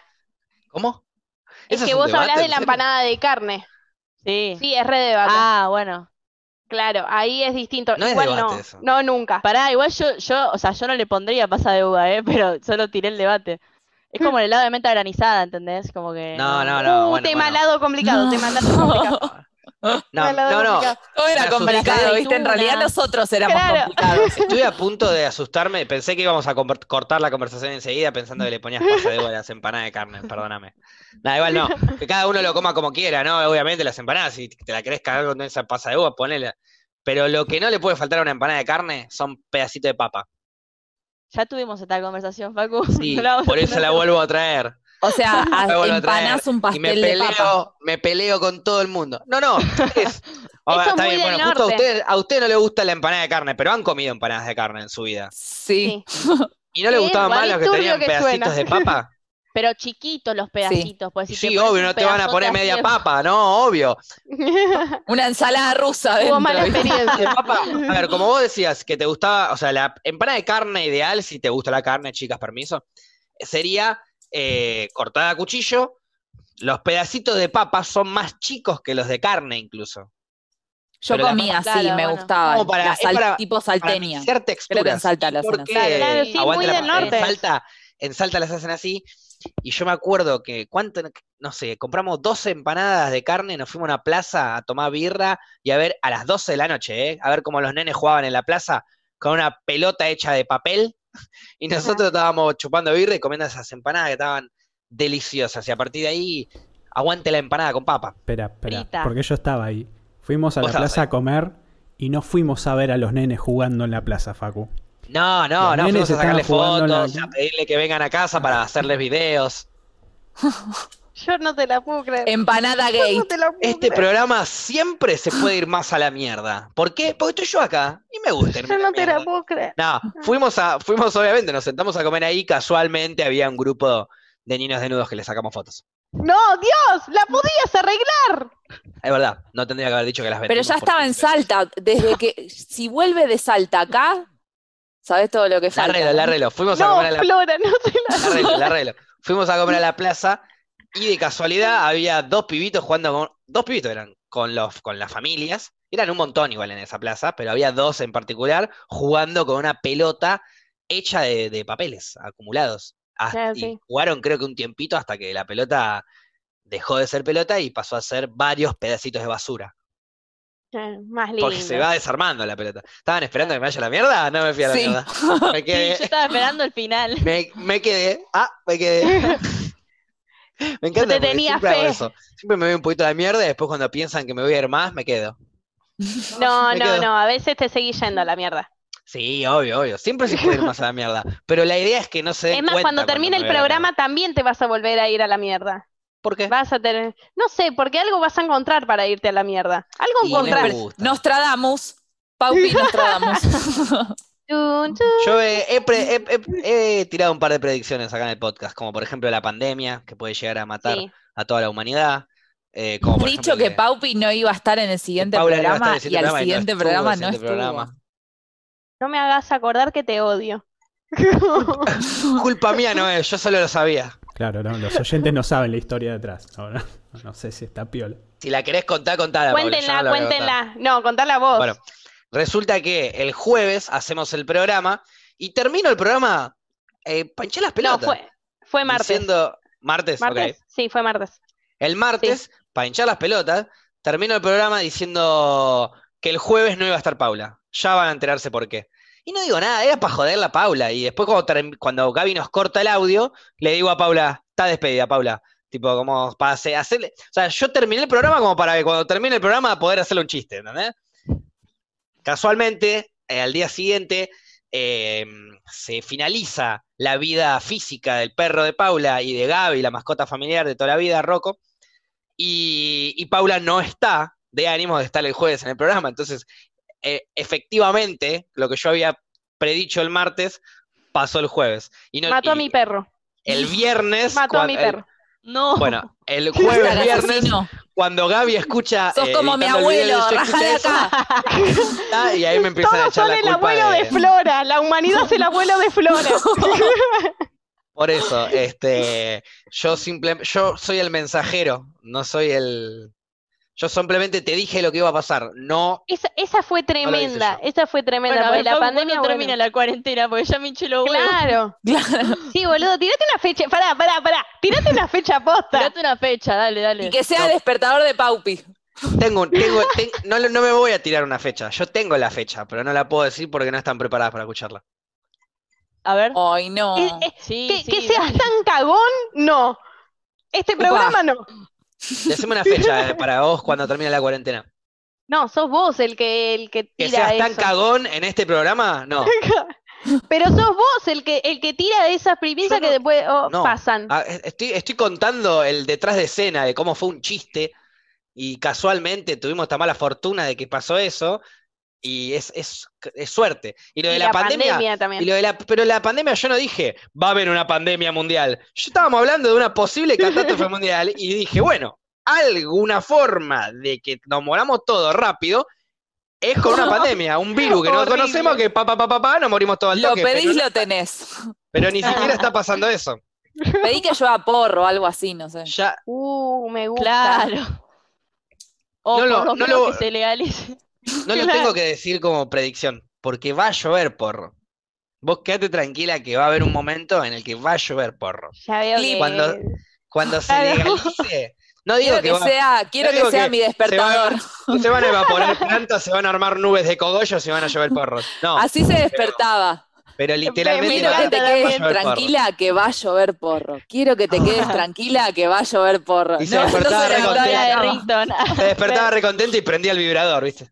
Speaker 1: ¿Cómo?
Speaker 3: Es
Speaker 1: ¿Eso
Speaker 3: que
Speaker 1: un
Speaker 3: vos
Speaker 1: debate,
Speaker 3: hablás de
Speaker 1: en
Speaker 3: la
Speaker 1: serio?
Speaker 3: empanada de carne.
Speaker 2: Sí.
Speaker 3: Sí, es re debate.
Speaker 2: Ah, bueno.
Speaker 3: Claro, ahí es distinto.
Speaker 1: No es
Speaker 3: Igual
Speaker 1: debate
Speaker 3: no.
Speaker 1: eso.
Speaker 3: No, nunca.
Speaker 2: Pará, igual yo, yo, o sea, yo no le pondría pasa de uva, ¿eh? [LAUGHS] Pero solo tiré el debate. Es como el helado de menta granizada, ¿entendés? Como que.
Speaker 1: No, no,
Speaker 3: uh,
Speaker 1: Ah, no. bueno,
Speaker 3: tema
Speaker 1: bueno.
Speaker 3: lado complicado,
Speaker 4: No.
Speaker 3: tema lado [LAUGHS] complicado.
Speaker 1: No,
Speaker 3: tema lado
Speaker 1: no, no.
Speaker 3: complicado.
Speaker 4: Todo era
Speaker 1: La
Speaker 4: complicado,
Speaker 1: sociedad
Speaker 4: ¿viste? En
Speaker 2: es una.
Speaker 4: realidad nosotros éramos
Speaker 3: Claro.
Speaker 4: complicados.
Speaker 1: Estuve a punto de asustarme. Pensé que íbamos a compor- cortar la conversación enseguida pensando que le ponías pasa de huevo a las empanadas de carne, perdóname. Nada, igual no. Que cada uno lo coma como quiera, ¿no? Obviamente las empanadas, si te la querés cagar con esa pasa de uva, ponela. Pero lo que no le puede faltar a una empanada de carne son pedacitos de papa.
Speaker 2: Ya tuvimos esta conversación, Facu. [LAUGHS]
Speaker 3: [LAUGHS]
Speaker 1: Sí,
Speaker 2: No la vamos a
Speaker 1: por eso la
Speaker 2: tener.
Speaker 1: vuelvo a traer.
Speaker 4: O sea, a-
Speaker 1: Me vuelvo a traer.
Speaker 4: empanás un
Speaker 1: Y me
Speaker 4: pastel de papa.
Speaker 1: peleo, me peleo con todo el mundo. No, no, es- A
Speaker 3: [LAUGHS]
Speaker 1: ver,
Speaker 3: Eso es
Speaker 1: está
Speaker 3: muy del
Speaker 1: bien, bueno, justo a
Speaker 3: norte.
Speaker 1: usted, a usted no le gusta la empanada de carne, pero han comido empanadas de carne en su vida.
Speaker 4: Sí.
Speaker 1: ¿Y no le
Speaker 3: Sí,
Speaker 1: gustaban
Speaker 3: igual
Speaker 1: más
Speaker 3: es
Speaker 1: las que
Speaker 3: turbio
Speaker 1: tenían
Speaker 3: que suena.
Speaker 1: pedacitos de papa?
Speaker 2: Pero chiquitos los pedacitos, pues si te
Speaker 1: Sí,
Speaker 2: pones
Speaker 1: obvio,
Speaker 2: un
Speaker 1: no te van a
Speaker 2: pedazote
Speaker 1: poner
Speaker 2: así
Speaker 1: media
Speaker 2: de-
Speaker 1: papa,
Speaker 2: [LAUGHS]
Speaker 1: no, obvio.
Speaker 4: Una ensalada rusa
Speaker 3: Hubo
Speaker 4: dentro.
Speaker 3: mala
Speaker 4: ¿viste?
Speaker 1: De
Speaker 3: experiencia. [LAUGHS]
Speaker 1: papa, a ver, como vos decías que te gustaba, o sea, la empanada de carne ideal, si te gusta la carne, chicas, permiso, sería eh, cortada a cuchillo. Los pedacitos de papa son más chicos que los de carne incluso.
Speaker 4: Yo
Speaker 1: Pero la-
Speaker 4: comía así,
Speaker 2: claro,
Speaker 4: me
Speaker 2: bueno.
Speaker 4: gustaba.
Speaker 1: Como para- es para-
Speaker 4: tipo
Speaker 1: Para
Speaker 4: salteña.
Speaker 1: mixear
Speaker 4: Creo que en
Speaker 1: texturas.
Speaker 4: Salta la hacen
Speaker 1: ¿Por
Speaker 4: así.
Speaker 1: qué?
Speaker 3: Claro, sí, muy
Speaker 1: Aguante la
Speaker 3: del
Speaker 1: papa.
Speaker 3: norte.
Speaker 1: En Salta, en Salta las hacen así. Y yo me acuerdo que, ¿cuánto? No sé, compramos 12 empanadas de carne, nos fuimos a una plaza a tomar birra y a ver a las 12 de la noche, ¿eh? a ver cómo los nenes jugaban en la plaza con una pelota hecha de papel. [LAUGHS] Y nosotros estábamos chupando birra y comiendo esas empanadas que estaban deliciosas. Y a partir de ahí, aguante la empanada con papa.
Speaker 5: Espera, espera,
Speaker 2: Grita.
Speaker 5: porque yo estaba ahí. Fuimos a
Speaker 1: Vos
Speaker 5: la
Speaker 1: estabas
Speaker 5: plaza
Speaker 1: ahí.
Speaker 5: a comer y no fuimos a ver a los nenes jugando en la plaza, Facu.
Speaker 1: No, no,
Speaker 5: Los
Speaker 1: no,
Speaker 5: nenes
Speaker 1: fuimos a sacarle
Speaker 5: estaban jugando en la-
Speaker 1: fotos, a pedirle que vengan a casa para
Speaker 5: [LAUGHS]
Speaker 1: hacerles videos.
Speaker 3: Yo no te la puedo creer.
Speaker 4: Empanada gay.
Speaker 3: No te la puedo
Speaker 1: Este
Speaker 3: creer.
Speaker 1: programa siempre se puede ir más a la mierda. ¿Por qué? Porque estoy yo acá y me gusta. irme
Speaker 3: Yo
Speaker 1: a la
Speaker 3: no te Ah. la
Speaker 1: mierda.
Speaker 3: puedo creer.
Speaker 1: No, fuimos a, fuimos obviamente, nos sentamos a comer ahí, casualmente había un grupo de niños desnudos que le sacamos fotos.
Speaker 3: No, Dios, la podías arreglar.
Speaker 1: Es verdad, no tendría que haber dicho que las
Speaker 4: Pero
Speaker 1: vendimos
Speaker 4: ya
Speaker 1: porque-
Speaker 4: estaba en Salta. Desde que, si vuelve de Salta acá, ¿Sabes todo lo que
Speaker 1: La
Speaker 4: falta?
Speaker 1: arreglo, la arreglo. Fuimos a
Speaker 3: No,
Speaker 1: comer a la
Speaker 3: Flora, no te la... [LAUGHS]
Speaker 1: La arreglo, la arreglo. Fuimos a comer a la plaza y de casualidad había dos pibitos jugando con. Dos pibitos eran con, los, con las familias. Eran un montón igual en esa plaza, pero había dos en particular jugando con una pelota hecha de, de papeles acumulados. Hasta-
Speaker 3: Claro,
Speaker 1: y
Speaker 3: sí.
Speaker 1: jugaron creo que un tiempito hasta que la pelota dejó de ser pelota y pasó a ser varios pedacitos de basura.
Speaker 3: Claro, Eh, Más lindo.
Speaker 1: Porque se va desarmando la pelota. ¿Estaban esperando que me vaya a la mierda? No me fui a la
Speaker 4: Sí.
Speaker 1: mierda. Me
Speaker 7: Sí,
Speaker 2: [LAUGHS]
Speaker 1: quedé.
Speaker 7: yo estaba esperando el final.
Speaker 1: Me, me quedé. Ah, me quedé.
Speaker 3: [LAUGHS]
Speaker 1: Me encanta.
Speaker 3: Yo te
Speaker 1: porque
Speaker 3: tenía
Speaker 1: siempre hago
Speaker 3: fe.
Speaker 1: eso. Siempre me voy un poquito de mierda y después cuando piensan que me voy a ir más, me quedo.
Speaker 3: No,
Speaker 1: Me
Speaker 3: no,
Speaker 1: quedo.
Speaker 3: no, a veces te seguís yendo a la mierda.
Speaker 1: Sí, obvio, obvio. Siempre se puede ir más a la mierda. Pero la idea es que no se den
Speaker 3: Es más,
Speaker 1: cuenta
Speaker 3: cuando termine
Speaker 1: me
Speaker 3: el
Speaker 1: voy a la
Speaker 3: programa
Speaker 1: mierda. Eh.
Speaker 3: también te vas a volver a ir a la mierda.
Speaker 1: ¿Por qué?
Speaker 3: Vas a tener, no sé, porque algo vas a encontrar para irte a la mierda. Algo
Speaker 1: Y
Speaker 3: encontrás.
Speaker 1: me gusta.
Speaker 4: Nostradamus.
Speaker 3: [LAUGHS]
Speaker 4: Paupi Nostradamus.
Speaker 3: Chun, chun.
Speaker 1: Yo eh, he, pre- he- he- he tirado un par de predicciones acá en el podcast, como por ejemplo la pandemia, que puede llegar a matar
Speaker 3: Sí.
Speaker 1: a toda la humanidad. eh, como por
Speaker 4: Dicho
Speaker 1: ejemplo
Speaker 4: que Paupi no iba a estar en el siguiente
Speaker 1: Paula no iba a estar
Speaker 4: programa
Speaker 1: en el
Speaker 4: y al
Speaker 1: siguiente
Speaker 4: siguiente
Speaker 1: programa
Speaker 4: programa
Speaker 1: y
Speaker 4: no
Speaker 1: no estuvo en el siguiente
Speaker 4: estuvo.
Speaker 1: programa.
Speaker 3: No me hagas acordar que te
Speaker 1: [LAUGHS]
Speaker 3: odio. [LAUGHS]
Speaker 1: Culpa mía no es, yo solo lo sabía.
Speaker 5: Claro, no, los oyentes no saben la historia detrás. Ahora, no [LAUGHS] sé si está piola.
Speaker 1: Si la querés contar, contala. Paula, yo no
Speaker 3: cuéntenla,
Speaker 1: la voy a contar.
Speaker 3: cuéntenla. No, contala vos.
Speaker 1: Bueno, resulta que el jueves hacemos el programa y termino el programa. Eh, panché las
Speaker 3: no,
Speaker 1: pelotas.
Speaker 3: fue, fue martes.
Speaker 1: Diciendo, martes,
Speaker 3: ¿Martes?
Speaker 1: ok.
Speaker 3: Sí, fue martes.
Speaker 1: El martes, para hinchar las pelotas, termino el programa diciendo que el jueves no iba a estar Paula. Ya van a enterarse por qué. Y no digo nada, era para joderla a Paula. Y después cuando, term- cuando Gaby nos corta el audio, le digo a Paula, está despedida, Paula. Tipo, como para hace- hacerle... O sea, yo terminé el programa como para que cuando termine el programa poder hacerle un chiste, ¿entendés? Casualmente, eh, al día siguiente, eh, se finaliza la vida física del perro de Paula y de Gaby, la mascota familiar de toda la vida, Rocco, y, y Paula no está de ánimo de estar el jueves en el programa. Entonces, eh, efectivamente, lo que yo había predicho el martes pasó el jueves. Y no,
Speaker 3: Mató a
Speaker 1: y eh,
Speaker 3: mi perro.
Speaker 1: El viernes.
Speaker 3: Mató a
Speaker 1: cuan-
Speaker 3: mi
Speaker 1: el-
Speaker 3: perro.
Speaker 7: No.
Speaker 1: bueno, el
Speaker 4: Puta,
Speaker 1: jueves,
Speaker 4: el
Speaker 1: viernes,
Speaker 4: asesino.
Speaker 1: cuando Gaby escucha.
Speaker 4: Sos
Speaker 1: eh,
Speaker 4: como mi
Speaker 1: editando el video, yo
Speaker 4: abuelo, rajá
Speaker 1: escuché
Speaker 4: de
Speaker 1: eso,
Speaker 4: acá.
Speaker 1: [LAUGHS] ah, Y ahí me empiezan a
Speaker 3: Todos
Speaker 1: echar
Speaker 3: son
Speaker 1: la
Speaker 3: el
Speaker 1: culpa
Speaker 3: abuelo de...
Speaker 1: de-
Speaker 3: Flora. La humanidad es el abuelo de
Speaker 1: [LAUGHS]
Speaker 3: Flora.
Speaker 1: Por eso, este, yo simplemente, yo soy el mensajero, no soy el, yo simplemente te dije lo que iba a pasar, no,
Speaker 3: esa, esa fue tremenda.
Speaker 1: yo.
Speaker 3: esa fue
Speaker 7: Bueno,
Speaker 3: tremenda.
Speaker 7: a
Speaker 3: porque
Speaker 7: ver,
Speaker 3: la
Speaker 7: ¿cuándo
Speaker 3: pandemia. bueno.
Speaker 7: termina la cuarentena, porque ya me hinché los huevos.
Speaker 3: Claro.
Speaker 4: Claro.
Speaker 3: Sí, boludo, tirate una fecha. Pará, pará, pará. Tirate una fecha posta.
Speaker 7: Tirate una fecha, dale, dale.
Speaker 4: Y que sea despertador de Paupi.
Speaker 1: tengo, un- tengo, ten- no, lo- no me voy a tirar una fecha, yo tengo la fecha, pero no la puedo decir porque no están preparadas para escucharla.
Speaker 7: A ver.
Speaker 4: Ay, no.
Speaker 3: Eh, eh,
Speaker 7: Sí,
Speaker 3: que,
Speaker 7: sí,
Speaker 3: que seas
Speaker 7: dale.
Speaker 3: tan cagón, no. Este programa no.
Speaker 1: Decime una fecha eh, para vos cuando termine la cuarentena.
Speaker 3: No, sos vos el que, el que
Speaker 1: Que
Speaker 3: tira
Speaker 1: seas tan
Speaker 3: eso.
Speaker 1: cagón en este programa, no.
Speaker 3: Pero sos vos el que, el que tira de esas primicias
Speaker 1: Yo no-
Speaker 3: que después oh,
Speaker 1: no.
Speaker 3: pasan.
Speaker 1: Ah, es- Estoy, estoy contando el detrás de escena de cómo fue un chiste y casualmente tuvimos tan mala fortuna de que pasó eso y es, es, es suerte. Y lo de
Speaker 3: Y
Speaker 1: la, pandemia,
Speaker 3: también.
Speaker 1: y lo de la- pero la pandemia yo no dije, va a haber una pandemia mundial. Yo estábamos hablando de una posible catástrofe mundial y dije, bueno, alguna forma de que nos moramos todos rápido es con una pandemia, un virus que no
Speaker 7: Horrible.
Speaker 1: conocemos que pa, pa, pa, pa, pa, nos morimos todos al
Speaker 4: Lo
Speaker 1: toque.
Speaker 4: pedís,
Speaker 1: pero,
Speaker 4: lo tenés.
Speaker 1: pero ni siquiera está pasando eso.
Speaker 4: Pedí que yo aporro o algo así, no sé.
Speaker 1: Ya,
Speaker 3: Uh, me gusta.
Speaker 7: Claro. O
Speaker 1: No lo-
Speaker 7: Oh, por lo
Speaker 1: no
Speaker 7: menos
Speaker 1: lo-
Speaker 7: que se [LAUGHS] legalice.
Speaker 1: No lo tengo que decir como predicción, porque va a llover porro. Vos quédate tranquila que va a haber un momento en el que va a llover porro.
Speaker 3: [LAUGHS] Ya veo
Speaker 4: Clip.
Speaker 3: que-
Speaker 1: Cuando- Cuando se
Speaker 3: Claro.
Speaker 1: legalice, no digo que,
Speaker 4: Quiero que
Speaker 1: va-
Speaker 4: sea, quiero
Speaker 1: digo
Speaker 4: que sea
Speaker 1: que
Speaker 4: mi
Speaker 1: se, va-
Speaker 4: despertador.
Speaker 1: no se van a evaporar plantas, se van a armar nubes de cogollos y van a llover porros. No,
Speaker 4: Así se despertaba.
Speaker 1: pero literalmente
Speaker 4: Quiero
Speaker 1: va,
Speaker 4: que te
Speaker 1: va a
Speaker 4: quedes
Speaker 1: llover porro. Ah.
Speaker 4: tranquila que va a llover porro. Quiero que te quedes tranquila que va a llover porro.
Speaker 1: Y se despertaba re
Speaker 4: levantaba
Speaker 1: contenta.
Speaker 7: Historia
Speaker 4: de
Speaker 7: de
Speaker 4: cama.
Speaker 7: Rington.
Speaker 1: Se despertaba recontento y prendía el vibrador, ¿viste?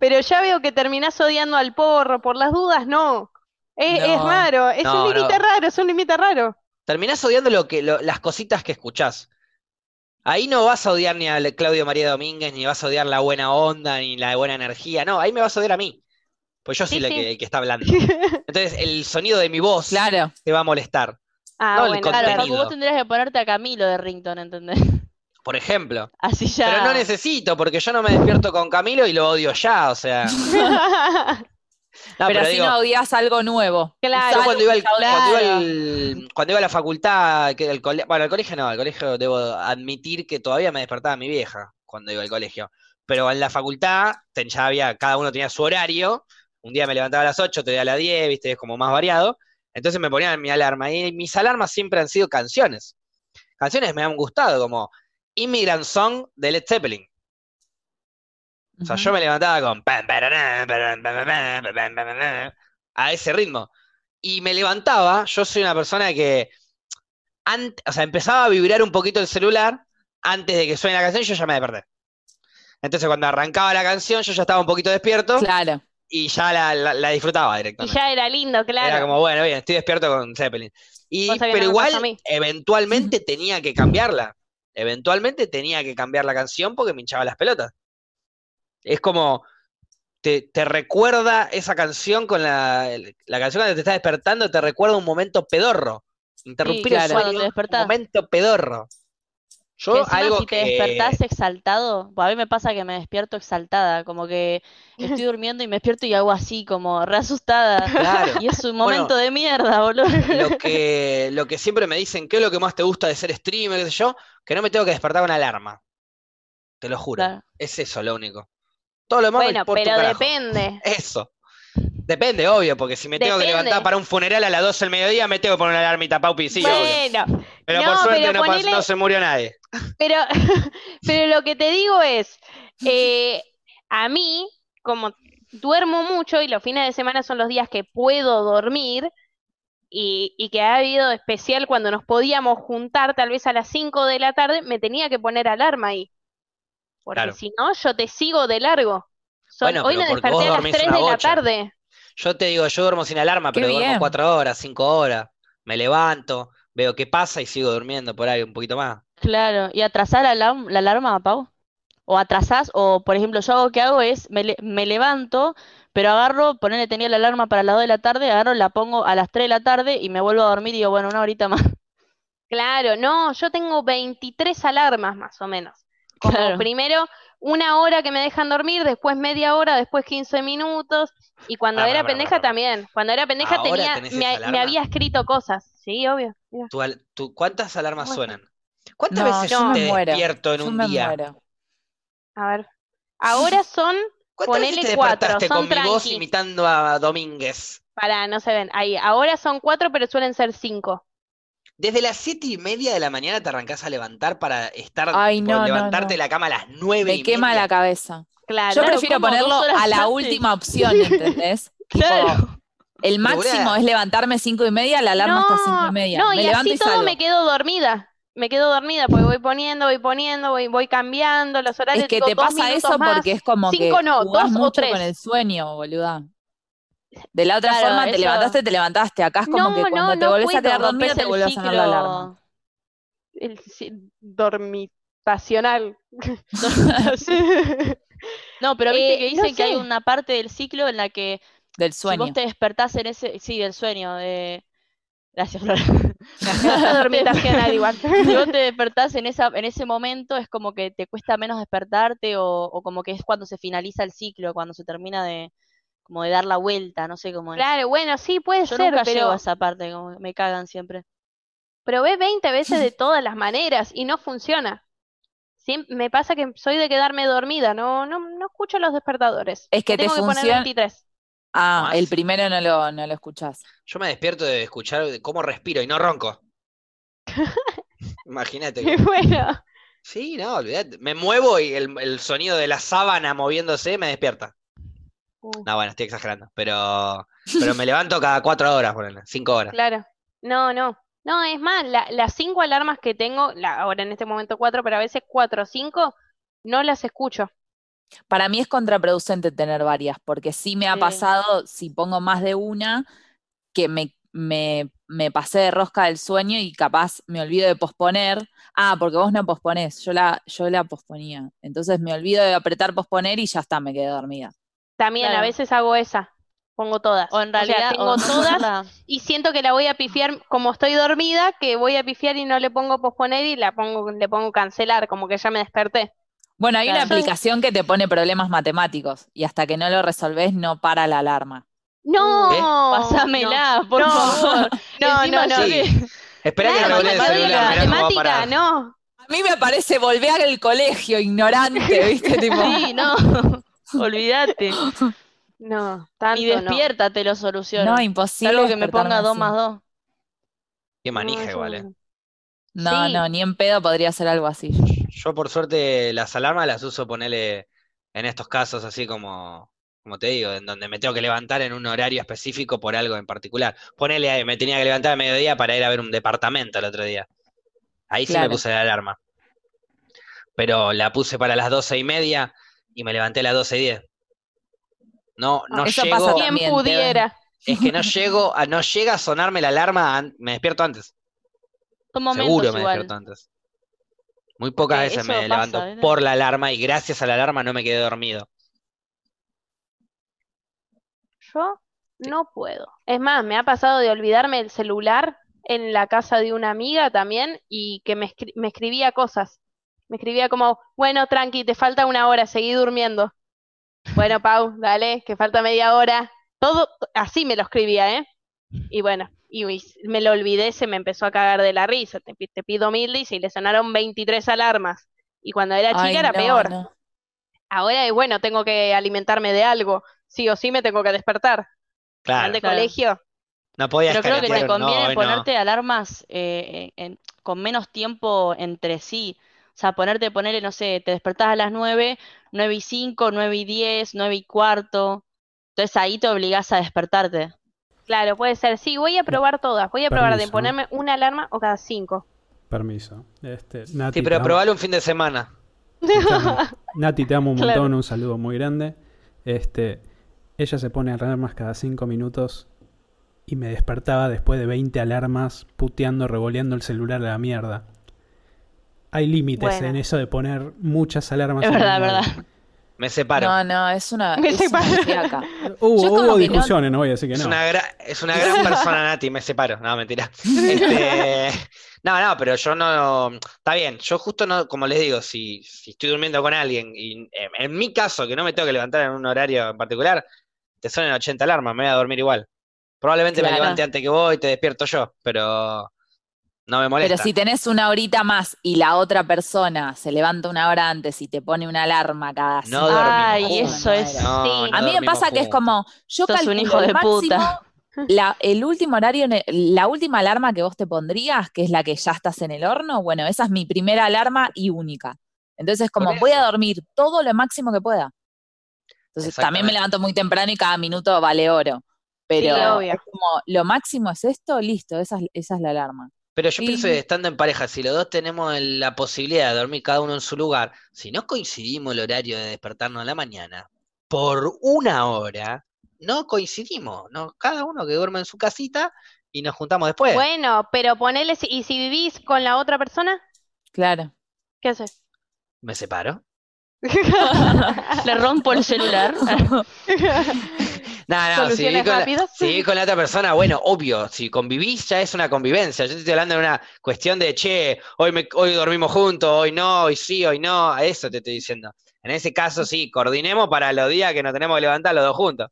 Speaker 3: Pero ya veo que terminás odiando al porro, por las dudas, no. Es,
Speaker 4: No.
Speaker 3: es raro, es
Speaker 1: No,
Speaker 3: un límite
Speaker 1: no.
Speaker 3: raro, es un límite raro.
Speaker 1: Terminás odiando lo que, lo- las cositas que escuchás. Ahí no vas a odiar ni a Claudio María Domínguez, ni vas a odiar la buena onda, ni la buena energía. No, ahí me vas a odiar a mí. Pues yo soy
Speaker 3: Sí,
Speaker 1: la
Speaker 3: sí.
Speaker 1: que, el que está
Speaker 4: [LAUGHS]
Speaker 1: hablando. Entonces, el sonido de mi voz
Speaker 4: Claro.
Speaker 1: te va a molestar.
Speaker 3: Ah,
Speaker 1: No, el
Speaker 3: bueno,
Speaker 7: Claro,
Speaker 1: contenido.
Speaker 7: Facu, vos tendrías que ponerte a Camilo de Rington, ¿entendés? [LAUGHS]
Speaker 1: Por ejemplo.
Speaker 7: Así ya.
Speaker 4: [LAUGHS]
Speaker 1: Pero no necesito, porque yo no me despierto con Camilo y lo odio ya. O sea,
Speaker 3: claro.
Speaker 1: No,
Speaker 4: pero
Speaker 1: Ah, pero
Speaker 4: así
Speaker 1: digo,
Speaker 4: no odias algo nuevo.
Speaker 1: yo
Speaker 3: [LAUGHS] Claro.
Speaker 1: cuando iba, al, cuando, iba
Speaker 4: claro.
Speaker 1: al- cuando iba a la facultad, que el cole- bueno, al colegio no, al colegio debo admitir que todavía me despertaba mi vieja cuando iba al colegio. Pero en la facultad ten- ya había, cada uno tenía su horario. Un día me levantaba a las 8, otro día a las 10, viste, es como más variado. Entonces me ponían mi alarma. Y mis alarmas siempre han sido canciones. Canciones me han gustado, como Immigrant Song de Led Zeppelin. O sea, yo me levantaba con pam, paraná, parán, pam, pam, pam, pam, pam, pam, pam, a ese ritmo. Y me levantaba, yo soy una persona que ant- o sea, empezaba a vibrar un poquito el celular antes de que suene la canción y yo ya me desperté. Entonces cuando arrancaba la canción yo ya estaba un poquito despierto
Speaker 4: Claro.
Speaker 1: y ya la, la- la disfrutaba
Speaker 3: Y
Speaker 1: directamente.
Speaker 3: ya era lindo, claro.
Speaker 1: Era como, bueno, bien, estoy despierto con Zeppelin. Y,
Speaker 3: Cosa que no
Speaker 1: pero
Speaker 3: me
Speaker 1: igual,
Speaker 3: pasa a mí.
Speaker 1: eventualmente tenía que cambiarla. Eventualmente tenía que cambiar la canción porque me hinchaba las pelotas. Es como, te, te recuerda esa canción con la, el- la canción cuando te estás despertando, te recuerda un momento pedorro. Interrumpir el
Speaker 4: claro.
Speaker 1: sueño,
Speaker 7: Cuando te
Speaker 1: un
Speaker 7: despertás.
Speaker 1: momento pedorro. Yo
Speaker 7: Que encima
Speaker 1: algo
Speaker 7: si te
Speaker 1: que...
Speaker 7: despertás exaltado, pues a mí me pasa que me despierto exaltada, como que [LAUGHS] estoy durmiendo y me despierto y hago así, como re [LAUGHS] asustada.
Speaker 1: Claro.
Speaker 7: Y es un
Speaker 1: Bueno.
Speaker 7: momento de mierda, boludo.
Speaker 1: lo que, lo que siempre me dicen, ¿qué es lo que más te gusta de ser streamer? qué sé yo, que no me tengo que despertar con alarma. Te lo juro.
Speaker 7: Claro.
Speaker 1: Es eso lo único. Todo lo demás me
Speaker 3: bueno,
Speaker 1: importa un
Speaker 3: pero
Speaker 1: carajo.
Speaker 3: depende.
Speaker 1: Eso. Depende, obvio, porque si me tengo que
Speaker 3: Depende.
Speaker 1: levantar para un funeral a las 12 del mediodía, me tengo que poner una alarmita, Paupi, sí, obvio.
Speaker 3: bueno,
Speaker 1: Pero
Speaker 3: no,
Speaker 1: por suerte
Speaker 3: pero
Speaker 1: no, pas-
Speaker 3: ponele-
Speaker 1: no se murió nadie.
Speaker 3: Pero, [LAUGHS] pero lo que te digo es, eh, a mí, como duermo mucho y los fines de semana son los días que puedo dormir y, y que ha habido especial cuando nos podíamos juntar tal vez a las 5 de la tarde, me tenía que poner alarma ahí. Porque
Speaker 1: Claro.
Speaker 3: si no, yo te sigo de largo. Son-
Speaker 1: Bueno,
Speaker 3: hoy
Speaker 1: pero
Speaker 3: me
Speaker 1: porque vos
Speaker 3: desperté a las
Speaker 1: dormís
Speaker 3: 3
Speaker 1: una
Speaker 3: de la
Speaker 1: bocha.
Speaker 3: tarde.
Speaker 1: Yo te digo, yo duermo sin alarma,
Speaker 4: Qué
Speaker 1: pero duermo
Speaker 4: bien.
Speaker 1: 4 horas, 5 horas. Me levanto, veo qué pasa y sigo durmiendo por ahí un poquito más.
Speaker 7: Claro, y atrasar la, alarm- la alarma, Pau. O atrasás, o por ejemplo, yo algo que hago es, me, le- me levanto, pero agarro, ponele, tenía la alarma para las 2 de la tarde, agarro, la pongo a las 3 de la tarde y me vuelvo a dormir y digo, bueno, una horita más.
Speaker 3: Claro, no, yo tengo 23 alarmas más o menos. Como
Speaker 7: Claro.
Speaker 3: primero una hora que me dejan dormir, después media hora, después 15 minutos. Y cuando
Speaker 1: Pará,
Speaker 3: era
Speaker 1: pará, pará,
Speaker 3: pendeja
Speaker 1: pará, pará.
Speaker 3: también, cuando era pendeja
Speaker 1: ¿Ahora
Speaker 3: tenía,
Speaker 1: tenés
Speaker 3: me,
Speaker 1: esa
Speaker 3: me
Speaker 1: alarma?
Speaker 3: había escrito cosas. Sí, obvio. mira.
Speaker 1: ¿Tu al- tu- cuántas alarmas
Speaker 3: Bueno.
Speaker 1: suenan? ¿Cuántas
Speaker 4: No,
Speaker 1: veces
Speaker 4: yo
Speaker 1: te
Speaker 4: me muero.
Speaker 1: despierto en
Speaker 4: Yo
Speaker 1: un
Speaker 4: me
Speaker 1: día?
Speaker 4: muero.
Speaker 3: A ver. Ahora son,
Speaker 1: ¿Cuántas veces
Speaker 3: Ponele
Speaker 1: te
Speaker 3: cuatro,
Speaker 1: despertaste
Speaker 3: son
Speaker 1: con mi voz
Speaker 3: tranqui.
Speaker 1: imitando a Domínguez?
Speaker 3: para, no se ven, ahí, ahora son cuatro, pero suelen ser cinco.
Speaker 1: Desde las siete y media de la mañana te arrancás a levantar para estar,
Speaker 4: Ay,
Speaker 1: por
Speaker 4: no, no,
Speaker 1: levantarte
Speaker 4: no.
Speaker 1: de la cama a las nueve y
Speaker 4: Me quema
Speaker 1: media.
Speaker 4: la cabeza.
Speaker 3: Ah, Claro.
Speaker 4: Yo prefiero
Speaker 7: ¿cómo?
Speaker 4: ponerlo
Speaker 7: Dos horas
Speaker 3: [LAUGHS]
Speaker 4: a la
Speaker 7: antes.
Speaker 4: última opción, ¿entendés? Tipo,
Speaker 7: Claro.
Speaker 4: el
Speaker 1: boluda.
Speaker 4: máximo es levantarme cinco y media, la alarma está cinco y
Speaker 3: No,
Speaker 4: media.
Speaker 3: no,
Speaker 4: me
Speaker 3: y
Speaker 4: levanto
Speaker 3: así
Speaker 4: y
Speaker 3: todo
Speaker 4: salgo.
Speaker 3: me quedo dormida. Me quedo dormida porque voy poniendo, voy poniendo, voy, voy cambiando los horarios.
Speaker 4: Es que
Speaker 3: digo,
Speaker 4: te
Speaker 3: dos
Speaker 4: pasa
Speaker 3: minutos
Speaker 4: eso
Speaker 3: más.
Speaker 4: porque es como que
Speaker 3: Cinco no,
Speaker 4: jugás
Speaker 3: dos o
Speaker 4: mucho
Speaker 3: tres.
Speaker 4: con el sueño, boluda. De la otra
Speaker 7: Claro,
Speaker 4: forma, te
Speaker 7: eso-
Speaker 4: levantaste, te levantaste. Acá es como
Speaker 3: No,
Speaker 4: que
Speaker 3: no,
Speaker 4: cuando te
Speaker 3: no
Speaker 4: volvés a [LAUGHS]
Speaker 3: puedo,
Speaker 4: quedar dormido,
Speaker 7: Rompes
Speaker 4: te
Speaker 7: el
Speaker 4: vuelve a sonar la alarma.
Speaker 7: ciclo.
Speaker 3: el si-
Speaker 4: [LAUGHS]
Speaker 3: dormitacional.
Speaker 7: No, pero viste
Speaker 3: Eh,
Speaker 7: que
Speaker 3: no
Speaker 7: dicen que hay
Speaker 3: sé.
Speaker 7: una parte del ciclo en la que
Speaker 4: Del
Speaker 7: si
Speaker 4: sueño.
Speaker 7: vos te despertás en ese, sí, del sueño, de... Gracias, Flor.
Speaker 4: [LAUGHS]
Speaker 3: dormitacional igual. [LAUGHS]
Speaker 7: Si vos te despertás en, esa, en ese momento, es como que te cuesta menos despertarte o, o como que es cuando se finaliza el ciclo, cuando se termina de, como de dar la vuelta, no sé cómo es.
Speaker 3: Claro, bueno, sí, puede
Speaker 7: Yo
Speaker 3: ser,
Speaker 7: nunca llego
Speaker 3: pero
Speaker 7: a esa parte, como que me cagan siempre.
Speaker 3: probé 20 veces
Speaker 4: [LAUGHS]
Speaker 3: de todas las maneras y no funciona. Siem- me pasa que soy de quedarme dormida, no, no, no escucho los despertadores.
Speaker 4: Es que
Speaker 3: [LAUGHS] Me
Speaker 4: te
Speaker 3: tengo que poner
Speaker 4: funciona-
Speaker 3: 23.
Speaker 4: Ah,
Speaker 1: ¿Más?
Speaker 4: el primero no lo, no lo escuchás.
Speaker 1: Yo me despierto de escuchar de cómo respiro y no
Speaker 4: [LAUGHS]
Speaker 1: ronco. Imagínate.
Speaker 3: Y [LAUGHS] bueno,
Speaker 1: Sí, no, olvidate. Me muevo y el, el sonido de la sábana moviéndose me despierta.
Speaker 3: Uh.
Speaker 1: No, bueno, estoy exagerando. Pero, pero me levanto cada cuatro horas, ponele, cinco horas.
Speaker 3: claro. No, no. No, es más, la- las cinco alarmas que tengo, la- ahora en este momento cuatro, pero a veces cuatro o cinco, no las escucho.
Speaker 4: Para mí es contraproducente tener varias, porque sí me ha
Speaker 7: Sí.
Speaker 4: pasado, si pongo más de una, que me, me, me pasé de rosca del sueño y capaz me olvido de posponer. Ah, porque vos no posponés, yo la, yo la posponía. Entonces me olvido de apretar posponer y ya está, me quedé dormida.
Speaker 3: También a
Speaker 7: Claro.
Speaker 3: veces hago esa. Pongo todas.
Speaker 7: O en
Speaker 3: sea,
Speaker 7: realidad,
Speaker 3: tengo
Speaker 7: o-
Speaker 3: todas y siento que la voy a pifiar como estoy dormida, que voy a pifiar y no le pongo posponer y la pongo, le pongo cancelar, como que ya me desperté.
Speaker 4: Bueno, hay una
Speaker 7: Claro.
Speaker 4: aplicación que te pone problemas matemáticos y hasta que no lo resolvés no para la alarma.
Speaker 1: Uh,
Speaker 3: No,
Speaker 1: ¿eh?
Speaker 7: Pásamela, por
Speaker 3: no,
Speaker 7: favor.
Speaker 3: No, no,
Speaker 2: [LAUGHS]
Speaker 7: Encima
Speaker 3: no.
Speaker 7: yo que-
Speaker 1: Sí. Espera que
Speaker 3: Claro,
Speaker 1: regule el
Speaker 3: matemática,
Speaker 1: celular, mirá cómo va a
Speaker 3: matemática,
Speaker 1: parar.
Speaker 3: no.
Speaker 4: A mí me parece volver al
Speaker 7: [LAUGHS]
Speaker 4: colegio ignorante, ¿viste? Tipo,
Speaker 7: Sí, no.
Speaker 3: [LAUGHS]
Speaker 7: Olvídate.
Speaker 3: No, tanto
Speaker 7: Y
Speaker 3: no.
Speaker 7: despierta te lo soluciono.
Speaker 4: no, imposible.
Speaker 7: Salvo que me
Speaker 4: despertarme
Speaker 7: ponga 2
Speaker 4: así.
Speaker 7: más 2.
Speaker 1: Qué
Speaker 3: No,
Speaker 1: manija
Speaker 3: eso
Speaker 1: igual, eh.
Speaker 3: no.
Speaker 4: No,
Speaker 3: Sí.
Speaker 4: no, ni en pedo podría ser algo así.
Speaker 1: eh. Yo por suerte las alarmas las uso ponerle en estos casos así como, como te digo, en donde me tengo que levantar en un horario específico por algo en particular. Ponele, ahí, me tenía que levantar a mediodía para ir a ver un departamento el otro día. Ahí sí me
Speaker 4: Claro.
Speaker 1: puse la alarma. Pero la puse para las doce y media y me levanté a las doce y diez. No, no
Speaker 4: eso
Speaker 1: llego,
Speaker 4: pasa
Speaker 3: ¿Quién
Speaker 4: También,
Speaker 3: pudiera?
Speaker 1: es que no llego, a- no llega a sonarme la alarma, an- me despierto antes.
Speaker 7: Son momentos
Speaker 1: Seguro me
Speaker 7: igual.
Speaker 1: despierto antes. Muy pocas
Speaker 7: Eh,
Speaker 1: veces
Speaker 7: eso
Speaker 1: me
Speaker 7: pasa,
Speaker 1: levanto
Speaker 7: ¿viste?
Speaker 1: por la alarma y gracias a la alarma no me quedé dormido.
Speaker 3: Yo no puedo. Es más, me ha pasado de olvidarme el celular en la casa de una amiga también y que me, escri- me escribía cosas. Me escribía como, bueno, tranqui, te falta una hora, seguí durmiendo. Bueno, Pau, dale, que falta media hora. Todo así me lo escribía, ¿eh? Y bueno, y uy, me lo olvidé, se me empezó a cagar de la risa. Te, pi- te pido mil y le sonaron 23 alarmas. Y cuando era chica
Speaker 4: Ay,
Speaker 3: era
Speaker 4: no,
Speaker 3: peor.
Speaker 4: no.
Speaker 3: Ahora, eh, bueno, tengo que alimentarme de algo. Sí o sí me tengo que despertar.
Speaker 1: Claro,
Speaker 3: Mal de
Speaker 7: Claro.
Speaker 3: colegio.
Speaker 1: no podía
Speaker 7: Pero
Speaker 1: [LAUGHS]
Speaker 7: creo que te
Speaker 1: escanear, no,
Speaker 7: conviene
Speaker 1: hoy no.
Speaker 7: ponerte alarmas eh, en- en- con menos tiempo entre sí. O sea, ponerte, ponerle, no sé, te despertás a las 9, 9 y 5, 9 y 10, 9 y cuarto. Entonces ahí te obligás a despertarte.
Speaker 3: Claro, puede ser. Sí, voy a probar todas. Voy a probar de
Speaker 5: Permiso.
Speaker 3: ponerme una alarma o cada cinco.
Speaker 5: Permiso. Este, Nati,
Speaker 1: Sí, pero
Speaker 5: te amo-
Speaker 1: probalo un fin de semana.
Speaker 5: escúchame. [LAUGHS] Nati, te amo un montón,
Speaker 3: Claro.
Speaker 5: un saludo muy grande. Este, ella se pone alarmas cada cinco minutos y me despertaba después de 20 alarmas puteando, revoleando el celular a la mierda. Hay límites
Speaker 3: Bueno.
Speaker 5: en eso de poner muchas alarmas.
Speaker 7: Es
Speaker 5: al
Speaker 7: verdad,
Speaker 5: mismo
Speaker 7: verdad.
Speaker 5: tiempo.
Speaker 1: Me separo.
Speaker 4: No, no,
Speaker 7: [LAUGHS]
Speaker 4: es una.
Speaker 3: Me
Speaker 4: es una
Speaker 3: separo.
Speaker 4: fiaca.
Speaker 5: Hubo,
Speaker 4: Yo como
Speaker 5: hubo
Speaker 4: que no-
Speaker 5: discusiones, no voy a decir que
Speaker 1: Es
Speaker 5: no.
Speaker 1: una, gra- es
Speaker 4: [LAUGHS]
Speaker 1: una gran persona, Nati, me separo. No, mentira.
Speaker 4: [LAUGHS]
Speaker 1: Este, no, no, pero yo no. Está bien, yo justo no, como les digo, si, si estoy durmiendo con alguien, y en, en mi caso, que no me tengo que levantar en un horario en particular, te suenan 80 alarmas, me voy a dormir igual. Probablemente me
Speaker 4: Claro.
Speaker 1: levante antes que vos y te despierto yo, pero no me molesta.
Speaker 4: Pero si tenés una horita más y la otra persona se levanta una hora antes y te pone una alarma cada
Speaker 1: No
Speaker 4: cinco-
Speaker 1: dormimos
Speaker 7: Ay,
Speaker 1: juntos.
Speaker 7: eso es-
Speaker 1: No,
Speaker 3: sí.
Speaker 1: no
Speaker 4: A mí me
Speaker 1: dormimos
Speaker 4: pasa que es
Speaker 1: juntos.
Speaker 4: como, yo
Speaker 7: Sos un
Speaker 4: calculo
Speaker 7: hijo
Speaker 4: el
Speaker 7: de puta. [LAUGHS]
Speaker 4: máximo, la- el último horario, en el- la última alarma que vos te pondrías, que es la que ya estás en el horno, bueno, esa es mi primera alarma y única. Entonces, es como
Speaker 1: Por
Speaker 4: voy a
Speaker 1: eso.
Speaker 4: dormir todo lo máximo que pueda. Entonces, también
Speaker 1: Exactamente.
Speaker 4: me levanto muy temprano y cada minuto vale oro. Pero
Speaker 3: Sí, obvio.
Speaker 4: es como, lo máximo es esto, listo, esa es, esa es la alarma.
Speaker 1: Pero yo
Speaker 4: Y-
Speaker 1: pienso que estando en pareja, si los dos tenemos el- la posibilidad de dormir cada uno en su lugar, si no coincidimos el horario de despertarnos a la mañana, por una hora, no coincidimos, no, cada uno que duerma en su casita y nos juntamos después.
Speaker 3: Bueno, pero ponele. si- ¿Y si vivís con la otra persona?
Speaker 4: Claro.
Speaker 3: ¿Qué
Speaker 1: [LAUGHS]
Speaker 3: haces?
Speaker 1: Me separo.
Speaker 7: Ah, Le rompo el
Speaker 1: [LAUGHS]
Speaker 7: celular.
Speaker 1: No, no, si
Speaker 3: ¿Soluciones
Speaker 1: vivís, con la,
Speaker 3: rápidas?
Speaker 1: si
Speaker 3: [LAUGHS]
Speaker 1: vivís con la otra persona, bueno, obvio, si convivís ya es una convivencia. Yo te estoy hablando de una cuestión de, che, hoy, me, hoy dormimos juntos, hoy no, hoy sí, hoy no, a eso te estoy diciendo. En ese caso sí, coordinemos para los días que nos tenemos que levantar los dos juntos.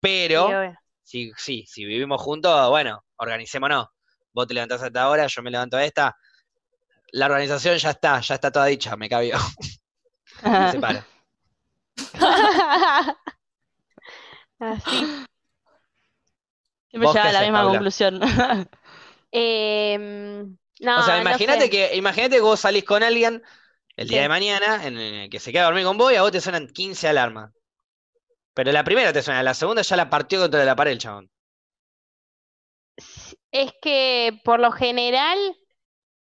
Speaker 1: Pero,
Speaker 3: Sí, obvio.
Speaker 1: si, sí, si vivimos juntos, bueno, organicémonos. Vos te levantás a esta hora, yo me levanto a esta. La organización ya está, ya está toda dicha, me cabió. [LAUGHS]
Speaker 2: Ah.
Speaker 1: Me separo.
Speaker 3: Así.
Speaker 7: Siempre
Speaker 1: ¿Vos qué
Speaker 7: llegaba a la
Speaker 1: haces,
Speaker 7: misma
Speaker 3: [LAUGHS]
Speaker 1: Paula?
Speaker 7: conclusión.
Speaker 3: Em, no,
Speaker 1: O sea,
Speaker 3: no
Speaker 1: imagínate
Speaker 3: sé.
Speaker 1: que, imagínate que vos salís con alguien el día
Speaker 3: Sí.
Speaker 1: de mañana, en el que se queda a dormir con vos, y a vos te suenan 15 alarmas. Pero la primera te suena, la segunda ya la partió contra la pared el chabón.
Speaker 3: Es que por lo general,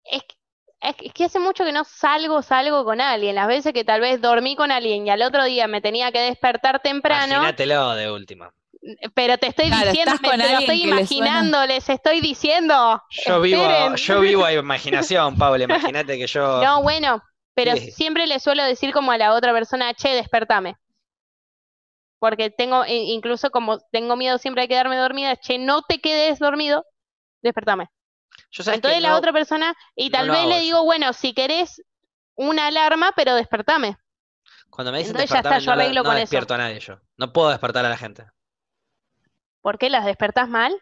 Speaker 3: es que, es que- es que hace mucho que no salgo, salgo con alguien. Las veces que tal vez dormí con alguien y al otro día me tenía que despertar temprano,
Speaker 1: Imagínatelo de última.
Speaker 3: pero te estoy
Speaker 4: Claro,
Speaker 3: diciendo,
Speaker 4: estás
Speaker 3: me-
Speaker 4: con
Speaker 3: te lo
Speaker 4: alguien
Speaker 3: estoy
Speaker 4: que le suena.
Speaker 3: imaginando, les estoy diciendo.
Speaker 1: Yo vivo,
Speaker 3: Esperen.
Speaker 1: yo vivo a imaginación, Pablo. Imagínate que yo.
Speaker 3: [LAUGHS] No, bueno, pero
Speaker 1: Sí.
Speaker 3: siempre le suelo decir como a la otra persona, che, despertame. Porque tengo, i- incluso como tengo miedo siempre de quedarme dormida, che, no te quedes dormido, despertame.
Speaker 1: yo sabés que
Speaker 3: Entonces la
Speaker 1: no-
Speaker 3: otra persona, y
Speaker 1: no
Speaker 3: tal
Speaker 1: lo
Speaker 3: vez
Speaker 1: hago
Speaker 3: le
Speaker 1: eso.
Speaker 3: digo, bueno, si querés una alarma, pero despertame.
Speaker 1: Cuando me dicen
Speaker 3: Entonces ya está,
Speaker 1: despertarme,
Speaker 3: yo
Speaker 1: no, lo-
Speaker 3: arreglo
Speaker 1: no
Speaker 3: con eso.
Speaker 1: despierto a nadie yo. No puedo despertar a la gente.
Speaker 3: ¿Por qué las despertás mal?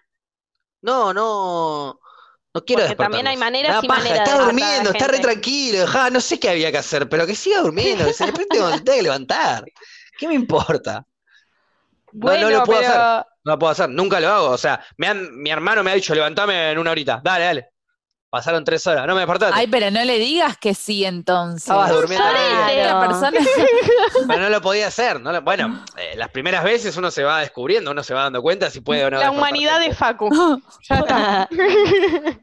Speaker 1: No, no. No quiero
Speaker 3: Porque también
Speaker 1: despertarlos.
Speaker 3: hay maneras
Speaker 1: Me da
Speaker 3: y
Speaker 1: paja,
Speaker 3: maneras de
Speaker 1: Está
Speaker 3: matar a la
Speaker 1: durmiendo, está re
Speaker 3: gente.
Speaker 1: tranquilo. dejá, no sé qué había que hacer, pero que siga durmiendo. Que se despierte cuando se tenga que levantar. ¿Qué me importa? No, no lo puedo
Speaker 3: pero
Speaker 1: hacer. No lo puedo hacer, nunca lo hago. O sea, me han- mi hermano me ha dicho, levantame en una horita. Dale, dale. Pasaron tres horas, no me despertaste.
Speaker 4: Ay, pero no le digas que sí entonces.
Speaker 1: Estabas durmiendo.
Speaker 7: sorete.
Speaker 4: Otra
Speaker 7: Claro.
Speaker 4: persona.
Speaker 1: [LAUGHS] Pero no lo podía hacer. No
Speaker 3: [CLEARS THROAT]
Speaker 1: lo- bueno, eh, las primeras veces uno se va descubriendo, uno se va dando cuenta si puede o no.
Speaker 3: La
Speaker 1: despertarse.
Speaker 3: humanidad de Facu. Ya
Speaker 7: [LAUGHS]
Speaker 3: está.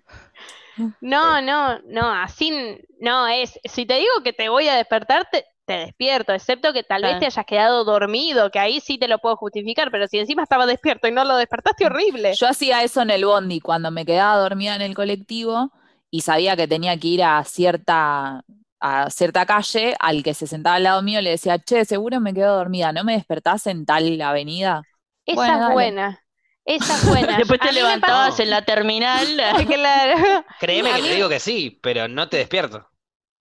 Speaker 3: no, no, no, así n- no es. Si te digo que te voy a despertar, te, te despierto, excepto que tal vez
Speaker 7: Claro.
Speaker 3: te hayas quedado dormido, que ahí sí te lo puedo justificar, pero si encima estaba despierto y no lo despertaste, horrible.
Speaker 4: Yo hacía eso en el bondi cuando me quedaba dormida en el colectivo y sabía que tenía que ir a cierta, a cierta calle, al que se sentaba al lado mío le decía, che, seguro me quedo dormida, ¿no me despertás en tal avenida?
Speaker 3: Esa
Speaker 4: Bueno,
Speaker 3: es
Speaker 4: dale.
Speaker 3: buena. Esa es buena.
Speaker 1: [LAUGHS]
Speaker 7: Después
Speaker 3: A
Speaker 7: te
Speaker 3: mí me pasa-
Speaker 7: levantabas en la
Speaker 3: [LAUGHS]
Speaker 7: terminal.
Speaker 3: Claro.
Speaker 1: Créeme
Speaker 3: A
Speaker 1: que te
Speaker 3: mí-
Speaker 1: digo que sí, pero no
Speaker 3: [LAUGHS]
Speaker 1: te despierto.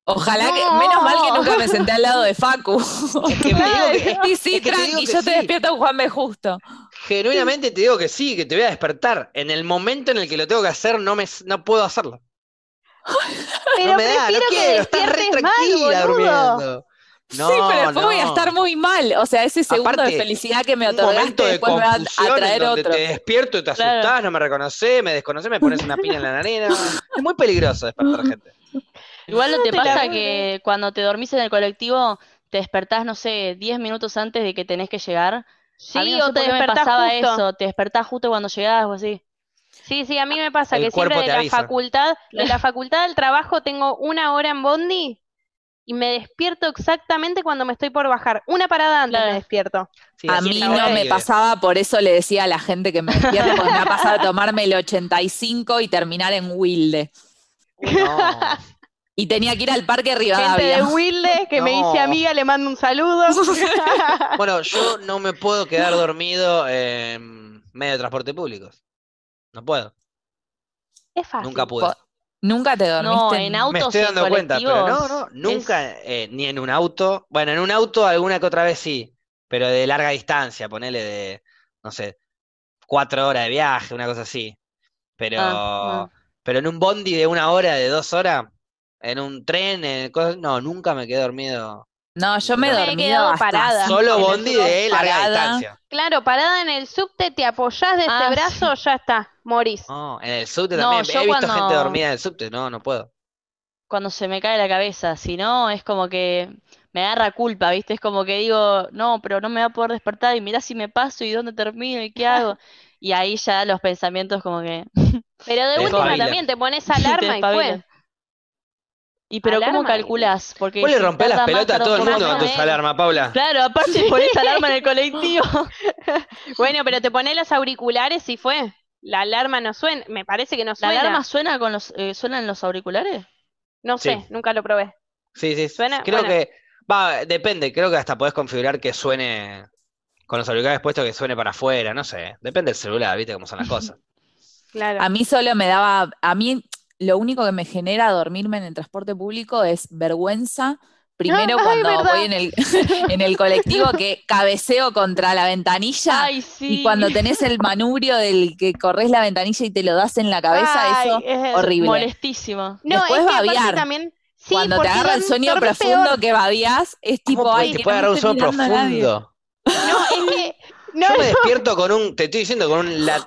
Speaker 4: Ojalá que,
Speaker 3: No.
Speaker 4: menos mal que nunca me senté al lado de Facu.
Speaker 1: Es que te digo que-
Speaker 4: [LAUGHS] Y sí,
Speaker 1: Es que te
Speaker 4: tranqui,
Speaker 1: digo que
Speaker 4: yo te
Speaker 1: sí.
Speaker 4: despierto con Juan B. Justo.
Speaker 1: Genuinamente te digo que sí, que te voy a despertar. En el momento en el que lo tengo que hacer, no, me, no puedo hacerlo.
Speaker 3: Pero
Speaker 1: no me da, no
Speaker 3: prefiero que
Speaker 1: quiero. Estás re
Speaker 3: despiertes
Speaker 1: tranquila
Speaker 3: mal, boludo.
Speaker 1: durmiendo.
Speaker 4: sí,
Speaker 1: No,
Speaker 4: pero después voy a
Speaker 1: no.
Speaker 4: estar muy mal. O sea, ese segundo
Speaker 1: Aparte,
Speaker 4: de felicidad que me
Speaker 1: un momento
Speaker 4: otorgaste
Speaker 1: de
Speaker 4: después me va a
Speaker 1: confusión en
Speaker 4: atraer
Speaker 1: donde
Speaker 4: otro.
Speaker 1: te despierto, te
Speaker 7: Claro.
Speaker 1: asustás, no me reconocés, me desconocés, me pones una pina en la arena. Es muy peligroso despertar gente.
Speaker 7: Igual no te
Speaker 3: la
Speaker 7: pasa
Speaker 3: juro.
Speaker 7: que cuando te dormís en el colectivo, te despertás, no sé, 10 minutos antes de que tenés que llegar. A mí
Speaker 3: Sí,
Speaker 7: no sé por
Speaker 3: o te
Speaker 7: qué me
Speaker 3: despertás
Speaker 7: pasaba
Speaker 3: justo.
Speaker 7: eso, te despertás justo cuando llegabas o así.
Speaker 3: Sí, sí, a mí me pasa
Speaker 1: El
Speaker 3: que
Speaker 1: cuerpo
Speaker 3: siempre de
Speaker 1: te
Speaker 3: la
Speaker 1: avisa.
Speaker 3: facultad, de la facultad al trabajo tengo una hora en bondi y me despierto exactamente cuando me estoy por bajar. Una parada antes
Speaker 7: Claro.
Speaker 3: me despierto.
Speaker 1: Sí,
Speaker 4: A
Speaker 1: así
Speaker 4: mí
Speaker 1: es la hora
Speaker 4: no me
Speaker 1: libre.
Speaker 4: pasaba, por eso le decía a la gente que me despierto, porque me ha pasado tomarme el 85 y terminar en Wilde.
Speaker 1: Uy, no.
Speaker 4: Y tenía que ir al Parque
Speaker 3: Gente de
Speaker 4: Rivadavia.
Speaker 3: Wilde que me
Speaker 1: No.
Speaker 3: hice amiga, le mando
Speaker 7: [LAUGHS]
Speaker 3: un saludo.
Speaker 1: Bueno, yo no me puedo quedar dormido en medio de transporte público. No puedo,
Speaker 3: Es
Speaker 4: Ah,
Speaker 3: fácil.
Speaker 1: nunca pude.
Speaker 4: Nunca te dormiste.
Speaker 7: No, en autos
Speaker 1: Me
Speaker 7: y
Speaker 1: estoy
Speaker 7: en
Speaker 1: dando cuenta, pero no,
Speaker 7: colectivos
Speaker 1: no, nunca, eh, ni en un auto. Bueno, en un auto alguna que otra vez sí, pero de larga distancia, ponele de, no sé, cuatro horas de viaje, una cosa así. Pero,
Speaker 7: Ah,
Speaker 1: pero en un bondi de una hora, de dos horas, en un tren, en cosas- no, nunca me quedé dormido.
Speaker 4: No, yo me
Speaker 1: Me he
Speaker 4: dormí
Speaker 3: quedado parada.
Speaker 7: Ah,
Speaker 1: Solo
Speaker 3: En el
Speaker 1: bondi de larga
Speaker 4: parada.
Speaker 1: distancia.
Speaker 3: Claro, parada en el subte, te apoyás de este
Speaker 7: Ah,
Speaker 3: brazo, ya está, morís.
Speaker 1: No, en el subte
Speaker 7: No,
Speaker 1: también.
Speaker 7: yo
Speaker 1: He visto gente
Speaker 7: cuando-
Speaker 1: dormida en el subte, no, no puedo.
Speaker 7: Cuando se me cae la cabeza, si no, es como que me agarra culpa, ¿viste? Es como que digo, no, pero no me va a poder despertar y mirá si me paso y dónde termino
Speaker 3: [LAUGHS]
Speaker 7: y qué hago. Y ahí ya los pensamientos como que...
Speaker 3: Pero de
Speaker 1: Te
Speaker 3: última
Speaker 1: despabila.
Speaker 3: también te
Speaker 7: [LAUGHS]
Speaker 3: pones
Speaker 7: Te
Speaker 3: alarma y
Speaker 7: despabilas.
Speaker 3: fue.
Speaker 7: Y pero ¿cómo
Speaker 3: Alarma y-
Speaker 7: calculás? Porque
Speaker 1: Vos le
Speaker 7: si
Speaker 1: rompés las
Speaker 7: tarda más,
Speaker 1: pelotas a
Speaker 7: tarda
Speaker 1: todo el
Speaker 7: un poco
Speaker 1: mundo
Speaker 7: más. ¿eh?
Speaker 1: con tus alarmas, Paula.
Speaker 7: Claro, aparte ponés alarma en el
Speaker 3: [LAUGHS]
Speaker 7: colectivo.
Speaker 3: Bueno, pero te pones los auriculares y fue. La alarma no suena, me parece que no
Speaker 7: ¿La
Speaker 3: suena.
Speaker 7: alarma suena con los, eh, suena en los auriculares?
Speaker 3: No
Speaker 1: Sí.
Speaker 3: sé, nunca lo probé.
Speaker 1: Sí, sí.
Speaker 3: Suena-
Speaker 1: Creo
Speaker 3: bueno.
Speaker 1: que. Va, depende. Creo que hasta podés configurar que suene. Con los auriculares puestos que suene para afuera, no sé. Depende del celular, viste cómo son las cosas.
Speaker 3: Claro.
Speaker 4: A mí solo me daba, a mí lo único que me genera dormirme en el transporte público es vergüenza. Primero
Speaker 3: Ah, ay,
Speaker 4: cuando
Speaker 3: verdad.
Speaker 4: voy en el, [LAUGHS] en el colectivo que cabeceo contra la ventanilla
Speaker 7: Ay,
Speaker 4: y
Speaker 7: sí. [LAUGHS]
Speaker 4: cuando tenés el manubrio del que corres la ventanilla y te lo das en la cabeza,
Speaker 3: Ay,
Speaker 4: eso
Speaker 3: es-
Speaker 4: horrible.
Speaker 7: Molestísimo.
Speaker 3: No,
Speaker 4: Después
Speaker 3: es que aparte
Speaker 4: babear.
Speaker 3: también. Sí,
Speaker 4: cuando te
Speaker 3: porque
Speaker 4: agarra el
Speaker 3: dorm-
Speaker 4: sueño
Speaker 3: dormís
Speaker 4: profundo
Speaker 3: peor.
Speaker 4: que babeás, es
Speaker 1: ¿Cómo
Speaker 4: [LAUGHS] tipo,
Speaker 1: po-
Speaker 4: ay,
Speaker 1: te
Speaker 4: que
Speaker 1: puede
Speaker 4: no
Speaker 1: agarrar
Speaker 4: me
Speaker 1: un
Speaker 4: esté
Speaker 1: sueño
Speaker 4: mirando a nadie.
Speaker 1: profundo?
Speaker 3: No, es que.
Speaker 4: [LAUGHS]
Speaker 3: No,
Speaker 1: Yo me despierto con un. Te estoy diciendo con un. la-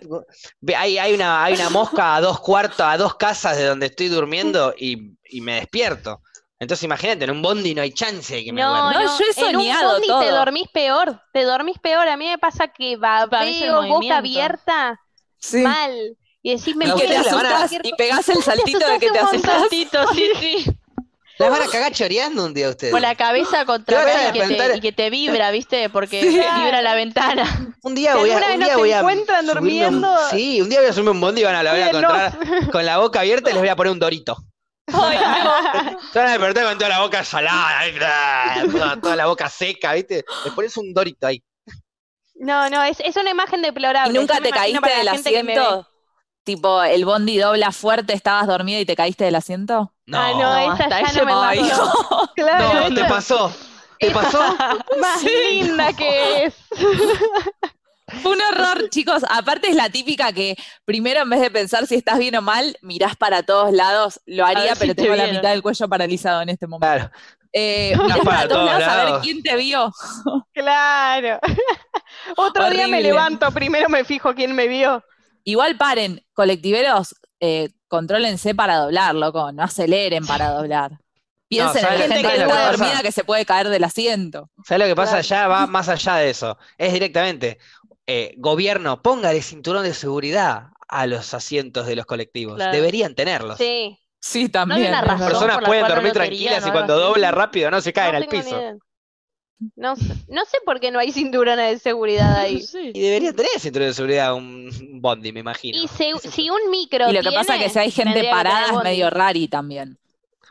Speaker 1: ve, hay, hay, una, hay una mosca a dos cuartos, a dos casas de donde estoy durmiendo y, y me despierto. Entonces imagínate, en un bondi no hay chance de que me
Speaker 3: no,
Speaker 1: duerma.
Speaker 4: No, yo he
Speaker 3: en un
Speaker 4: soñado
Speaker 3: bondi te
Speaker 4: todo.
Speaker 3: dormís peor. Te dormís peor. A mí me pasa que
Speaker 7: Para mí es el
Speaker 3: babeo, boca
Speaker 7: movimiento.
Speaker 3: abierta,
Speaker 4: Sí.
Speaker 3: mal. Y decís, me
Speaker 1: No,
Speaker 4: Y que
Speaker 3: puedo
Speaker 4: te
Speaker 1: ustedes la van a-
Speaker 4: asustas y pegás el saltito de que te
Speaker 3: asustás un
Speaker 7: Saltito,
Speaker 4: asustas.
Speaker 7: sí,
Speaker 4: [LAUGHS]
Speaker 7: sí.
Speaker 1: Las van a cagar choreando un día ustedes.
Speaker 7: Con la cabeza contra
Speaker 1: Te vas a
Speaker 7: vos y que,
Speaker 1: despertar.
Speaker 7: te, y que te vibra, ¿viste? Porque
Speaker 4: Sí.
Speaker 7: vibra la ventana.
Speaker 1: Un día
Speaker 3: Si
Speaker 1: voy a.
Speaker 3: alguna
Speaker 1: un
Speaker 3: vez no
Speaker 1: día
Speaker 3: te
Speaker 1: voy a
Speaker 3: encuentran
Speaker 1: subirme a un-
Speaker 3: durmiendo,
Speaker 1: sí, un día voy a subirme a un bondi y van a la voy a encontrar con la boca abierta y les voy a poner un dorito. Se van a despertar con toda la boca salada, ahí, bla, [LAUGHS] toda, toda la boca seca, ¿viste? Les pones un dorito ahí.
Speaker 3: No, no, es, es una imagen deplorable.
Speaker 4: ¿Y nunca
Speaker 3: Yo me
Speaker 4: te
Speaker 3: imagino
Speaker 4: caíste
Speaker 3: para
Speaker 4: del
Speaker 3: la gente que me ve.
Speaker 4: asiento? Tipo, el bondi dobla fuerte, estabas dormido y te caíste del asiento.
Speaker 1: No,
Speaker 3: Ah, no,
Speaker 1: no,
Speaker 3: esa
Speaker 7: hasta
Speaker 3: ya
Speaker 7: ese
Speaker 3: no me pasó. [LAUGHS] Claro, esa
Speaker 1: te pasó. ¿Te pasó?
Speaker 3: es más linda que es.
Speaker 4: Fue un horror, chicos. Aparte es la típica que primero en vez de pensar si estás bien o mal, mirás para todos lados. Lo haría,
Speaker 2: ver si
Speaker 4: pero
Speaker 2: te
Speaker 4: tengo la
Speaker 2: vieron.
Speaker 4: mitad del cuello paralizado en este momento.
Speaker 1: Claro.
Speaker 4: Eh,
Speaker 1: Mirás
Speaker 4: mirás para,
Speaker 1: para
Speaker 4: todos
Speaker 1: todos
Speaker 4: lados a ver
Speaker 1: lados.
Speaker 4: quién te vio.
Speaker 3: Claro. [LAUGHS] Otro día me
Speaker 4: Horrible.
Speaker 3: levanto, primero me fijo quién me vio.
Speaker 4: Igual paren, colectiveros, eh, contrólense para doblar, loco. No aceleren para doblar. Piensen en
Speaker 1: ¿saben-
Speaker 4: la gente
Speaker 1: saben
Speaker 4: que
Speaker 1: lo
Speaker 4: está
Speaker 1: que pasa?
Speaker 4: dormida que se puede caer del asiento.
Speaker 1: ¿Sabes lo que pasa? Ya va más allá de eso. Es directamente, eh, gobierno, póngale cinturón de seguridad a los asientos de los colectivos.
Speaker 2: Claro.
Speaker 1: Deberían tenerlos.
Speaker 3: Sí.
Speaker 4: Sí,
Speaker 2: No había
Speaker 4: también.
Speaker 2: una
Speaker 4: es
Speaker 1: Las
Speaker 2: razón.
Speaker 4: verdad.
Speaker 1: personas
Speaker 2: por la
Speaker 1: pueden
Speaker 2: cual no
Speaker 1: dormir
Speaker 2: lo
Speaker 1: tranquilas
Speaker 2: querían
Speaker 1: y
Speaker 2: o
Speaker 1: cuando
Speaker 2: algo así.
Speaker 1: dobla rápido no se caen
Speaker 3: no
Speaker 1: al
Speaker 3: tengo ni
Speaker 1: piso.
Speaker 3: idea. No, sé- no sé por qué no hay cinturones de seguridad
Speaker 1: [LAUGHS]
Speaker 3: ahí.
Speaker 2: [LAUGHS] Sí.
Speaker 1: Y debería tener cinturón de seguridad un un bondi, me imagino.
Speaker 3: Y se- si un micro
Speaker 4: Y lo que pasa es
Speaker 3: tiene,
Speaker 4: que si hay gente
Speaker 3: tendría que tener
Speaker 4: parada es
Speaker 3: bondi.
Speaker 4: medio rari también.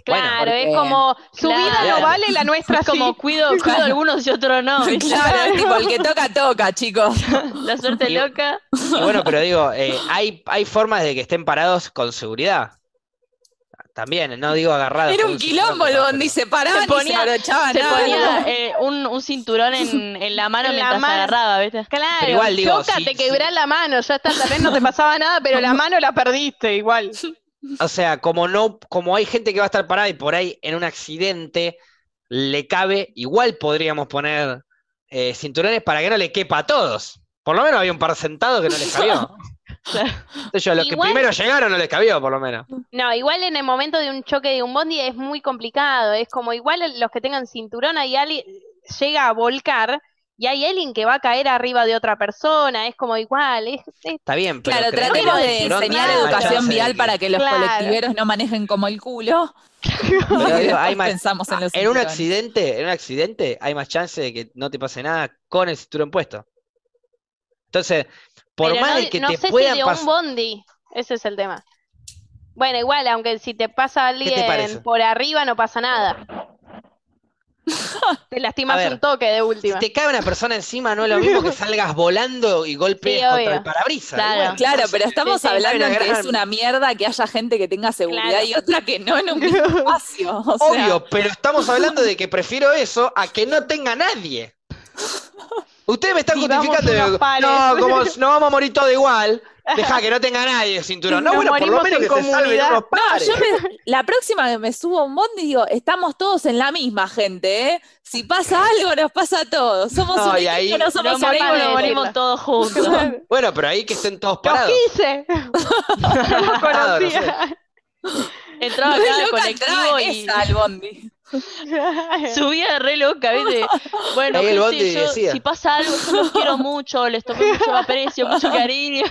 Speaker 1: Bueno,
Speaker 3: Claro,
Speaker 4: porque-
Speaker 3: es como su vida
Speaker 1: Claro.
Speaker 3: no vale, la [LAUGHS] nuestra
Speaker 2: Es como
Speaker 3: sí.
Speaker 2: cuido, cuido
Speaker 4: Claro.
Speaker 2: algunos y otros
Speaker 4: [LAUGHS]
Speaker 2: no. ¿viste?
Speaker 4: Claro, tipo, el que toca, toca, chicos.
Speaker 2: [LAUGHS] La suerte
Speaker 1: Y-
Speaker 2: loca.
Speaker 1: Y bueno, pero digo, eh, hay, hay formas de que estén parados con seguridad. También, no digo agarrados.
Speaker 4: Era
Speaker 1: con
Speaker 4: un
Speaker 1: cinturón,
Speaker 4: quilombo el
Speaker 1: pero-
Speaker 4: bondi, se paraban
Speaker 2: Se ponía-
Speaker 4: y se abrochaban.
Speaker 2: Se
Speaker 4: nada.
Speaker 2: ponía eh, un, un cinturón en, en la mano
Speaker 3: En la
Speaker 2: mientras
Speaker 3: mano.
Speaker 2: agarraba, ¿viste?
Speaker 3: Claro,
Speaker 1: Pero igual, digo,
Speaker 3: choca,
Speaker 1: si-
Speaker 3: te
Speaker 1: si-
Speaker 3: quebrás la mano, ya está, tal vez no te pasaba nada, pero [LAUGHS] la mano la perdiste igual.
Speaker 1: O sea, como no, como hay gente que va a estar parada y por ahí en un accidente le cabe, igual podríamos poner eh, cinturones para que no le quepa a todos. Por lo menos había un par sentado que no les
Speaker 4: [LAUGHS]
Speaker 1: cabió. Entonces yo, a los que
Speaker 3: Igual-
Speaker 1: primero llegaron no les cabió, por lo menos.
Speaker 3: No, igual en el momento de un choque de un bondi es muy complicado. Es como igual el- los que tengan cinturón, hay alguien llega a volcar y hay alguien que va a caer arriba de otra persona. Es como igual. Es, es-
Speaker 1: Está bien, pero
Speaker 4: Claro,
Speaker 1: creo que
Speaker 4: tratemos
Speaker 1: el
Speaker 4: de
Speaker 1: cinturón
Speaker 4: enseñar
Speaker 1: tiene más
Speaker 4: educación
Speaker 1: chance de
Speaker 4: vial
Speaker 1: que-
Speaker 4: para que los
Speaker 3: Claro.
Speaker 4: colectiveros no manejen como el culo.
Speaker 1: [LAUGHS] Pero
Speaker 4: Y
Speaker 1: digo,
Speaker 4: después
Speaker 1: hay más-
Speaker 4: pensamos en los
Speaker 1: Ah, En un
Speaker 4: cinturones.
Speaker 1: accidente, en un accidente hay más chance de que no te pase nada con el cinturón puesto. Entonces, por
Speaker 3: pero
Speaker 1: más
Speaker 3: no,
Speaker 1: de que
Speaker 3: no
Speaker 1: te
Speaker 3: sé si
Speaker 1: puedan
Speaker 3: de
Speaker 1: pasar,
Speaker 3: un bondi. Ese es el tema. Bueno, igual, aunque si te pasa
Speaker 1: te parece?
Speaker 3: alguien por arriba no pasa nada. Te lastimas
Speaker 1: ver,
Speaker 3: un toque de
Speaker 1: si
Speaker 3: última.
Speaker 1: te cae una persona encima, no es lo mismo que salgas volando y golpees
Speaker 3: Sí,
Speaker 1: contra
Speaker 3: obvio.
Speaker 1: el parabrisas.
Speaker 2: Claro.
Speaker 1: Bueno, [LAUGHS]
Speaker 4: Claro, pero estamos
Speaker 3: sí, sí,
Speaker 4: hablando
Speaker 1: hay una
Speaker 4: que
Speaker 1: gran-
Speaker 4: es una mierda que haya gente que tenga seguridad
Speaker 3: Claro.
Speaker 4: y otra que no
Speaker 1: [LAUGHS]
Speaker 4: en un mismo espacio. O sea,
Speaker 1: obvio, pero estamos hablando de que prefiero eso a que no tenga nadie. Ustedes me están
Speaker 3: Y vamos
Speaker 1: justificando.
Speaker 3: unos
Speaker 1: de-
Speaker 3: pares.
Speaker 1: No, como no vamos a morir todos igual. Deja que no tenga
Speaker 3: [LAUGHS]
Speaker 1: nadie el cinturón. No,
Speaker 3: Nos
Speaker 1: bueno, por lo
Speaker 3: morimos
Speaker 1: menos que
Speaker 3: en
Speaker 1: se salven
Speaker 3: comunidad.
Speaker 1: unos
Speaker 4: No,
Speaker 1: pares.
Speaker 4: Pues yo me- la próxima que me subo a un bondi digo, estamos todos en la misma, gente, ¿eh? Si pasa algo, nos pasa a todos. Somos
Speaker 1: No,
Speaker 4: un
Speaker 1: y
Speaker 4: equipo,
Speaker 1: ahí-
Speaker 4: no
Speaker 2: Nos
Speaker 4: somos un
Speaker 2: morimos, nos
Speaker 4: equipo.
Speaker 2: morimos todos juntos.
Speaker 3: [LAUGHS]
Speaker 1: Bueno, pero ahí que estén todos
Speaker 3: ¡Los
Speaker 1: parados.
Speaker 3: quise! No [LAUGHS] los
Speaker 1: Claro, no sé.
Speaker 3: conocía.
Speaker 2: Entraba
Speaker 4: Re
Speaker 2: cada
Speaker 4: loca
Speaker 2: colectivo
Speaker 4: entraba en
Speaker 2: y
Speaker 4: esa al bondi.
Speaker 3: [LAUGHS]
Speaker 2: subía re loca, ¿viste? Bueno,
Speaker 1: Ahí el
Speaker 2: qué sé
Speaker 1: bondi
Speaker 2: yo,
Speaker 1: decía.
Speaker 2: si pasa algo, yo los quiero mucho, les tomé mucho aprecio, mucho cariño.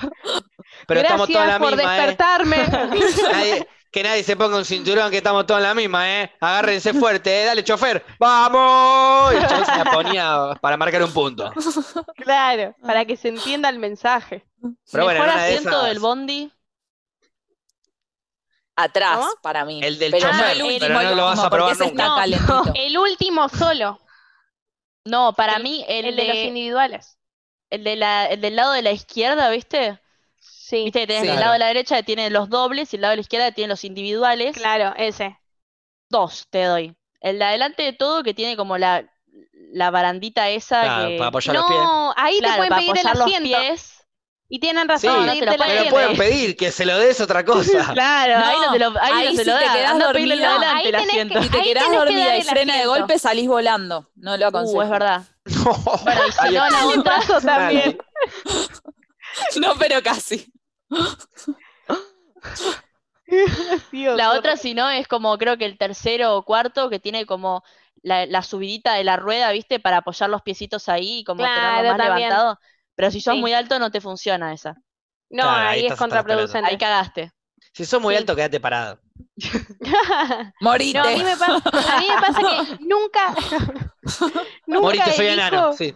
Speaker 1: Pero
Speaker 3: Gracias
Speaker 1: estamos todos en la
Speaker 3: por
Speaker 1: misma, ¿eh? [LAUGHS]
Speaker 3: despertarme.
Speaker 1: Nadie- que nadie se ponga un cinturón, que estamos todos en la misma, ¿eh? Agárrense fuerte, ¿eh? Dale, chofer. ¡Vamos! Y el chabón se la ponía para marcar un
Speaker 2: [LAUGHS]
Speaker 1: punto.
Speaker 3: Claro, para que se entienda el mensaje.
Speaker 1: Pero bueno, en
Speaker 2: Mejor
Speaker 1: una de
Speaker 2: asiento
Speaker 1: esas-
Speaker 2: del bondi.
Speaker 4: Atrás,
Speaker 3: ¿Cómo?
Speaker 4: para mí.
Speaker 1: El del
Speaker 4: pero no
Speaker 1: chofer,
Speaker 4: el último,
Speaker 1: pero
Speaker 4: el
Speaker 1: no lo vas a
Speaker 4: último, porque
Speaker 1: probar
Speaker 4: ese está
Speaker 1: nunca.
Speaker 4: calentito.
Speaker 3: El último solo,
Speaker 2: No, para
Speaker 3: El-
Speaker 2: mí el,
Speaker 3: el de los
Speaker 2: de,
Speaker 3: individuales.
Speaker 2: el, de la, el del lado de la izquierda, ¿viste?
Speaker 3: Sí,
Speaker 2: Viste que tenés
Speaker 4: Sí.
Speaker 2: el lado de la derecha que tiene los dobles y el lado de la izquierda que tiene los individuales.
Speaker 3: claro, ese.
Speaker 2: Dos te doy. El de adelante de todo que tiene como la, la barandita esa
Speaker 1: Claro,
Speaker 2: que...
Speaker 1: para apoyar los pies.
Speaker 3: No, ahí
Speaker 2: Claro,
Speaker 3: te
Speaker 2: para
Speaker 3: pueden pedir
Speaker 2: apoyar
Speaker 3: el
Speaker 2: los
Speaker 3: asiento.
Speaker 2: pies.
Speaker 3: Y tienen
Speaker 1: Sí,
Speaker 3: razón,
Speaker 1: no
Speaker 2: te
Speaker 3: pedirte
Speaker 2: lo
Speaker 3: el
Speaker 1: Me lo
Speaker 2: pueden
Speaker 3: asiento.
Speaker 1: pueden pedir, que se lo des otra
Speaker 2: [LAUGHS]
Speaker 1: cosa.
Speaker 2: Claro, ahí no
Speaker 4: No,
Speaker 2: te lo, ahí no
Speaker 4: ahí
Speaker 2: se
Speaker 4: si
Speaker 2: lo
Speaker 4: te
Speaker 2: da.
Speaker 4: quedás
Speaker 2: Anda a pedirle lo
Speaker 4: dormido.
Speaker 2: adelante,
Speaker 3: Ahí
Speaker 2: el
Speaker 3: tenés
Speaker 2: asiento.
Speaker 3: que-
Speaker 4: Si te
Speaker 3: Ahí
Speaker 4: quedás
Speaker 3: tenés que
Speaker 4: dormida
Speaker 3: dar
Speaker 4: y
Speaker 3: el
Speaker 4: frena de
Speaker 3: asiento.
Speaker 4: golpe, salís volando. No lo aconsejo.
Speaker 2: Uh, es verdad.
Speaker 1: No.
Speaker 2: Bueno, y si
Speaker 1: Ahí
Speaker 2: no,
Speaker 1: está.
Speaker 2: la otra... [LAUGHS]
Speaker 3: Eso [LAUGHS] también.
Speaker 4: [LAUGHS] No, pero casi.
Speaker 3: Dios,
Speaker 2: La
Speaker 3: otro.
Speaker 2: otra, si no, es como creo que el tercero o cuarto que tiene como la, la subidita de la rueda, ¿viste? Para apoyar los piecitos ahí y como tenerlo
Speaker 3: Claro,
Speaker 2: más
Speaker 3: también.
Speaker 2: levantado. Pero si sos
Speaker 3: Sí.
Speaker 2: muy alto no te funciona esa.
Speaker 3: No,
Speaker 1: Claro, ahí
Speaker 3: ahí es
Speaker 1: estás hasta las pelotas.
Speaker 3: contraproducente.
Speaker 2: Ahí cagaste.
Speaker 1: Si sos muy
Speaker 3: Sí.
Speaker 1: alto, quédate parado.
Speaker 4: Morite.
Speaker 3: [LAUGHS] No, a mí, me pasa, a mí me pasa [LAUGHS] que nunca. [LAUGHS] nunca
Speaker 1: Morite, soy
Speaker 3: elijo-
Speaker 1: enano. Sí.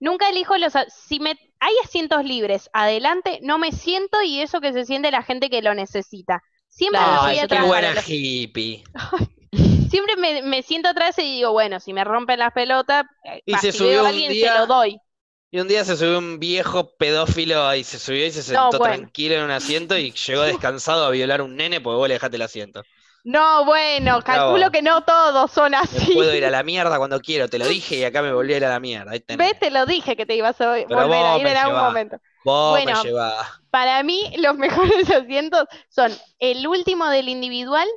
Speaker 3: Nunca elijo los. a- Si me, hay asientos libres adelante, no me siento y eso que se siente la gente que lo necesita. Siempre
Speaker 2: Claro,
Speaker 3: me
Speaker 1: Ay,
Speaker 3: voy
Speaker 2: eso
Speaker 1: qué
Speaker 3: atrás.
Speaker 1: buena hippie.
Speaker 3: Siempre me, me siento atrás y digo, bueno, si me rompen las pelotas, eh,
Speaker 1: Y
Speaker 3: va,
Speaker 1: se
Speaker 3: si
Speaker 1: subió
Speaker 3: veo
Speaker 1: un
Speaker 3: a alguien,
Speaker 1: día-
Speaker 3: se lo doy.
Speaker 1: Y un día se subió un viejo pedófilo y se subió y se sentó
Speaker 3: bueno.
Speaker 1: tranquilo en un asiento y llegó descansado a violar a un nene porque vos le pues dejaste el asiento.
Speaker 3: No, bueno, calculo
Speaker 1: Bravo.
Speaker 3: que no todos son
Speaker 1: Me
Speaker 3: así.
Speaker 1: puedo ir a la mierda cuando quiero, te lo dije y acá me volví a ir a la mierda. Ahí tenés.
Speaker 3: [LAUGHS] Ve, te lo dije que te ibas a
Speaker 1: Pero
Speaker 3: volver a
Speaker 1: vos
Speaker 3: ir en
Speaker 1: me
Speaker 3: algún
Speaker 1: llevás.
Speaker 3: momento.
Speaker 1: Vos
Speaker 3: bueno.
Speaker 1: me llevás.
Speaker 3: Para mí, [LAUGHS] los mejores asientos son el último del individual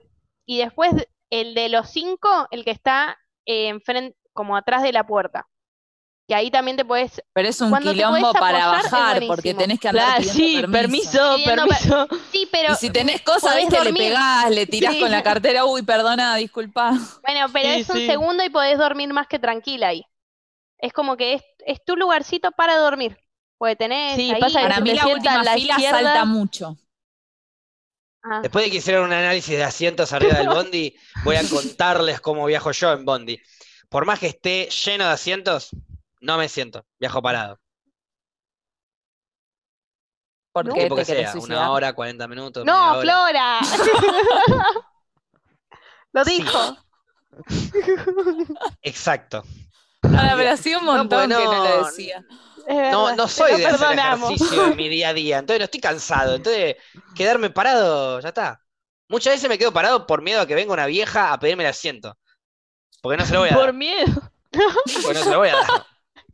Speaker 3: y después el de los cinco, el que está eh, enfrente, como atrás de la puerta. Que ahí también te puedes.
Speaker 4: Pero es un
Speaker 3: Cuando te
Speaker 4: quilombo
Speaker 3: podés
Speaker 4: para
Speaker 3: apoyar, es
Speaker 4: bajar
Speaker 3: buenísimo.
Speaker 4: porque tenés que andar
Speaker 7: Claro,
Speaker 4: pidiendo
Speaker 7: sí, permiso,
Speaker 3: Pidiendo
Speaker 7: permiso.
Speaker 3: Sí, pero.
Speaker 4: y si tenés cosas,
Speaker 3: podés
Speaker 4: viste, le
Speaker 3: dormir.
Speaker 4: pegás, le tirás
Speaker 3: Sí.
Speaker 4: con la cartera, uy, perdona, disculpa.
Speaker 3: Bueno, pero
Speaker 7: Sí,
Speaker 3: es un
Speaker 7: sí.
Speaker 3: segundo y podés dormir más que tranquila ahí. Es como que es, es tu lugarcito para dormir. Porque tenés
Speaker 7: Sí,
Speaker 3: ahí-
Speaker 7: pasa que
Speaker 4: Para
Speaker 7: si
Speaker 4: mí
Speaker 7: te
Speaker 4: la
Speaker 7: sientas
Speaker 4: última
Speaker 7: a la
Speaker 4: fila
Speaker 7: izquierda-
Speaker 4: salta mucho.
Speaker 3: Ah.
Speaker 1: Después de que hicieron un análisis de asientos arriba del bondi, voy a contarles cómo viajo yo en bondi. Por más que esté lleno de asientos, no me siento, viajo parado.
Speaker 4: Porque
Speaker 1: Tiempo que
Speaker 4: te
Speaker 1: sea,
Speaker 4: querés suicidar.
Speaker 1: una hora, 40 minutos.
Speaker 3: ¡No,
Speaker 1: media hora.
Speaker 3: Flora! [LAUGHS] Lo
Speaker 1: Sí.
Speaker 3: dijo.
Speaker 1: Exacto.
Speaker 4: Ahora, pero hacía un
Speaker 1: No,
Speaker 4: montón que no lo
Speaker 1: bueno,
Speaker 4: decía.
Speaker 1: No, no soy de hacer
Speaker 3: perdonamos.
Speaker 1: ejercicio en mi día a día, entonces no estoy cansado. Entonces, quedarme parado, ya está. Muchas veces me quedo parado por miedo a que venga una vieja a pedirme el asiento. Porque no se lo voy a
Speaker 7: [LAUGHS] Por
Speaker 1: dar.
Speaker 7: miedo.
Speaker 1: Porque no se lo voy a dar.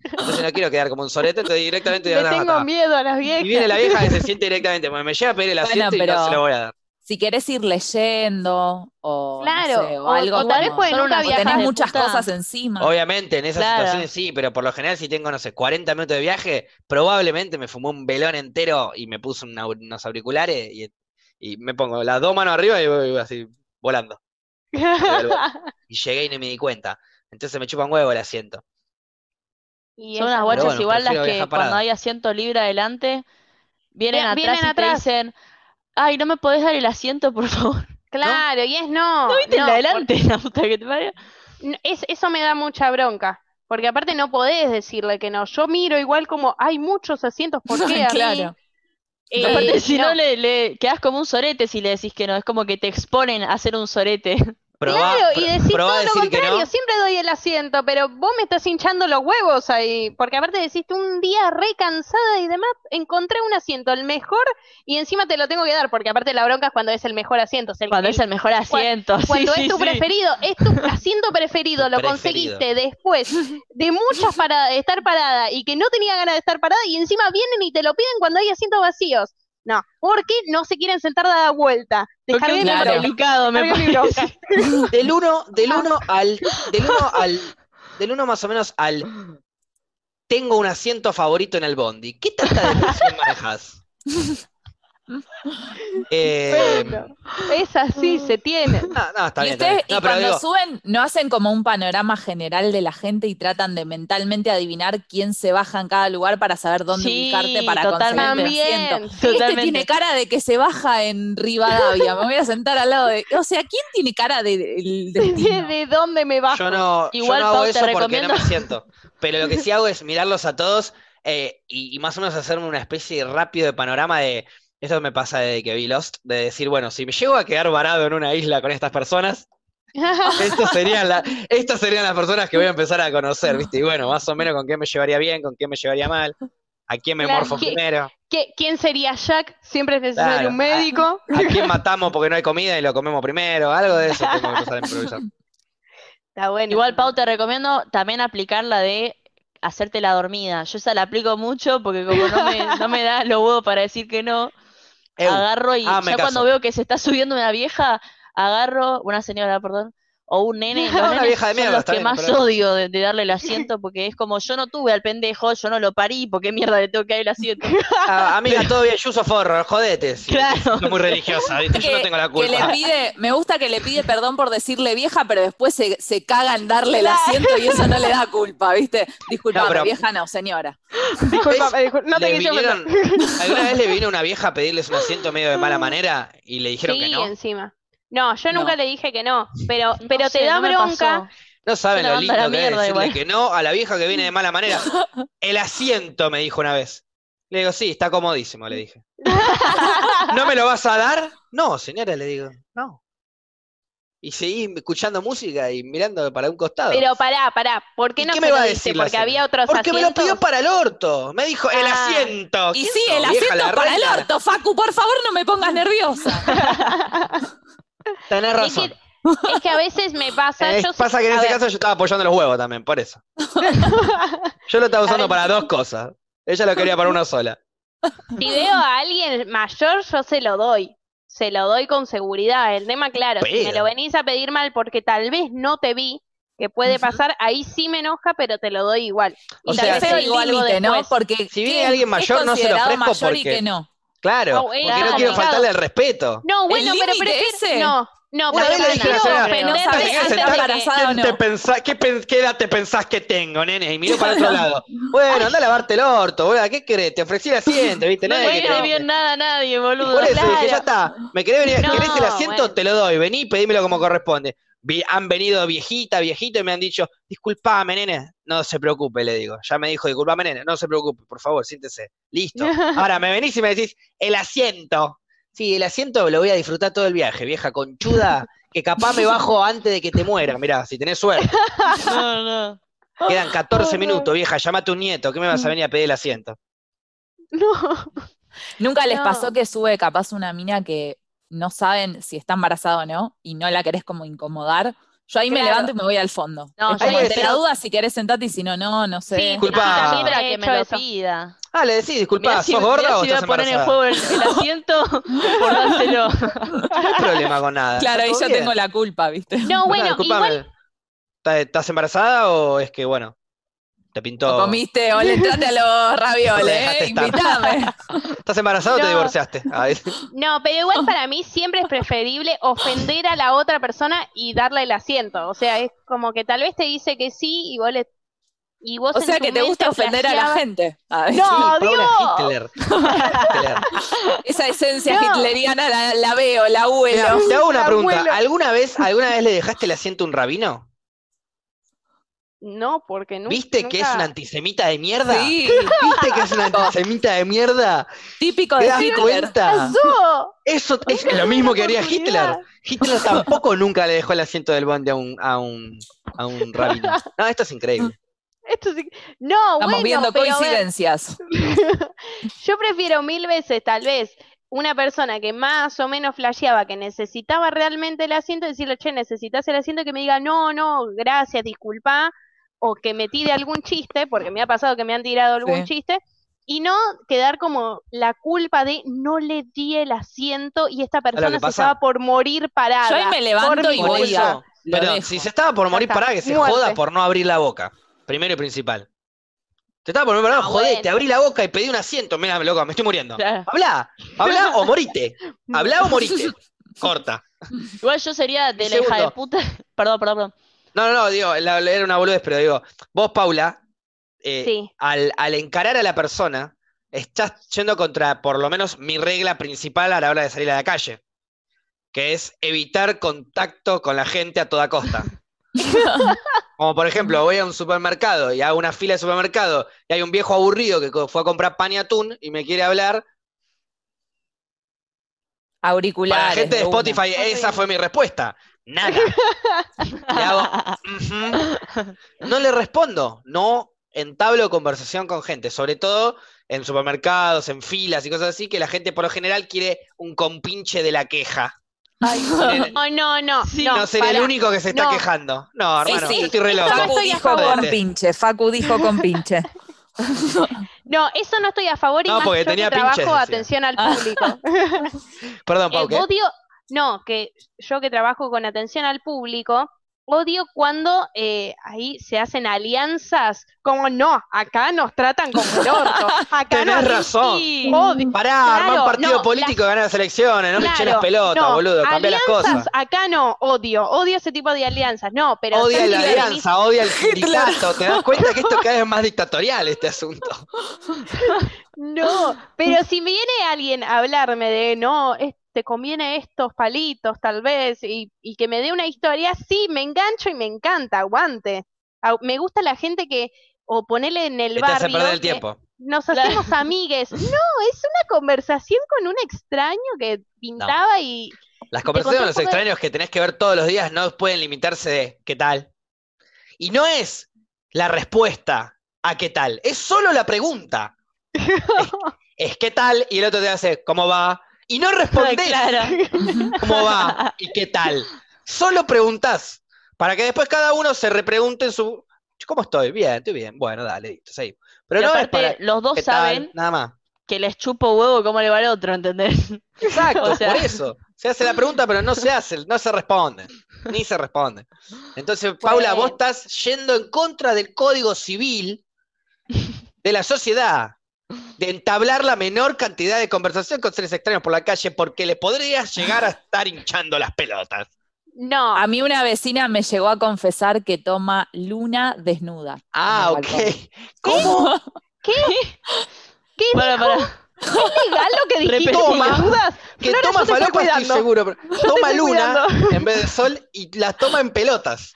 Speaker 1: Entonces no quiero quedar como un sorete, entonces directamente digo,
Speaker 3: Le
Speaker 1: "No,
Speaker 3: tengo
Speaker 1: está".
Speaker 3: miedo a las
Speaker 1: Y viene
Speaker 3: viejas.
Speaker 1: la vieja que se siente directamente, me llega a pedir el
Speaker 4: Bueno,
Speaker 1: asiento y
Speaker 4: pero-
Speaker 1: no se lo voy a dar.
Speaker 4: Si querés ir leyendo o, no
Speaker 3: Claro,
Speaker 4: sé, o
Speaker 3: o-
Speaker 4: algo
Speaker 3: o tal vez
Speaker 4: como-
Speaker 3: puede
Speaker 7: Son
Speaker 3: nunca
Speaker 7: unas-
Speaker 4: o
Speaker 3: viajar.
Speaker 4: tenés
Speaker 7: de
Speaker 4: muchas
Speaker 7: puta.
Speaker 4: cosas encima.
Speaker 3: Ah.
Speaker 1: Obviamente, en esas
Speaker 7: Claro.
Speaker 1: situaciones sí, pero por lo general si tengo, no sé, 40 minutos de viaje, probablemente me fumé un velón entero y me puse una- unos auriculares y, y me pongo las dos manos arriba y voy así volando.
Speaker 3: [LAUGHS]
Speaker 1: Y llegué y no me di cuenta. Entonces me chupa un huevo el asiento.
Speaker 3: Y
Speaker 7: Son unas
Speaker 3: esas-
Speaker 7: guachas
Speaker 1: bueno,
Speaker 7: igual las
Speaker 1: prefiero
Speaker 7: que
Speaker 1: viajar
Speaker 7: cuando
Speaker 1: parado.
Speaker 7: hay asiento libre adelante, vienen
Speaker 3: Bien-
Speaker 7: atrás
Speaker 3: vienen
Speaker 7: y te
Speaker 3: atrás.
Speaker 7: dicen, ay, no me podés dar el asiento, por favor. [LAUGHS]
Speaker 3: Claro, y es no.
Speaker 7: ¿Viste el
Speaker 3: no,
Speaker 7: de adelante, la puta que te parió?
Speaker 3: por- no, es- eso me da mucha bronca. Porque aparte no podés decirle que no. Yo miro igual como hay muchos asientos, [LAUGHS] ¿por
Speaker 4: [LAUGHS]
Speaker 3: qué a mí?
Speaker 4: claro.
Speaker 3: Eh,
Speaker 7: Aparte, si no,
Speaker 3: no.
Speaker 7: le, le quedás como un sorete si le decís que no. Es como que te exponen a hacer un sorete. [LAUGHS]
Speaker 1: Probá,
Speaker 3: Claro, y
Speaker 1: pr-
Speaker 3: decís
Speaker 1: probá
Speaker 3: todo lo
Speaker 1: a decir que
Speaker 3: contrario,
Speaker 1: no.
Speaker 3: siempre doy el asiento, pero vos me estás hinchando los huevos ahí, porque aparte decís un día re cansada y demás, encontré un asiento, el mejor, y encima te lo tengo que dar, porque aparte la bronca es cuando es el mejor asiento, es el,
Speaker 7: Cuando es el mejor asiento. [LAUGHS] sí,
Speaker 3: cuando
Speaker 7: sí,
Speaker 3: es tu
Speaker 7: sí.
Speaker 3: preferido,
Speaker 7: [LAUGHS]
Speaker 3: es tu asiento preferido, lo
Speaker 1: Preferido.
Speaker 3: conseguiste después de muchas paradas, de estar parada y que no tenía ganas de estar parada y encima vienen y te lo piden cuando hay asientos vacíos. No, porque no se quieren sentar de la vuelta. Descargué
Speaker 7: Porque
Speaker 3: mi
Speaker 7: un
Speaker 4: Claro.
Speaker 3: bronca,
Speaker 7: complicado, me [LAUGHS]
Speaker 3: descargué mi
Speaker 7: parece.
Speaker 3: bronca.
Speaker 1: Del 1 del uno al del uno al del uno más o menos al tengo un asiento favorito en el bondi. ¿Qué tanta depresión manejas? [LAUGHS] Eh,
Speaker 3: Bueno, es así, se tiene.
Speaker 1: No, no, está
Speaker 4: y
Speaker 1: bien. está
Speaker 4: ustedes,
Speaker 1: bien. No,
Speaker 4: y
Speaker 1: pero
Speaker 4: cuando
Speaker 1: digo,
Speaker 4: suben, ¿no hacen como un panorama general de la gente y tratan de mentalmente adivinar quién se baja en cada lugar para saber dónde
Speaker 7: Sí,
Speaker 4: ubicarte para
Speaker 7: totalmente.
Speaker 4: conseguir tu asiento?
Speaker 3: También.
Speaker 4: Este tiene cara de que se baja en Rivadavia, me voy a sentar al lado de... O sea, ¿quién tiene cara de, del
Speaker 3: ¿De, [LAUGHS]
Speaker 4: destino?
Speaker 3: de dónde me bajo?
Speaker 1: yo no, yo
Speaker 7: Igual,
Speaker 1: no hago
Speaker 7: Pau, te
Speaker 1: eso porque no
Speaker 7: recomiendo-
Speaker 1: me siento. Pero lo que sí hago es mirarlos a todos eh, y, y más o menos hacerme una especie de rápido de panorama de. Esto me pasa desde que vi Lost, de decir, bueno, si me llego a quedar varado en una isla con estas personas, Estas serían, la- estas serían las personas que voy a empezar a conocer, ¿viste? Y bueno, más o menos con quién me llevaría bien, con quién me llevaría mal, a quién me
Speaker 3: Claro,
Speaker 1: morfo
Speaker 3: ¿qué-
Speaker 1: primero,
Speaker 3: ¿Qué- ¿Quién sería Jack? Siempre es necesario
Speaker 1: Claro.
Speaker 3: un médico.
Speaker 1: a quién matamos porque no hay comida y lo comemos primero, algo de eso tengo que empezar a improvisar.
Speaker 3: Está bueno.
Speaker 7: Igual, Pau, te recomiendo también aplicar la de hacerte la dormida. Yo esa la aplico mucho porque como no me,
Speaker 1: [LAUGHS]
Speaker 7: no me da los huevos para decir que no,
Speaker 1: Eu,
Speaker 7: agarro y
Speaker 1: ah,
Speaker 7: ya
Speaker 1: me caso.
Speaker 7: cuando veo que se está subiendo una vieja, agarro, una señora, perdón, o un
Speaker 1: [LAUGHS]
Speaker 7: nene, los
Speaker 1: Una
Speaker 7: nenes
Speaker 1: vieja de
Speaker 7: son
Speaker 1: mierda,
Speaker 7: los
Speaker 1: está
Speaker 7: que
Speaker 1: bien,
Speaker 7: más
Speaker 1: pero-
Speaker 7: odio de, de
Speaker 1: [LAUGHS]
Speaker 7: darle el asiento porque es como yo no tuve al pendejo, yo no lo parí, porque mierda le tengo que dar el
Speaker 1: [LAUGHS]
Speaker 7: asiento.
Speaker 1: a, Ah, amiga, todo bien, yo uso forro, jodete. sí.
Speaker 7: Claro.
Speaker 1: Soy muy religiosa, ¿viste? Yo no tengo la
Speaker 4: que le
Speaker 1: culpa.
Speaker 4: pide, me gusta que le pide perdón por decirle vieja, pero después se, se caga en darle el asiento y eso no le da culpa, ¿viste? Disculpa,
Speaker 1: No, pero-
Speaker 4: vieja no, señora.
Speaker 3: Disculpa, disculpa, no te
Speaker 1: Le
Speaker 3: quise ofender.
Speaker 1: vinieron- ¿Alguna vez le vino una vieja a pedirles un asiento medio de mala manera y le dijeron que
Speaker 3: Sí,
Speaker 1: no?
Speaker 3: encima. No, yo
Speaker 4: No.
Speaker 3: nunca le dije que no, pero, pero
Speaker 7: No
Speaker 3: te
Speaker 7: sé,
Speaker 3: da
Speaker 7: no me
Speaker 3: bronca.
Speaker 7: pasó.
Speaker 1: No saben
Speaker 7: Yo la
Speaker 1: lo
Speaker 7: mando a
Speaker 1: lindo
Speaker 7: la
Speaker 1: que es
Speaker 7: mierda
Speaker 1: decirle
Speaker 7: igual.
Speaker 1: que no a la vieja que viene de mala manera. El asiento, me dijo una vez. Le digo, sí, está comodísimo, le dije. ¿No me lo vas a dar? No, señora, le digo, no. Y seguí escuchando música y mirando para un costado.
Speaker 3: Pero pará, pará, ¿por qué
Speaker 1: ¿Y
Speaker 3: no
Speaker 1: qué
Speaker 3: se
Speaker 1: me va
Speaker 3: lo
Speaker 1: a
Speaker 3: dice?
Speaker 1: decir la
Speaker 3: Porque
Speaker 1: señora?
Speaker 3: había otros
Speaker 1: Porque me lo
Speaker 3: asientos.
Speaker 1: pidió para el orto. Me dijo, el
Speaker 3: Ah.
Speaker 1: asiento.
Speaker 4: Y
Speaker 1: ¿Quién
Speaker 4: sí,
Speaker 1: sos,
Speaker 4: el
Speaker 1: vieja
Speaker 4: asiento
Speaker 1: la
Speaker 4: para el
Speaker 1: reta?
Speaker 4: orto, Facu, por favor no me pongas nerviosa.
Speaker 1: Tenés
Speaker 3: Es que,
Speaker 1: razón.
Speaker 3: es que a veces me pasa.
Speaker 1: [LAUGHS] Eh,
Speaker 3: yo soy-
Speaker 1: pasa que en
Speaker 3: a
Speaker 1: ese
Speaker 3: ver.
Speaker 1: caso yo estaba apoyando los huevos también, por eso. Yo lo estaba usando
Speaker 3: ver.
Speaker 1: para dos cosas. Ella lo quería para una sola.
Speaker 3: Si veo a alguien mayor, yo se lo doy. Se lo doy con seguridad. El tema, claro, si me
Speaker 1: Pero-
Speaker 3: lo venís a pedir mal porque tal vez no te vi, que puede pasar, ahí sí me enoja, pero te lo doy igual.
Speaker 1: [LAUGHS] O
Speaker 3: Y
Speaker 1: sea,
Speaker 3: tal vez
Speaker 1: feo
Speaker 3: te digo algo
Speaker 4: límite, ¿no?
Speaker 3: después.
Speaker 4: Porque
Speaker 1: Si viene
Speaker 4: ¿qué
Speaker 1: alguien
Speaker 4: es
Speaker 1: mayor, no se lo
Speaker 4: considerado
Speaker 1: ofrezco
Speaker 4: mayor y
Speaker 1: porque-
Speaker 4: que no.
Speaker 1: Claro,
Speaker 3: Oh, eh,
Speaker 1: porque no
Speaker 3: claro.
Speaker 1: quiero faltarle el respeto.
Speaker 3: No, bueno, pero
Speaker 4: límite
Speaker 3: prefiero...
Speaker 4: ese?
Speaker 3: No, no,
Speaker 1: Una
Speaker 3: pero
Speaker 1: vez le dije a la
Speaker 3: prefiero
Speaker 1: señora,
Speaker 3: ofender
Speaker 1: "No
Speaker 4: ¿Esta
Speaker 1: sabés si
Speaker 4: señora
Speaker 3: antes
Speaker 1: está
Speaker 4: está
Speaker 3: de que-
Speaker 4: embarazada o no?
Speaker 1: ¿Te pensás- qué, pen- qué edad te pensás que tengo, nene? Y miró para otro lado. Bueno, anda a lavarte el orto, boludo. ¿Qué querés? Te ofrecí el asiento, ¿viste?
Speaker 7: No
Speaker 1: Nadie
Speaker 7: le
Speaker 1: que te-
Speaker 7: cae bien nada a nadie, boludo.
Speaker 1: Por eso dije,
Speaker 7: Claro.
Speaker 1: ya está. ¿Me querés, venir-
Speaker 3: No,
Speaker 1: querés el asiento?
Speaker 3: bueno.
Speaker 1: Te lo doy. Vení, pedímelo como corresponde. Vi- han venido viejita, viejito y me han dicho, disculpame, nene. No se preocupe, le digo. Ya me dijo, disculpame, nene. No se preocupe, por favor, siéntese. Listo.
Speaker 7: [LAUGHS]
Speaker 1: Ahora me venís y me decís, el asiento. Sí, el asiento lo voy a disfrutar todo el viaje, vieja conchuda, que capaz me bajo antes de que te muera. Mirá, si tenés suerte. [LAUGHS]
Speaker 7: No, no. [LAUGHS]
Speaker 1: Quedan
Speaker 7: Oh,
Speaker 1: 14 minutos, vieja. Llama a tu nieto. ¿Qué me vas a venir a pedir el asiento?
Speaker 3: No.
Speaker 4: Nunca les
Speaker 3: No.
Speaker 4: pasó que sube capaz una mina que no saben si está embarazada o no y no la querés como incomodar. Yo ahí me
Speaker 3: Claro.
Speaker 4: levanto y me voy al fondo.
Speaker 7: No,
Speaker 4: Es
Speaker 7: yo
Speaker 4: como,
Speaker 1: le
Speaker 4: te
Speaker 1: digo-
Speaker 4: la dudas si querés sentarte y si no, no, no sé.
Speaker 3: Sí,
Speaker 1: Disculpa.
Speaker 3: no, también
Speaker 7: Para
Speaker 3: he
Speaker 7: que me
Speaker 3: hecho
Speaker 7: lo
Speaker 3: eso.
Speaker 7: pida.
Speaker 1: Ah, le decís, disculpa,
Speaker 7: Mirá si-
Speaker 1: ¿sos
Speaker 7: mirá
Speaker 1: gorda o
Speaker 7: si voy
Speaker 1: estás
Speaker 7: a poner en
Speaker 1: embarazada?
Speaker 7: juego el, el
Speaker 1: [LAUGHS]
Speaker 7: asiento por dárselo.
Speaker 1: No hay problema con nada.
Speaker 4: Claro, ahí
Speaker 1: está todo
Speaker 4: yo
Speaker 1: bien.
Speaker 4: tengo la culpa, ¿viste?
Speaker 3: No, bueno,
Speaker 1: disculpame.
Speaker 3: igual
Speaker 1: ¿Está- ¿Estás embarazada o es que, bueno, te
Speaker 4: O
Speaker 1: pintó?
Speaker 4: comiste o le entraste a los
Speaker 1: O
Speaker 4: ravioles,
Speaker 1: le dejaste
Speaker 4: ¿eh?
Speaker 1: estar.
Speaker 3: [LAUGHS]
Speaker 4: Invítame.
Speaker 1: ¿Estás embarazada o
Speaker 3: No.
Speaker 1: te
Speaker 3: [LAUGHS]
Speaker 1: divorciaste? Ay,
Speaker 3: No, pero igual para mí siempre es preferible ofender a la otra persona y darle el asiento. O sea, es como que tal vez te dice que sí y vos le... Y vos
Speaker 4: O
Speaker 3: en
Speaker 4: sea
Speaker 3: tu
Speaker 4: que te
Speaker 3: mente
Speaker 4: gusta ofender a la
Speaker 3: flasheabas-
Speaker 4: gente. Ah, Ay,
Speaker 3: No,
Speaker 1: pobre
Speaker 3: Dios.
Speaker 1: Hitler.
Speaker 3: [LAUGHS]
Speaker 1: Hitler.
Speaker 4: Esa esencia
Speaker 3: No.
Speaker 4: hitleriana la, la veo, la
Speaker 1: Mira,
Speaker 4: huelo.
Speaker 1: te hago una
Speaker 3: Abuelo.
Speaker 1: pregunta. ¿Alguna vez, ¿Alguna vez le dejaste el asiento a un rabino?
Speaker 3: No, porque nu-
Speaker 1: ¿Viste que es
Speaker 3: nunca-
Speaker 1: un antisemita de mierda?
Speaker 4: Sí,
Speaker 1: ¿Viste que es un antisemita de mierda?
Speaker 4: típico
Speaker 1: ¿Te
Speaker 4: de
Speaker 1: das
Speaker 4: Hitler.
Speaker 1: cuenta?
Speaker 3: [LAUGHS] ¡No!
Speaker 1: Eso es
Speaker 3: Nunca
Speaker 1: lo
Speaker 3: tuve
Speaker 1: mismo
Speaker 3: la
Speaker 1: que haría
Speaker 3: oportunidad.
Speaker 1: Hitler. Hitler tampoco nunca le dejó el asiento del bonde a un, a un, a un rabino. No, esto es increíble.
Speaker 3: Esto sí- No,
Speaker 4: Estamos
Speaker 3: bueno,
Speaker 4: viendo
Speaker 3: pero a ver, [LAUGHS]
Speaker 4: coincidencias.
Speaker 3: yo prefiero mil veces, tal vez, una persona que más o menos flasheaba que necesitaba realmente el asiento, decirle, che, necesitas el asiento, que me diga, no, no, gracias, disculpa, o que me tire algún chiste, porque me ha pasado que me han tirado algún
Speaker 4: Sí.
Speaker 3: chiste, y no quedar como la culpa de no le di el asiento y esta persona se
Speaker 1: pasa.
Speaker 3: estaba por morir parada.
Speaker 4: Yo ahí me levanto
Speaker 3: por
Speaker 4: y
Speaker 3: mi
Speaker 1: Por
Speaker 4: voy
Speaker 3: culpa.
Speaker 4: a.
Speaker 1: eso,
Speaker 4: lo
Speaker 1: Pero
Speaker 4: dejo.
Speaker 1: si se estaba por
Speaker 3: Ya
Speaker 1: morir,
Speaker 3: está.
Speaker 1: pará, que se
Speaker 3: Muerte.
Speaker 1: joda por no abrir la boca. Primero y principal. Te estaba por morir, pará,
Speaker 3: Ah,
Speaker 1: jodete,
Speaker 3: bueno.
Speaker 1: abrí la boca y pedí un asiento. Mira, loco, me estoy muriendo.
Speaker 7: Claro.
Speaker 1: Habla, habla o morite. Habla
Speaker 3: [LAUGHS]
Speaker 1: o morite. Corta.
Speaker 7: Igual yo sería de
Speaker 1: Un
Speaker 7: la hija de
Speaker 1: segundo.
Speaker 7: puta. [LAUGHS] Perdón, perdón, perdón.
Speaker 1: No, no, no, digo, la- era una boludez, pero digo, vos, Paula, eh,
Speaker 3: Sí.
Speaker 1: al, al encarar a la persona, estás yendo contra, por lo menos, mi regla principal a la hora de salir a la calle, que es evitar contacto con la gente a toda costa. Como por ejemplo, voy a un supermercado y hago una fila de supermercado y hay un viejo aburrido que co- fue a comprar pan y atún y me quiere hablar.
Speaker 4: Auriculares.
Speaker 1: Para la gente de
Speaker 4: una.
Speaker 1: Spotify, esa fue mi respuesta. Nada. Le hago,
Speaker 7: [LAUGHS]
Speaker 1: "Ujú". No le respondo, no entablo conversación con gente, sobre todo en supermercados, en filas y cosas así, que la gente por lo general quiere un compinche de la queja.
Speaker 3: No, Oh, no, no.
Speaker 1: no,
Speaker 3: no,
Speaker 1: ser el
Speaker 3: pará.
Speaker 1: único que se está
Speaker 3: No.
Speaker 1: quejando. No,
Speaker 4: Sí,
Speaker 1: hermano,
Speaker 4: sí.
Speaker 1: yo estoy re loco.
Speaker 4: Facu
Speaker 3: estoy a
Speaker 4: dijo
Speaker 1: favor.
Speaker 4: con pinche. Facu dijo con pinche.
Speaker 3: No, eso no estoy a favor y
Speaker 1: No,
Speaker 3: más
Speaker 1: porque
Speaker 3: yo que
Speaker 1: tenía
Speaker 3: trabajo
Speaker 1: pinches, decía.
Speaker 3: atención al
Speaker 4: Ah.
Speaker 1: [LAUGHS]
Speaker 3: público.
Speaker 1: Perdón,
Speaker 3: Eh,
Speaker 1: Pau, ¿qué?
Speaker 3: odio, no, que yo que trabajo con atención al público, odio cuando eh, ahí se hacen alianzas como no, acá nos tratan como el
Speaker 1: [LAUGHS]
Speaker 3: orto, acá
Speaker 1: Tenés
Speaker 3: nos
Speaker 1: razón.
Speaker 3: Sí, odio.
Speaker 1: Pará,
Speaker 3: Claro,
Speaker 1: armá un partido
Speaker 3: no,
Speaker 1: político y ganar las elecciones, eh, no me eché las
Speaker 3: Claro,
Speaker 1: pelotas,
Speaker 3: no,
Speaker 1: boludo, cambiá las cosas.
Speaker 3: alianzas, acá no, odio, odio ese tipo de alianzas, no, pero
Speaker 1: odia
Speaker 3: sí
Speaker 1: la
Speaker 3: que venís-
Speaker 1: alianza,
Speaker 3: [LAUGHS]
Speaker 1: odia el sindicato, te das cuenta que esto cada vez es más dictatorial este asunto.
Speaker 3: No, pero si me viene alguien a hablarme de no, es- te conviene estos palitos tal vez y, y que me dé una historia, sí, me engancho y me encanta, aguante. Au- me gusta la gente que, o ponele en el
Speaker 1: Que te hace
Speaker 3: barrio,
Speaker 1: perder el
Speaker 3: que
Speaker 1: tiempo.
Speaker 3: nos
Speaker 7: Claro.
Speaker 3: hacemos
Speaker 4: [LAUGHS]
Speaker 3: amigues. No, es una conversación con un extraño que pintaba y
Speaker 1: Las conversaciones con los
Speaker 3: conté un poco de-
Speaker 1: extraños que tenés que ver todos los días no pueden limitarse de ¿qué tal? Y no es la respuesta a
Speaker 3: [LAUGHS]
Speaker 1: ¿qué tal? Es solo la pregunta. Es, es ¿qué tal? Y el otro te hace ¿cómo va? y no respondés
Speaker 7: claro.
Speaker 1: cómo va y qué tal. Solo preguntás, para que después cada uno se repregunte en su... ¿Cómo estoy? Bien, estoy bien. Bueno, dale, listo, seguimos. Pero
Speaker 7: Y
Speaker 1: no es
Speaker 7: aparte,
Speaker 1: para...
Speaker 7: los dos
Speaker 1: ¿Qué tal?
Speaker 7: saben
Speaker 1: Nada más.
Speaker 7: que les chupo huevo cómo le va al otro,
Speaker 1: [LAUGHS]
Speaker 7: ¿entendés?
Speaker 1: Exacto,
Speaker 7: [LAUGHS] O sea-
Speaker 1: por eso. Se hace la pregunta, pero no se hace, no se responde. Ni se responde. Entonces, Paula, vos estás yendo en contra del código civil de la sociedad. De entablar la menor cantidad de conversación con seres extraños por la calle porque les podrías llegar a estar hinchando las pelotas.
Speaker 3: No,
Speaker 4: [LAUGHS] A mí una vecina me llegó a confesar que toma luna desnuda.
Speaker 1: Ah,
Speaker 4: en el balcón.
Speaker 1: [LAUGHS] ok. ¿Cómo?
Speaker 3: ¿qué? ¿Qué
Speaker 7: Para, para.
Speaker 3: ¿Es legal lo que dijiste?
Speaker 1: Toma.
Speaker 3: sin dudas?
Speaker 1: Que
Speaker 3: Flora, yo
Speaker 1: toma
Speaker 3: te estoy
Speaker 1: falopa, estoy
Speaker 3: cuidando.
Speaker 1: seguro. pero [LAUGHS] toma
Speaker 3: estoy
Speaker 1: luna en vez de sol y las toma en pelotas.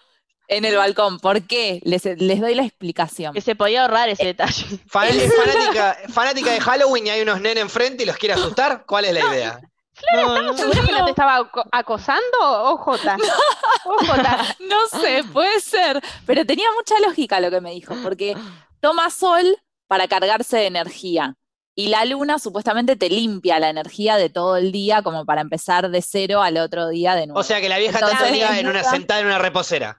Speaker 4: En el balcón. ¿Por qué? Les, les doy la explicación.
Speaker 7: Que se podía ahorrar ese detalle.
Speaker 1: [LAUGHS] Fan- es fanática, fanática de Halloween y hay unos nenes enfrente y los quiere asustar. ¿Cuál es la idea?
Speaker 3: ¿Estamos seguras que no te estaba aco- acosando?
Speaker 4: [LAUGHS]
Speaker 3: OJ. OJ.
Speaker 4: No sé,
Speaker 1: Ah.
Speaker 4: puede ser. Pero tenía mucha lógica lo que me dijo, porque toma sol para cargarse de energía. Y la luna supuestamente te limpia la energía de todo el día, como para empezar de cero al otro día de nuevo.
Speaker 1: O sea que la vieja está
Speaker 4: Entonces,
Speaker 1: tenía en una
Speaker 4: desnuda.
Speaker 1: sentada en una reposera.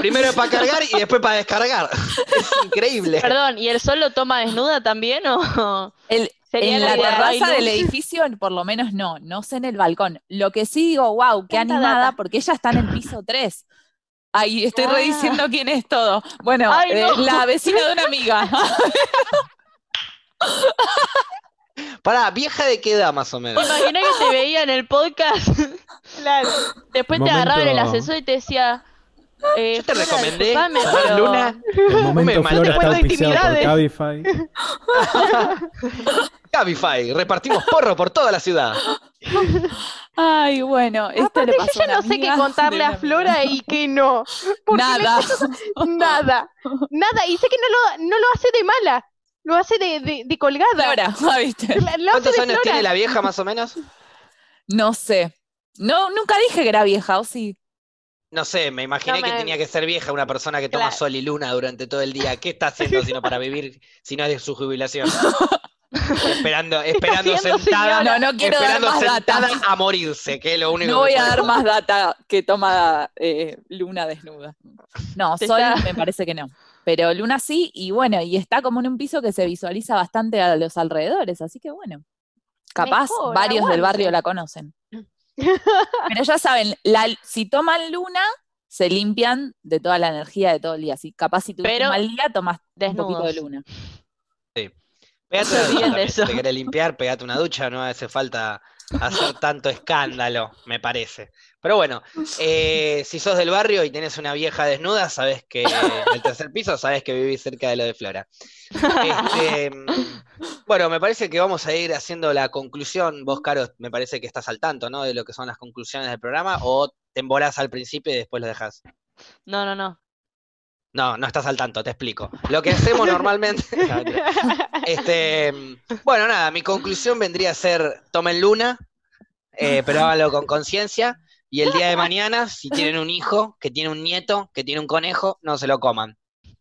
Speaker 1: Primero para cargar y después para descargar. [LAUGHS] Es increíble.
Speaker 7: Perdón, ¿y el sol lo toma desnuda también o [LAUGHS]
Speaker 4: El-
Speaker 7: sería
Speaker 4: en
Speaker 7: la
Speaker 4: la
Speaker 7: idea? Ay,
Speaker 4: terraza
Speaker 7: no.
Speaker 4: del edificio, por lo menos no, no sé en el balcón. Lo que sí digo, wow, qué
Speaker 3: Tanta
Speaker 4: animada,
Speaker 3: data. Ah.
Speaker 4: porque ella está en el piso 3. Ahí estoy rediciendo quién es todo. Bueno,
Speaker 7: Ay,
Speaker 4: eh,
Speaker 7: no.
Speaker 4: la vecina de una
Speaker 3: [LAUGHS]
Speaker 4: amiga.
Speaker 1: Pará, vieja de qué edad más o
Speaker 7: ¿Te
Speaker 1: menos.
Speaker 7: imaginas que te veía en el podcast?
Speaker 3: Claro.
Speaker 7: Después
Speaker 5: Momento-
Speaker 7: te agarraba en el ascensor y te decía. eh,
Speaker 1: Yo te
Speaker 7: Flora,
Speaker 1: recomendé.
Speaker 7: disculpame,
Speaker 1: tomar
Speaker 7: pero-
Speaker 2: [LAUGHS]
Speaker 1: Luna.
Speaker 5: El
Speaker 1: me [LAUGHS]
Speaker 5: momento Flora
Speaker 1: maltrates.
Speaker 5: está auspiciado por
Speaker 3: intimidades.
Speaker 5: Cabify.
Speaker 1: Cabify. Repartimos porro por toda la ciudad.
Speaker 4: Ay, bueno, esto
Speaker 3: Ah, Aparte, yo
Speaker 4: le pasó a
Speaker 3: ya
Speaker 4: una
Speaker 3: no sé qué
Speaker 4: amiga de
Speaker 3: contarle
Speaker 4: una
Speaker 3: a
Speaker 4: amiga.
Speaker 3: Flora y qué no. Porque le-
Speaker 4: Nada. [LAUGHS]
Speaker 3: nada. Nada. Y sé que no lo, no lo hace de mala. Lo hace de, de, de colgada.
Speaker 4: Flora, ah, ¿viste?
Speaker 3: La- lo hace
Speaker 1: ¿Cuántos
Speaker 3: de
Speaker 1: años
Speaker 3: Flora.
Speaker 1: tiene la vieja más o menos?
Speaker 4: No sé. No, nunca dije que era vieja, ¿o sí?
Speaker 1: No sé, me imaginé
Speaker 3: No
Speaker 1: que
Speaker 3: me-
Speaker 1: tenía que ser vieja una persona que toma
Speaker 3: Claro.
Speaker 1: sol y luna durante todo el día. ¿Qué
Speaker 4: [LAUGHS]
Speaker 1: está haciendo sino para vivir, si no es de su jubilación? esperando esperando
Speaker 3: haciendo,
Speaker 1: sentada,
Speaker 4: No, no quiero dar
Speaker 1: esperando
Speaker 4: más
Speaker 1: sentada
Speaker 4: data.
Speaker 1: a morirse, que es lo único
Speaker 4: No voy
Speaker 1: que
Speaker 4: a
Speaker 1: puede.
Speaker 4: dar más data que toma eh, Luna desnuda. No,
Speaker 7: Te
Speaker 4: Sol
Speaker 7: está-
Speaker 4: me parece que no. Pero Luna sí, y bueno, y está como en un piso que se visualiza bastante a los alrededores, así que bueno. Capaz
Speaker 3: Mejor,
Speaker 4: varios del barrio
Speaker 3: aguante.
Speaker 4: la conocen.
Speaker 7: [LAUGHS]
Speaker 4: Pero ya saben, la- si toman luna, se limpian de toda la energía de todo el día. Si capaz si tuviste
Speaker 7: Pero
Speaker 4: un mal día, tomas un poquito de
Speaker 7: Desnudos.
Speaker 4: luna.
Speaker 1: Pegate
Speaker 7: No se [LAUGHS]
Speaker 1: una ducha
Speaker 7: olviden de
Speaker 1: también, si
Speaker 7: eso.
Speaker 1: te querés limpiar, pegate una ducha, no hace falta hacer tanto escándalo, me parece. Pero bueno, eh, si sos del barrio y tenés una vieja desnuda, sabés que en el tercer piso, sabés que vivís cerca de lo de Flora. Este, bueno, me parece que vamos a ir haciendo la conclusión. Vos, Caro, me parece que estás al tanto, ¿no? De lo que son las conclusiones del programa, o te embolás al principio y después lo dejás.
Speaker 7: No,
Speaker 1: [LAUGHS]
Speaker 7: no, no.
Speaker 1: No, no estás al tanto, te explico. Lo que hacemos
Speaker 4: [LAUGHS]
Speaker 1: normalmente. No, mentira. Este, bueno, nada, mi conclusión vendría a ser, tomen luna,
Speaker 4: [LAUGHS]
Speaker 1: eh, pero háganlo con conciencia, y el día de mañana, si tienen un hijo, que tiene un nieto, que tiene un conejo, no se lo coman.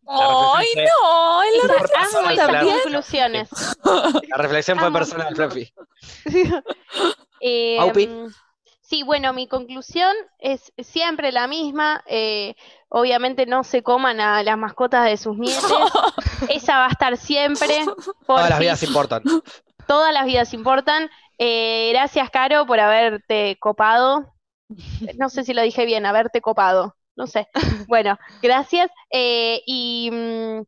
Speaker 4: ¡Ay,
Speaker 1: reflexión
Speaker 4: no! él lo
Speaker 1: Por
Speaker 3: Amo
Speaker 1: personal,
Speaker 3: esas
Speaker 1: claro. [LAUGHS]
Speaker 3: conclusiones. [LAUGHS]
Speaker 1: La reflexión fue
Speaker 3: Amo.
Speaker 1: personal, Fluffy.
Speaker 4: Em,
Speaker 3: Eh,
Speaker 1: Aupi.
Speaker 3: mm, sí, bueno, mi conclusión es siempre la misma. eh, obviamente no se coman a las mascotas de sus
Speaker 1: [LAUGHS]
Speaker 3: nietos. Esa va a estar siempre.
Speaker 1: Todas las
Speaker 3: porque
Speaker 1: vidas
Speaker 4: [LAUGHS]
Speaker 1: importan.
Speaker 3: todas las vidas importan. Eh, gracias, Caro, por haberte copado. No sé si lo dije bien, haberte copado. No [LAUGHS] sé. Bueno, gracias. Eh, y, mm,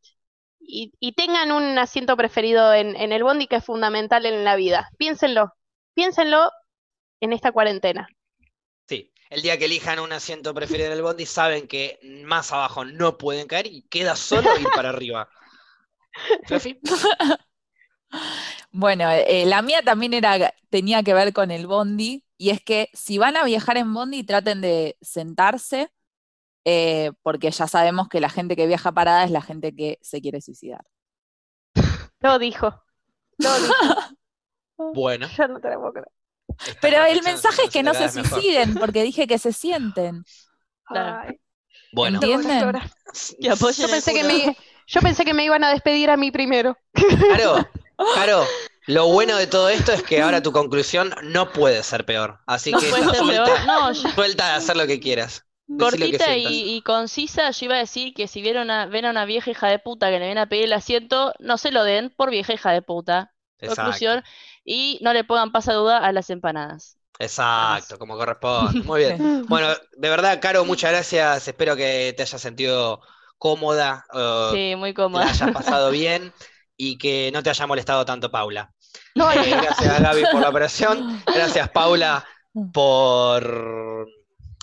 Speaker 3: y, y tengan un asiento preferido en, en el bondi que es fundamental en la vida. Piénsenlo. Piénsenlo en esta cuarentena.
Speaker 1: Sí. El día que elijan un asiento preferido en el bondi, saben que más abajo no pueden caer y queda solo ir para
Speaker 4: [LAUGHS]
Speaker 1: arriba. Fluffy,
Speaker 4: Bueno, eh, la mía también era, tenía que ver con el bondi, y es que si van a viajar en bondi, traten de sentarse, eh, porque ya sabemos que la gente que viaja parada es la gente que se quiere suicidar.
Speaker 3: Lo dijo. Lo [LAUGHS] dijo.
Speaker 1: bueno.
Speaker 3: Yo no te la puedo creer.
Speaker 1: esta
Speaker 4: Pero el
Speaker 1: reflexión
Speaker 4: mensaje es que no se
Speaker 1: cada vez mejor.
Speaker 4: suiciden, porque dije que se sienten.
Speaker 7: Claro.
Speaker 3: Ay,
Speaker 1: Bueno,
Speaker 3: tengo
Speaker 4: ¿Entienden?
Speaker 3: que llorar.
Speaker 7: Que apoyen
Speaker 3: Yo
Speaker 7: el
Speaker 3: pensé que
Speaker 7: culo.
Speaker 3: [LAUGHS] me, yo pensé que me iban a despedir a mí primero.
Speaker 1: Caro, Caro, Lo bueno de todo esto es que ahora tu conclusión no puede ser peor. Así que
Speaker 2: Puede ser
Speaker 1: suelta,
Speaker 2: peor. No, yo-
Speaker 1: suelta de hacer lo que quieras. Decí lo que
Speaker 2: Cortita
Speaker 1: sientas.
Speaker 2: y, y concisa, yo iba a decir que si vieron a, ven a una vieja hija de puta que le ven a pedir el asiento, no se lo den por vieja hija de puta.
Speaker 1: Exacto.
Speaker 2: Conclusión. Y no le pongan pasa duda a las empanadas.
Speaker 1: Exacto, como
Speaker 2: [LAUGHS]
Speaker 1: corresponde. Muy bien. Bueno, de verdad, Caro, muchas gracias. Espero que te hayas sentido cómoda, eh,
Speaker 2: Sí, muy
Speaker 1: que la
Speaker 2: cómoda.
Speaker 1: hayas
Speaker 2: [LAUGHS]
Speaker 1: pasado bien y que no te haya molestado tanto Paula.
Speaker 2: No,
Speaker 1: Eh,
Speaker 3: [LAUGHS]
Speaker 1: gracias a Gaby por la operación. Gracias,
Speaker 2: [LAUGHS]
Speaker 1: Paula, por...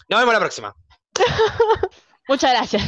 Speaker 1: Nos vemos la próxima.
Speaker 2: Muchas gracias.